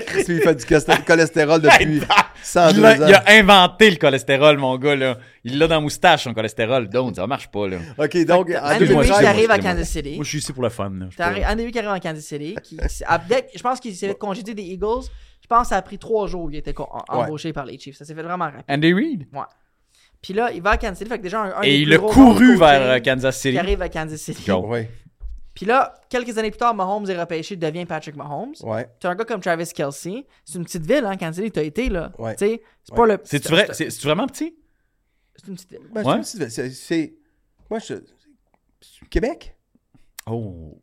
Chris, lui, il fait du cholest- cholestérol depuis
Hey, bah,
102
il, a,
ans.
il a inventé le cholestérol, mon gars, là. Il l'a dans la moustache, son cholestérol. Donc, ça marche pas, là.
OK, donc, en
Andy
Ah, Excuse-moi,
Reid
2013,
excuse-moi,
arrive à
excuse-moi.
Kansas City.
Moi, je suis ici pour le fun, là. Je
T'as
peux-
arri- Andy Reid qui arrive en Kansas City. Qui, c'est- à- dès- je pense qu'il s'est fait congédier des Eagles. Je pense que ça a pris trois jours qu'il était con- en-
Ouais.
embauché par les Chiefs. Ça s'est fait vraiment rapide.
Andy Reid.
Puis là, il va à Kansas City. Fait que déjà, un, un des
Et il
plus
a
gros
couru
coaching
vers euh, Kansas City.
Qui arrive à Kansas City.
Go.
ouais,
Puis là, quelques années plus tard, Mahomes est repêché, devient Patrick Mahomes.
ouais.
T'as un gars comme Travis Kelsey. C'est une petite ville, hein, Kansas City, t'as été, là.
Ouais.
Tu sais, c'est pas le.
C'est-tu vrai? C'est c'est-tu vraiment petit?
C'est une petite ville.
Ben,
Ouais.
c'est- c'est- C'est... Moi, je... c'est- Québec,
Oh.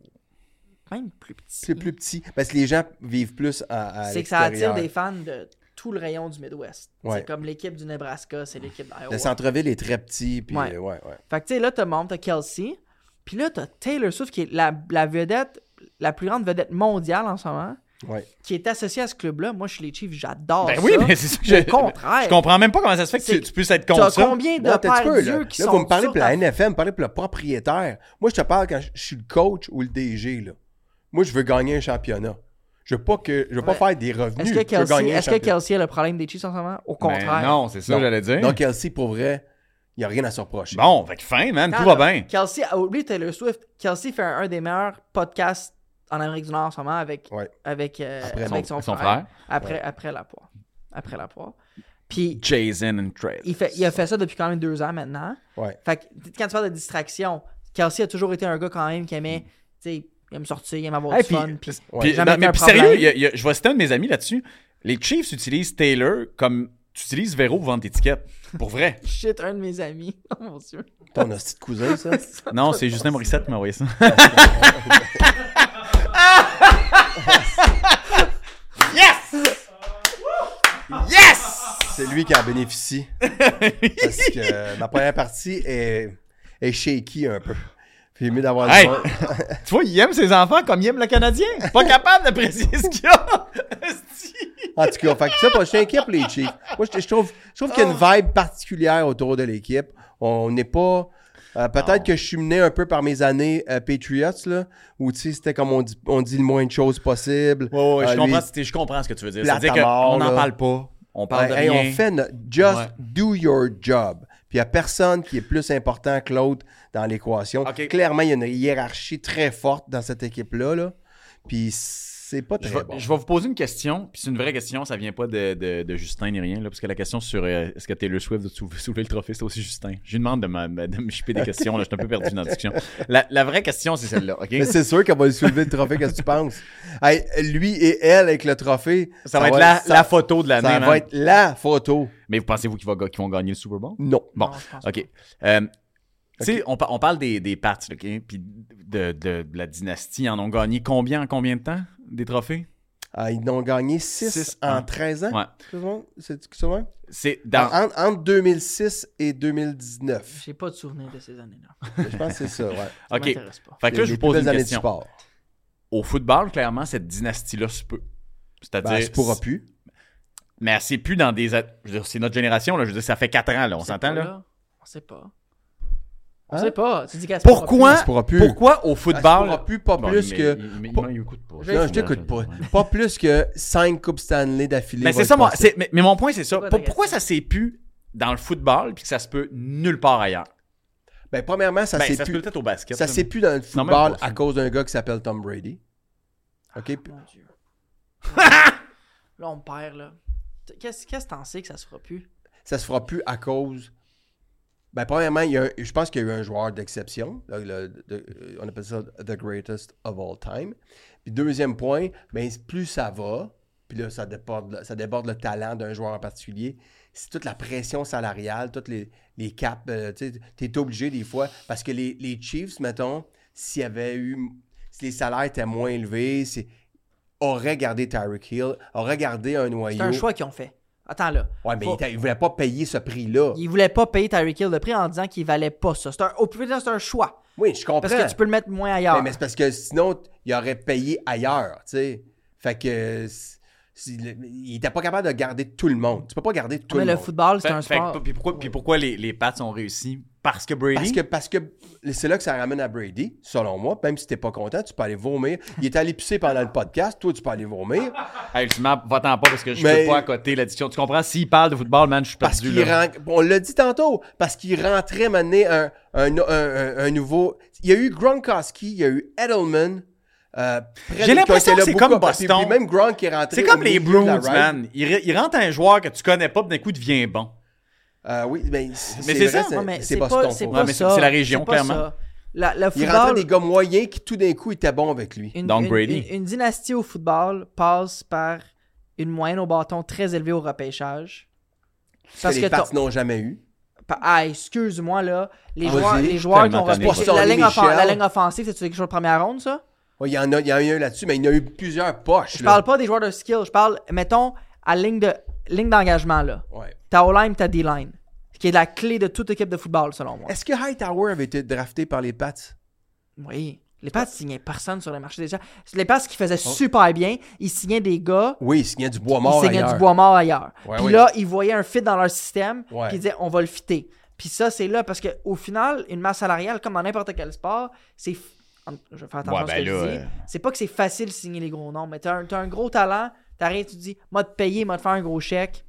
Même plus petit.
c'est plus petit. Parce que les gens vivent plus à, à
C'est que ça attire
l'extérieur.
des fans de tout le rayon du Midwest.
Ouais.
C'est comme l'équipe du Nebraska, c'est l'équipe
Le
d'Iowa.
centre-ville est très petit, puis
Ouais.
euh, ouais, ouais.
Fait que tu sais, là, t'as Mahomes, t'as Kelsey. Puis là, t'as Taylor Swift, qui est la, la vedette, la plus grande vedette mondiale en ce moment,
ouais.
qui est associée à ce club-là. Moi, je suis les Chiefs, j'adore
Ben
ça.
oui, mais c'est ça que
Au
je.
contraire.
Je comprends même pas comment ça se fait que
C'est-
tu, tu puisses être
T'as
contre ça.
combien de
Non, attends un
paires
petit peu, là.
d'yeux qui
Là,
sont
vous me parlez
sur
pour la
ta-
NFM, vous me parlez pour le propriétaire. Moi, je te parle quand je, je suis le coach ou le DG, là. Moi, je veux gagner un championnat. Je veux pas que je veux pas
Ouais.
faire des revenus.
Est-ce que,
Je veux
Kelsey,
gagner un
est-ce que
championnat.
Kelsey a le problème des Chiefs en ce moment? Au
Ben
contraire.
non, c'est ça
Non.
que j'allais dire.
Donc, Kelsey, pour vrai, il n'y a rien à se reprocher.
bon, fait que fin, man,
Attends,
tout va
là,
bien.
Kelsey, a oublié Taylor Swift. Kelsey fait un, un des meilleurs podcasts en Amérique du Nord en ce moment avec,
Ouais.
avec, euh,
Après
avec son,
Son
frère.
frère,
Après, après la poire. Après la poire. Puis,
Jason and Travis.
il, fait, il a fait ça depuis quand même deux ans maintenant.
Ouais.
Fait que quand tu parles de distraction, Kelsey a toujours été un gars quand même qui aimait, tu sais, il aime sortir, il aime avoir
Hey,
du
puis-
fun. Mm. puis-
Puis-
Ouais.
Jamais
non, mais
fait un
puis
problème.
sérieux, il y a- il y a- je vois citer un de mes amis là-dessus. Les Chiefs utilisent Taylor comme tu utilises Véro pour vendre tes tickets. Pour vrai.
Shit, un de mes amis. Oh mon dieu.
Ton hostie de cousin, ça.
non, c'est Justin Morissette qui m'a envoyé ça. yes! Yes!
C'est lui qui en bénéficie. Parce que ma première partie est, est shaky un peu. Puis mieux d'avoir du
Hey!
fun.
Tu vois, il aime ses enfants comme il aime le
Ah,
Canadien. Pas capable d'apprécier ce qu'il y a. Esti.
En tout cas, fait que ça, moi, je suis inquiet pour les Chiefs. Moi, je, je trouve, je trouve qu'il y a une
Ah.
vibe particulière autour de l'équipe. On n'est pas. euh,
Non.
Peut-être que je suis mené un peu par mes années euh, Patriots, là, où tu sais, c'était comme on dit, on dit le moins de choses possible.
Ouais, ouais,
Euh,
je,
lui,
comprends, ce- je comprends ce que tu veux dire.
plate à
C'est-à-dire
mort,
qu'on n'en
là.
parle pas, on parle
Ouais,
de
Euh, hey,
rien.
on fait notre- just
Ouais.
do your job. Puis il n'y a personne qui est plus important que l'autre dans l'équation.
Ok.
Clairement, il y a une hiérarchie très forte dans cette équipe-là. Là. Puis c'est pas
je,
très
vais,
bon.
je vais vous poser une question, puis c'est une vraie question, ça vient pas de, de- de Justin ni rien, là, parce que la question sur euh, est-ce que Taylor Swift de sou- soulever le trophée, c'est aussi Justin. Je lui demande de me de me chipper des questions, là, je suis un peu perdu dans la discussion. La, la vraie question, c'est celle-là, OK?
Mais c'est sûr qu'elle va lui soulever le trophée, qu'est-ce que tu penses? Hey, lui et elle avec le trophée.
Ça, va être la,
ça-
la photo de l'année.
Ça
man.
va être la photo.
Mais vous pensez-vous qu'ils vont, ga- qu'ils vont gagner le Super Bowl?
Non.
Bon,
Non, je pense
OK. Euh, Tu sais, on, par- on parle des, des Pats, là, OK? Puis de, de- de la dynastie. Ils en ont gagné combien en combien de temps des trophées?
Ah, ils n'ont gagné 6
Six
en
en-
13 ans.
Ouais.
C'est ça? C'est ça, ouais?
C'est dans.
En- entre 2006 et 2019.
J'ai pas de souvenir de ces années-là.
Je pense que c'est ça, ouais.
Ça
OK.
m'intéresse pas.
Fait que là, je
Les plus
vous pose
belles
une
années du
question.
sport.
Au football, clairement, cette dynastie-là se peut.
Ben,
C'est-à-dire.
ça se pourra plus.
Mais elle s'est plus dans des. a- Je veux dire, c'est notre génération, là. Je veux dire, ça fait 4 ans, là. On
sait
s'entend,
pas,
là?
On sait pas. On
Hein?
sait pas. Tu dis qu'elle se
Pourquoi,
Ça se pourra plus.
pourquoi
Ça
au
se pourra
football.
plus, pas
Bon,
plus
il-
que...
il- il-
pas-
il m'écoute pas.
Non, je t'écoute pas. Pas plus que 5 Coupes Stanley d'affilée.
Mais
vont
Ben, c'est
être
ça, moi.
passées.
c'est- Mais, mais mon point, c'est ça.
Pourquoi
Pour-
t'as
Pourquoi
raison?
ça s'est pu dans le football puis que ça se peut nulle part ailleurs?
Ben, premièrement, ça
Ben,
s'est
ça se
plus-
peut peut-être au basket.
ça
là,
s'est plus dans le
Non, même
football
pas,
à
ça.
cause d'un gars qui s'appelle Tom Brady. OK?
pas- Mon Dieu. là, on perd, là. T- Qu'est-ce qu'est-ce que t'en sais que ça se fera plus?
ça se fera plus à cause. Ben, premièrement, il y a un- je pense qu'il y a eu un joueur d'exception. Le- le- de- euh, on appelle ça The Greatest of All Time. Puis, deuxième point, ben, plus ça va, puis là, ça déborde, ça déborde le talent d'un joueur en particulier. C'est toute la pression salariale, toutes les, les caps. euh, tu es obligé des fois. Parce que les, les Chiefs, mettons, s'il y avait eu. Si les salaires étaient moins élevés, c'est- auraient gardé Tyreek Hill, auraient gardé un
C'est
noyau.
un choix qu'ils ont fait. Attends, là.
Ouais, mais
Faut-
il t'a- il ne voulait pas payer ce prix-là.
Ils voulaient pas payer Tyreek Hill de prix en disant qu'il valait pas ça. C'est un, au plus vite, c'est un choix.
Oui, je comprends.
Parce que tu peux le mettre moins ailleurs.
mais, mais c'est parce que sinon, t- il aurait payé ailleurs, tu sais. Fait que... s- s'il- il n'était pas capable de garder tout le monde. Tu peux pas garder tout
Ah,
Mais
le
le
monde.
football, c'est
Fait-
un
fait que
sport.
p- puis pourquoi, puis pourquoi les, les Pats ont réussi? Parce que Brady.
Parce que, parce que c'est là que ça ramène à Brady, selon moi. Même si t'es pas content, tu peux aller vomir. Il est allé pisser pendant le podcast. Toi, tu peux aller vomir.
Hey, Ah, ultimement, va-t'en pas parce que je
Mais-
peux pas à côté la discussion. Tu comprends? S'il parle de football, man, je suis
Parce
perdu.
qu'il
là.
ren- On l'a dit tantôt. Parce qu'il rentrait maintenant un, un, un- un- un nouveau... Il y a eu Gronkowski, il y a eu Edelman. euh, Fred
J'ai l'impression
Costello,
que c'est comme
beaucoup- puis-
Boston.
puis même Gronk qui est rentré
C'est
au
comme les
milieu
Bruins,
de la ride.
man. Il, re- il rentre un joueur que tu connais pas, puis d'un coup, il devient bon.
Euh, oui, ben, c'est
Mais c'est
vrai,
ça,
c'est-
Non, mais
c'est
c'est
Boston.
pas, c'est
pour
pas
Ouais,
vrai.
mais c'est-
ça.
c'est la région,
C'est pas
clairement.
ça. La- le
Il rentrait
football,
des gars moyens qui, tout d'un coup, étaient bons avec lui.
une,
Donc
une-
Brady.
une- une dynastie au football passe par une moyenne au bâton très élevée au repêchage.
Parce
Parce
que
que
les Pats
t'as-
n'ont jamais eu.
Pa- Ah, excuse-moi, là. Les
Ah,
joueurs,
vas-y.
les joueurs qui
Tellement
ont
tanné.
repêché.
Poisson,
La ligne,
Michel.
offen- la ligne offensive, c'est-tu quelque chose de première ronde, ça?
Ouais, Il y en a, il y en a eu un là-dessus, mais il y en a eu plusieurs poches.
Je
là.
parle pas des joueurs de skill. Je parle, mettons, à ligne de ligne d'engagement, là.
Ouais.
Ta O-line ta D-line. Qui est la clé de toute équipe de football, selon moi.
Est-ce que Hightower avait été drafté par les Pats?
Oui. Les Pats signaient personne sur le marché déjà. Les Pats qui faisaient super bien, ils signaient des gars,
Oui, il signait du bois
ils
mort
signaient
ailleurs.
du bois mort ailleurs.
Ouais,
Puis
oui.
là, ils voyaient un fit dans leur système, puis
Ouais.
ils disaient on va le fitter. Puis ça, c'est là parce que au final, une masse salariale, comme dans n'importe quel sport, c'est. f- Je vais faire attention
Ouais,
à ce
ben
que
là,
je dis.
euh.
C'est pas que c'est facile de signer les gros noms, mais t'as un, t'as un gros talent, t'arrives, tu te dis moi te payer, moi te faire un gros chèque.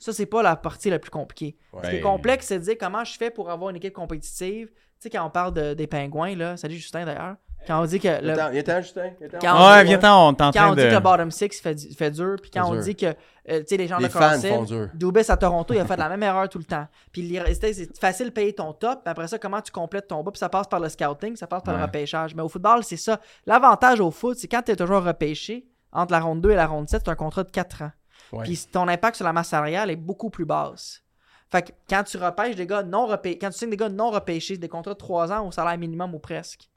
Ça, c'est pas la partie la plus compliquée. Ce qui est
Ben-
complexe, c'est de dire comment je fais pour avoir une équipe compétitive. Tu sais, quand on parle de- des pingouins, là, salut Justin d'ailleurs, quand on dit que le,
Attends, il était un, Justin. Il était un.
Quand-
Ah ouais, viens-t'en, on
quand on
t'entend
dit que le
de.
bottom six fait, du- fait dur, puis quand
Fait
on
dur.
dit que euh, tu sais, les gens
Les
de
fans
Carson,
font dur.
Dubis à Toronto, il a fait la même erreur tout le temps. Puis il- c'était- c'est facile de payer ton top, mais après ça, comment tu complètes ton bas, puis ça passe par le scouting, ça passe par le
Ouais.
repêchage. Mais au football, c'est ça. L'avantage au foot, c'est quand tu es toujours repêché, entre la ronde 2 et la ronde 7, tu un contrat de 4 ans.
Ouais.
Puis ton impact sur la masse salariale est beaucoup plus basse. Fait que quand tu repêches des gars non repêchés, quand tu signes des gars non repêchés, des contrats de 3 ans au salaire minimum ou presque.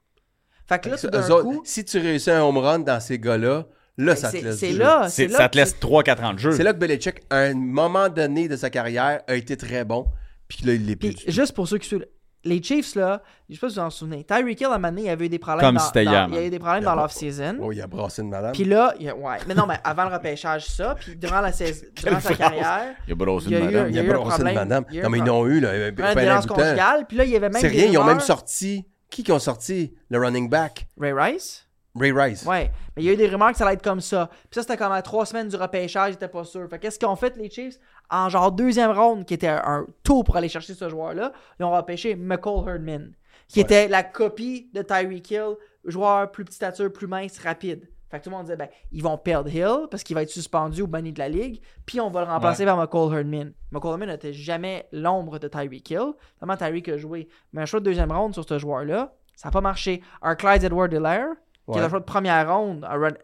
Fait que là, tout
Ça,
d'un
eux autres,
coup,
Si tu réussis un home run dans ces gars-là, là, ça te
c'est-
laisse
c'est
du
là, c'est
c'est-
là
Ça
que
te laisse 3-4 ans de
jeu.
jeu.
C'est là que Belichick, à un moment donné de sa carrière, a été très bon. Puis là, il l'est plus.
Puis
du tout.
juste pour ceux qui suivent, les Chiefs, là, je sais pas si vous vous en souvenez, Tyreek Hill, à un moment donné, il avait eu des problèmes
Comme
dans,
c'était
dans-
hier,
il y a eu des problèmes
man.
dans l'off-season.
Oh, il a brassé une madame.
Puis là, il y a- ouais. Mais non, mais avant le repêchage, ça, puis durant, la saison, durant sa
phrase.
carrière,
Il y a brossé
Il y a
une
eu
madame.
un-
il a
eu
brassé une
problème.
madame.
Il y a eu
Non, mais
un
ils n'ont eu, là. euh,
un
pas
violence
un temps.
conjugale, puis là, il y avait même
C'est
des
rien, ils ont même
rumeurs-
sorti. Qui qui ont sorti le running back
Ray Rice?
Ray Rice.
Ouais. Mais il y a eu des rumeurs que ça allait être comme ça. Puis ça, c'était comme à trois semaines du repêchage, j'étais pas sûr. Fait qu'est-ce qu'ils ont fait, les Chiefs? En genre deuxième ronde, qui était un, un taux pour aller chercher ce joueur-là, ils ont repêché McCall Herdman, qui
Ouais.
était la copie de Tyreek Hill, joueur plus petite stature, plus mince, rapide. Fait que tout le monde disait, ben, ils vont perdre Hill parce qu'il va être suspendu ou banni de la ligue, puis on va le remplacer par McCall Herdman. McCall Herdman n'était jamais l'ombre de Tyreek Hill. Vraiment, Tyreek a joué. Mais un choix de deuxième ronde sur ce joueur-là, ça n'a pas marché. Un Clyde Edward Hilaire, qui
Ouais.
est un choix de première ronde, un run-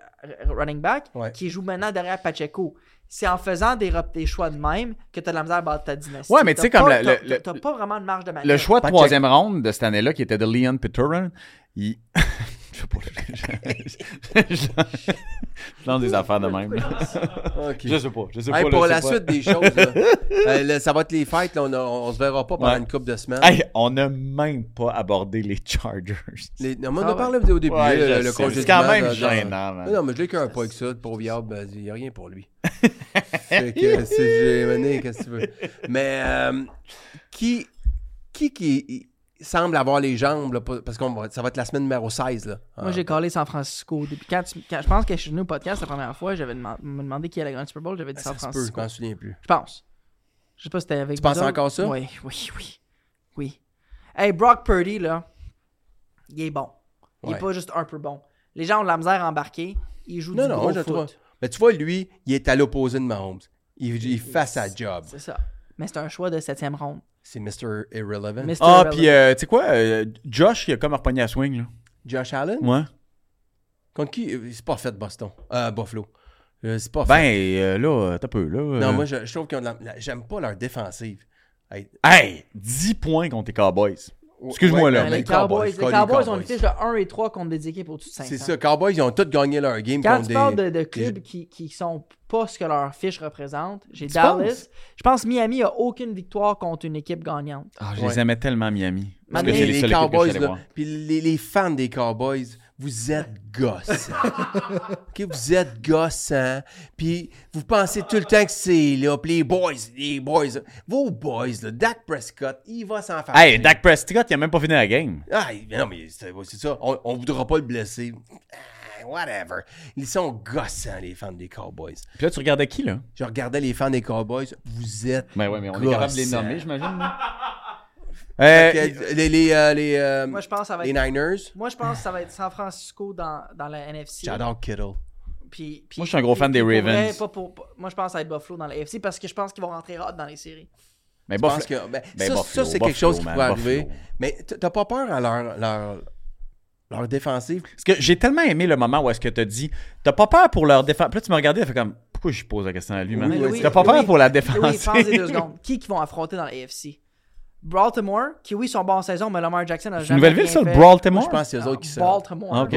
running back,
Ouais.
qui joue maintenant derrière Pacheco. c'est en faisant des, rep- des choix de même que t'as de la misère à battre ta dynastie.
Ouais, mais tu sais,
T'as
comme
pas-
le-
t'as-
le-
t'as-
le-
T'as pas vraiment de marge de manœuvre.
Le choix de
Fact
troisième ronde de cette année-là, qui était de Leon Peturin, il. Je sais pas. je- je- je- Je lance des affaires de même.
Ah, OK.
Je sais pas. Je sais
Hey,
pas.
pour
là,
la
je sais
suite des choses, là, euh, là, ça va être les fêtes. là, on, a- on- on se verra pas pendant
Ouais.
une couple de semaines.
pas. Hey, on n'a même pas abordé les Chargers.
Les- non, mais on
Ah
en
ouais.
parlait au début.
Ouais,
là,
je
le
sais. c'est
congédiement
quand même
dans- dans-
gênant,
Mais
man.
non, mais je l'ai qu'un pas avec ça, le pauvre viable, ben, il n'y a rien pour lui. fait que si j'ai mené, qu'est-ce que tu veux. Mais euh, qui, qui qui semble avoir les jambes, là, pour- parce que ça va être la semaine numéro 16. Là,
Moi,
Ah.
j'ai collé San Francisco. Depuis quand, tu- quand- je pense que je suis venu au podcast la première fois, j'avais deman- me demandé qui allait gagner le Super Bowl,
Ah,
j'avais dit
ça
San
se peut, je
Francisco.
m'en souviens plus.
Je pense. Je sais pas si c'était avec.
Tu penses
vous autres.
encore ça?
Oui, oui, oui. Oui. Hey, Brock Purdy, là, il est bon. Il
Ouais.
est pas juste un peu bon. Les gens ont de la misère à embarquer. Il joue
Non,
du
non,
gros
je le
foot.
trouve. Mais tu vois, lui, il est à l'opposé de Mahomes. Il, il fait sa job.
C'est ça. Mais c'est un choix de septième ronde.
C'est Mr. Irrelevant.
Mr.
Ah,
Irrelevant.
puis euh, tu sais quoi, euh, Josh, il a comme repogné à swing, là.
Josh Allen?
Ouais.
Contre qui? Euh, C'est pas fait de Boston. Euh, Buffalo. Euh, c'est pas fait.
Ben, euh, là, t'as peu, là. euh,
Non, moi, je, je trouve qu'ils ont de la- la- J'aime pas leur défensive. Hey,
Hey, 10 points contre les Cowboys. Excuse-moi, là.
Mais
mais
Euh, les Cowboys, les
je colle
Cowboys ont une fiche de 1 et 3 contre des équipes au-dessus de 500.
C'est ça, Cowboys, ils ont tous gagné leur game
Quand
contre
tu parles
des...
de, de clubs qui, qui sont pas ce que leur fiche représente, j'ai
Tu
Dallas.
penses?
Je pense Miami a aucune victoire contre une équipe gagnante.
Ah, je
Ouais.
les aimais tellement, Miami. Parce
Mais
que c'est les,
les,
seules équipes que je suis
Cowboys,
allé
là,
voir.
puis les, les fans des Cowboys, vous êtes gosses. hein. OK, vous êtes gosses, hein. Puis vous pensez tout le temps que c'est là, puis les boys, les boys. Vos boys, là, Dak Prescott, il va s'en faire.
Ah, Hey, Dak Prescott, il a même pas fini la game.
Ah, mais non, mais c'est c'est ça. On, on voudra pas le blesser. Ah, Whatever. Ils sont gossants, les fans des Cowboys.
Puis là, tu regardais qui, là?
Je regardais les fans des Cowboys. Vous êtes.
Ben ouais, mais on est
gossants.
capable de les nommer, j'imagine. là.
Fait
Euh,
que Les, les, euh, les, euh,
Moi, je pense que ça va
les
être,
Niners.
moi, je pense que ça va être San Francisco dans, dans la NFC.
J'adore Kittle.
Ben,
Puis, puis-
Moi, je suis un gros
puis-
fan des
puis pour
Ravens.
vrai, pas pour- pas- moi, je pense que ça va être Buffalo dans la NFC parce que je pense qu'ils vont rentrer hot dans les séries.
mais
Je
bon,
pense que ben,
Ben,
ça,
Buffalo,
ça, c'est
Buffalo,
quelque chose qui
man,
pourrait arriver.
Buffalo.
Mais t- t'as pas peur à leur, leur, leur défensive?
Parce que j'ai tellement aimé le moment où est-ce que t'as dit T'as pas peur pour leur défense. Puis là, tu m'as regardé, t'as fait comme Pourquoi je pose la question à lui, man?
Oui, oui,
T'as pas peur
Louis-
pour la
Louis,
défense.
pense les deux secondes. Qui qui vont affronter dans la AFC? Baltimore, qui oui sont bons en saison, mais Lamar Jackson a
C'est
jamais.
une nouvelle ville,
rien
ça, le
fait.
Baltimore?
Je pense qu'il y a Ah, eux autres qui sont.
Baltimore.
Ah, ok.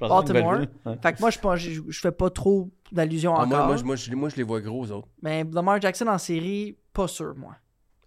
Bon,
Baltimore. Fait que moi, je, pense- je, je fais pas trop d'allusions
ah,
encore.
moi, moi, je- moi, je, moi, je les vois gros, eux autres.
Mais Lamar Jackson en série, pas sûr, moi.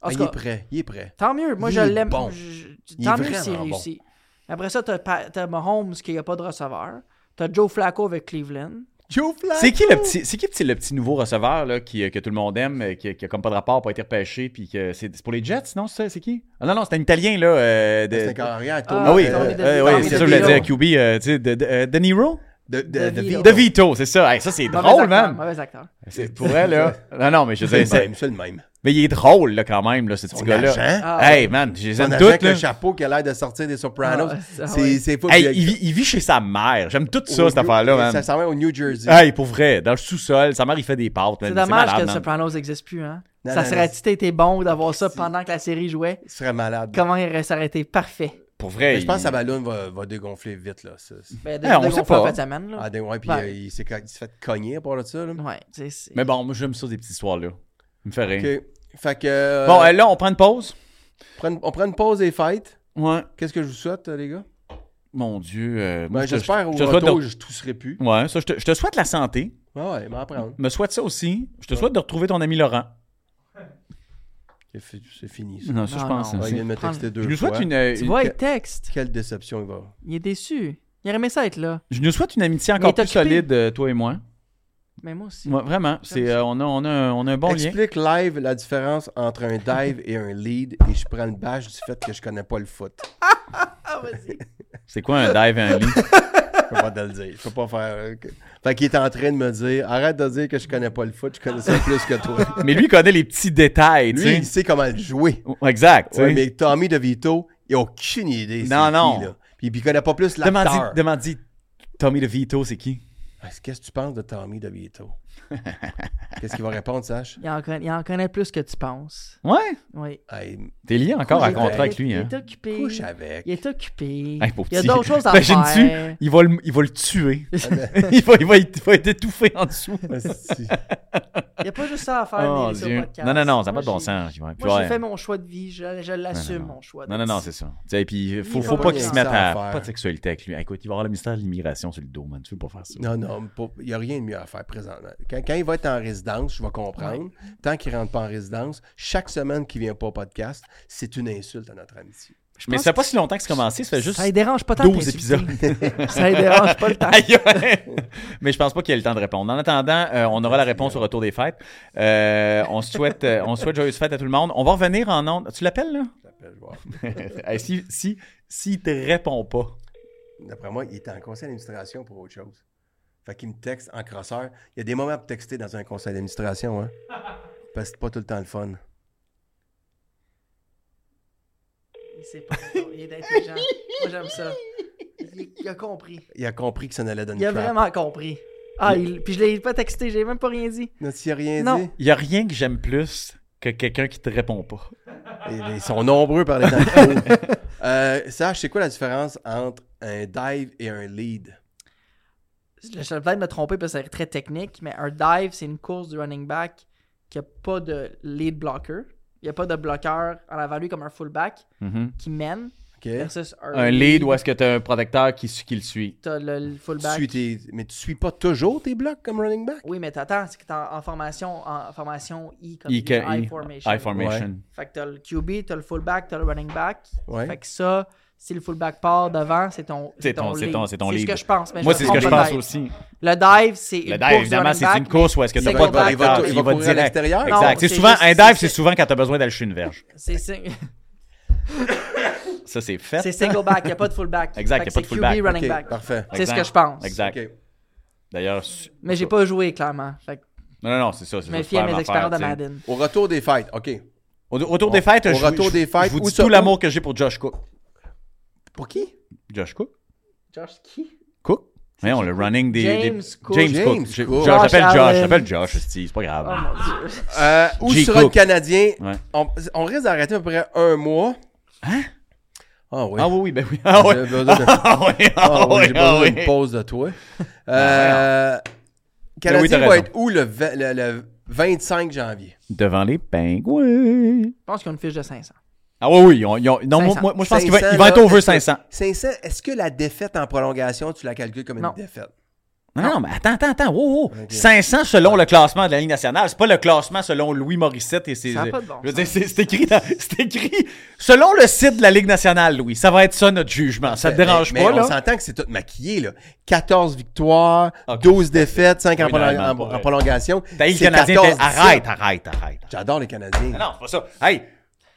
En
Ah,
tout
il est
cas,
prêt. Il est prêt.
tant mieux. Moi,
Il
je
est
l'aime.
bon.
Je-
Il est
Tant mieux s'il
vraiment bon.
réussit. Après ça, t'as, Pa- t'as Mahomes qui n'a pas de receveur. T'as Joe Flacco avec Cleveland.
Joe Flacco!
C'est qui le petit, c'est qui le petit, le petit nouveau receveur là, qui, euh, que tout le monde aime, euh, qui, qui a comme pas de rapport, pas été repêché, puis que c'est, c'est pour les Jets, non c'est ça, c'est qui Ah non non, c'était un Italien là. euh, de-
C'est hein, un carrière.
Ah oui,
Ah,
euh,
Tommy De-
euh, ouais,
Tommy
c'est
De
ça que je voulais dire,
Vito.
QB, euh, tu sais, de, de, euh, de Niro,
De, de, de,
De
Vito.
Vito.
de Vito, c'est ça. Hey, ça c'est
Mauvais
drôle,
acteur,
man. Ben,
Mauvais acteur.
C'est pour elle là. Non non, mais je
C'est
sais,
le
c'est-
même. C'est le même.
mais il est drôle là quand même là, ce petit
Son
gars là.
agent.
Ah, ouais.
Hey man, je les
Son
aime
agent
toutes
avec
là.
le chapeau qui a l'air de sortir des Sopranos.
Ah, ça,
c'est
ouais.
c'est pas
Hey,
bien.
il vit, il vit chez sa mère. J'aime tout ça
Au-
cette affaire là,
Ça
man.
s'en va au New Jersey.
Hey, pour vrai, dans le sous-sol, sa mère il fait des pâtes. man.
C'est dommage
malade,
que
man.
Sopranos n'existe plus. Hein?
Non,
ça
non,
serait-il été bon d'avoir ça pendant que la série jouait?
Il serait malade.
Comment il aurait ça aurait été parfait?
Pour vrai.
Mais je pense
il-
que sa ballonne va, va dégonfler vite. Là. C'est- c'est-
Ben,
Eh, on
Dave
sait
Gonfalon
pas.
fait sa manne, là.
Ah, des- ouais, puis
Ouais.
euh, il s'est ca- il s'est fait cogner à part de ça. Là.
Ah,
Mm.
Ouais, tu sais, c'est-
Mais bon, moi j'aime ça des petites histoires-là. Il me fait rire.
OK. Fait que, euh,
Bon, euh, là, on prend une pause.
prenne- on prend une pause des fêtes.
Ouais.
Qu'est-ce que je vous souhaite, euh, les gars?
Mon Dieu. euh, moi,
Ben,
je te-
J'espère au
je te souhaite de- Mm.
retour, je tousserai plus.
Ouais, ça, je te, je te souhaite la santé.
Ah ouais, m'en prendre.
Me souhaite ça aussi. Je te souhaite de retrouver ton ami Laurent.
C'est fi- c'est fini, ça.
Non, ça, je
Non,
pense.
non.
Ouais,
aussi.
il vient de me
Prendre-
texter deux
Mm. Je nous souhaite
fois.
une, euh,
Tu
une-
vois, il texte.
Quelle déception il va
Il est déçu. Il aurait aimé ça être là.
je nous souhaite une amitié encore
t'es
plus
occupé.
solide, euh, toi et moi.
Mais moi aussi.
Ouais, vraiment. C'est, euh, on, a, on, a un, on a un bon lien.
Explique live la différence entre un dive et un lead et je prends le bâche du fait que je connais pas le foot.
Ah, vas-y.
C'est quoi un dive et un lit?
Je peux pas te le dire. Je peux pas faire. euh, que- Fait qu'il est en train de me dire arrête de dire que je connais pas le foot, je connais ça plus que toi.
Mais lui, il connaît les petits détails, tu
Lui,
sais.
il sait comment le jouer.
Exact, tu
Ouais,
sais.
mais Tommy DeVito, il a aucune idée. c'est
Non,
qui,
non.
là. Puis, puis il connaît pas plus l'acteur.
Demande-y, demande-y, Tommy DeVito, c'est qui?
Ah, Qu'est-ce que tu penses de Tommy DeVito? Qu'est-ce qu'il va répondre, Sach?
Il en, conna- il en connaît plus que tu penses.
Ouais,
Oui.
Hey,
t'es lié encore à
Il est-
contrat avec lui.
Il
Hein.
est occupé.
couche avec.
Il est occupé.
Hey, pauvre
il y a
petit.
d'autres choses à
T'imagines-tu?
faire.
Il va, le, il va le tuer.
Ah ben,
il, va, il, va, être- il va être étouffé en dessous.
si.
Il n'y a pas juste ça à faire.
Oh,
venir ici au
Dieu.
podcast.
Non, non, non, ça n'a
Moi,
pas de bon
j'ai-
sens. Moi,
Moi, j'ai fait mon choix de vie. Je, je l'assume,
non.
mon choix.
Non, non, non, c'est ça. Tu sais, puis il faut,
Il
faut
va
pas
pas
qu'il se
rien
mette
à
à.
faire.
Pas de sexualité avec lui. Hey, écoute, il va avoir le ministère de l'immigration sur le dos, man. Tu veux pas faire ça.
Non, non, pas- il n'y a rien de mieux à faire présentement. Quand, quand il va être en résidence, je vais comprendre. Tant qu'il ne rentre pas en résidence, chaque semaine qu'il ne vient pas au podcast, c'est une insulte à notre amitié.
Je
Mais
pense
ça fait
que
pas si longtemps que c'est commencé, ça fait juste.
Ça ne dérange pas tant
12
de
épisodes.
t'insulter. ça ne dérange pas le temps.
Aïe, aïe. Mais je pense pas qu'il y ait le temps de répondre. En attendant, euh, on aura la réponse au retour des fêtes. Euh, on se souhaite, euh, on se souhaite joyeuses fêtes à tout le monde. On va revenir en ondes. Tu l'appelles, là?
Je l'appelle, je vois.
Hey, si, si, s'il te répond pas.
D'après moi, il est en conseil d'administration pour autre chose. Fait qu'il me texte en crosseur. Il y a des moments pour texter dans un conseil d'administration, hein. Parce que c'est pas tout le temps le fun.
Il sait pas. Il est intelligent. Moi, j'aime ça. Il, il a compris.
Il a compris que ça n'allait donner
Il a vraiment compris. Ah, il- puis je l'ai pas texté, j'ai même pas rien dit.
Ne s'y a rien
Non.
dit.
Il y a rien que j'aime plus que quelqu'un qui te répond pas.
Et ils sont nombreux par les temps. qui courent. euh, Sach, c'est quoi la différence entre un dive et un lead?
Je je vais peut-être me tromper parce que c'est très technique, mais un dive, c'est une course du running back qui a pas de lead blocker. Il n'y a pas de bloqueur en avant lui comme un fullback qui mène
OK?
versus un,
Mm-hmm. Un lead ou est-ce que tu as un protecteur qui, su- qui le suit?
T'as le, le
Tu
fullback.
suis tes- mais tu suis pas toujours tes blocs comme running back?
Oui, mais t'attends, c'est que t'es en, en formation, en formation I comme
I-
il dit,
I-
I formation.
I formation.
Fait que t'as le QB, t'as le fullback, t'as le running back.
Ouais.
Fait que ça, si le fullback part devant, c'est ton
C'est ton- c'est
lead.
ton- c'est ton
ce
lead.
que je pense. mais
Moi,
me
c'est ce que je
trompe
pense
peut-être.
aussi.
Le dive, c'est une
Le
course
dive,
du
évidemment,
running
c'est
back,
une course où est-ce que tu
c'est
n'as pas de
contact.
protecteur.
Il va- il
Il
va
va
courir à
direct.
l'extérieur.
Exact.
Non,
C'est
c'est
souvent
juste-
un dive,
c'est-
c'est souvent quand tu as besoin d'aller chier une verge.
C'est sing-
Ça, c'est fait.
c'est single back, il n'y a pas de fullback.
Exact, y a
Fait que
pas de
c'est
fullback.
QB, running
OK,
back.
parfait.
C'est ce
Exact.
que je pense.
Exact.
OK.
D'ailleurs, su-
Mais j'ai pas joué, clairement. Fait que
non, non, non, c'est ça. c'est
je
ça,
me
c'est
fie à
pas
mes
ma
expériences de
affaire, tu sais.
Madden.
Au retour des fêtes, OK.
Au, au retour des fêtes,
Au
je,
retour
je-
des fêtes,
je vous
où
dis
ça-
tout l'amour que j'ai pour Josh Cook.
Pour qui?
Josh Cook?
Josh, qui
Cook? Voyons, le running des... des-
James Cook.
James
James
Cook. J'ai-
Cook.
Josh, j'appelle
Josh
Josh,
Allen.
j'appelle Josh, esti, c'est pas grave.
Oh mon dieu.
Euh, où
Jay
sera
Cook.
le Canadien?
Ouais.
On, on risque d'arrêter à peu près un mois.
Hein?
Ah oui.
Ah oui, oui, ben oui. Ah oui,
J'ai besoin de-
ah oui, ah
Ah oui,
oui,
j'ai
ah
besoin
oui.
d'une pause de toi. Euh,
Ah Ben oui,
Canadien
t'as
va
raison.
être où le, ve- le- le 25 janvier?
Devant les pingouins.
Je pense qu'ils ont une fiche de 500.
Ah oui, oui, ils ont- ils ont- non, moi,
500.
moi, moi, je pense qu'il va,
500,
il va être
là,
over
est-ce que-
500.
500, est-ce que la défaite en prolongation, tu la calcules comme
Non.
une défaite?
Non, non, mais attends, attends, attends. wow, wow.
Ok.
500 selon le classement de la Ligue nationale. C'est pas le classement selon Louis Morissette et ses.
Ça a pas de bon
Je veux
sens.
dire, c'est c'est écrit, dans- c'est écrit selon le site de la Ligue nationale, Louis. Ça va être ça notre jugement. Ça te
Mais-
dérange
mais
pas,
on
là?
s'entend que c'est tout maquillé, là. 14 victoires,
Ah, Ok.
12 défaites, 5 en,
Oui, non,
prolong-
non,
en-
pas
en
vrai.
prolongation.
T'as eu le
C'est
Canadien.
14,
t'es- Arrête, arrête, arrête.
J'adore les Canadiens.
Non, c'est pas ça. Hey,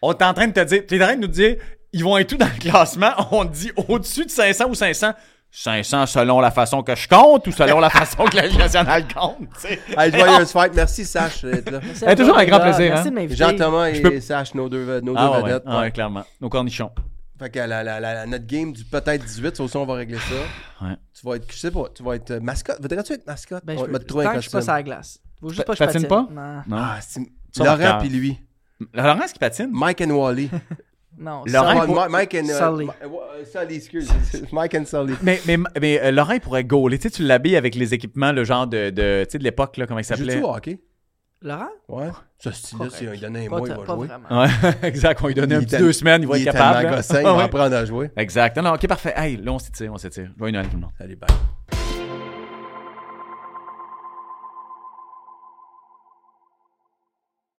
on est en train de te dire, t'es en train de nous dire, ils vont être tout dans le classement. On te dit au-dessus de 500 ou 500. 500 selon la façon que je compte ou selon la façon que la Ligue nationale compte, tu sais.
Allez, joyeuse fête. Merci, Sach, d'être là.
C'est à
toujours
toi,
un
les
grand
gars.
plaisir,
Merci
hein.
de m'inviter.
Jean-Thomas et
Je peux-
Sach, nos deux, ve- nos deux
Ah ouais, ouais,
vedettes.
Ah
ouais.
ouais, clairement. Nos cornichons.
Fait que la- la- la- notre game du peut-être 18, ça aussi, on va régler ça.
Ouais.
Tu vas être, je sais pas, tu vas être euh, mascotte. Voudrais-tu être mascotte?
Ben, je
on
peux-
va te trouver
tant
un
que je suis pas
costume.
sur la glace. Faut juste
Tu
pas que je
patines
patine.
pas? Non.
Non.
Ah, c'est-
Ça,
Laurent
Marc-Anne.
puis lui.
Laurent, ce qui patine?
Mike and Wally.
Non.
Laurent,
ça-
Ouais, Ma- Mike and... euh,
Sully.
Ma- euh, Sully, excuse. Mike and Sully.
Mais, mais, mais euh, Laurent, il pourrait gauler. Tu sais, tu l'habilles avec les équipements, le genre de, de tu sais, de l'époque, là, comment il s'appelait?
Joue-tu au hockey?
Laurent?
Ouais. Ce style-là,
Correct.
si on lui donnait un
Pas,
mois, il
ta-
va
pas
jouer.
vraiment.
Ouais, exact. On lui donnait un
Il
petit
est
deux
tel-
semaines, il va
il est
être capable.
tellement
là.
gossin, il
Ah
va
ouais.
apprendre à jouer.
Exact. Non, non, ok, parfait. Hey, là, on s'étire, on s'étire. Bonne Noël, tout le monde.
Allez, bye.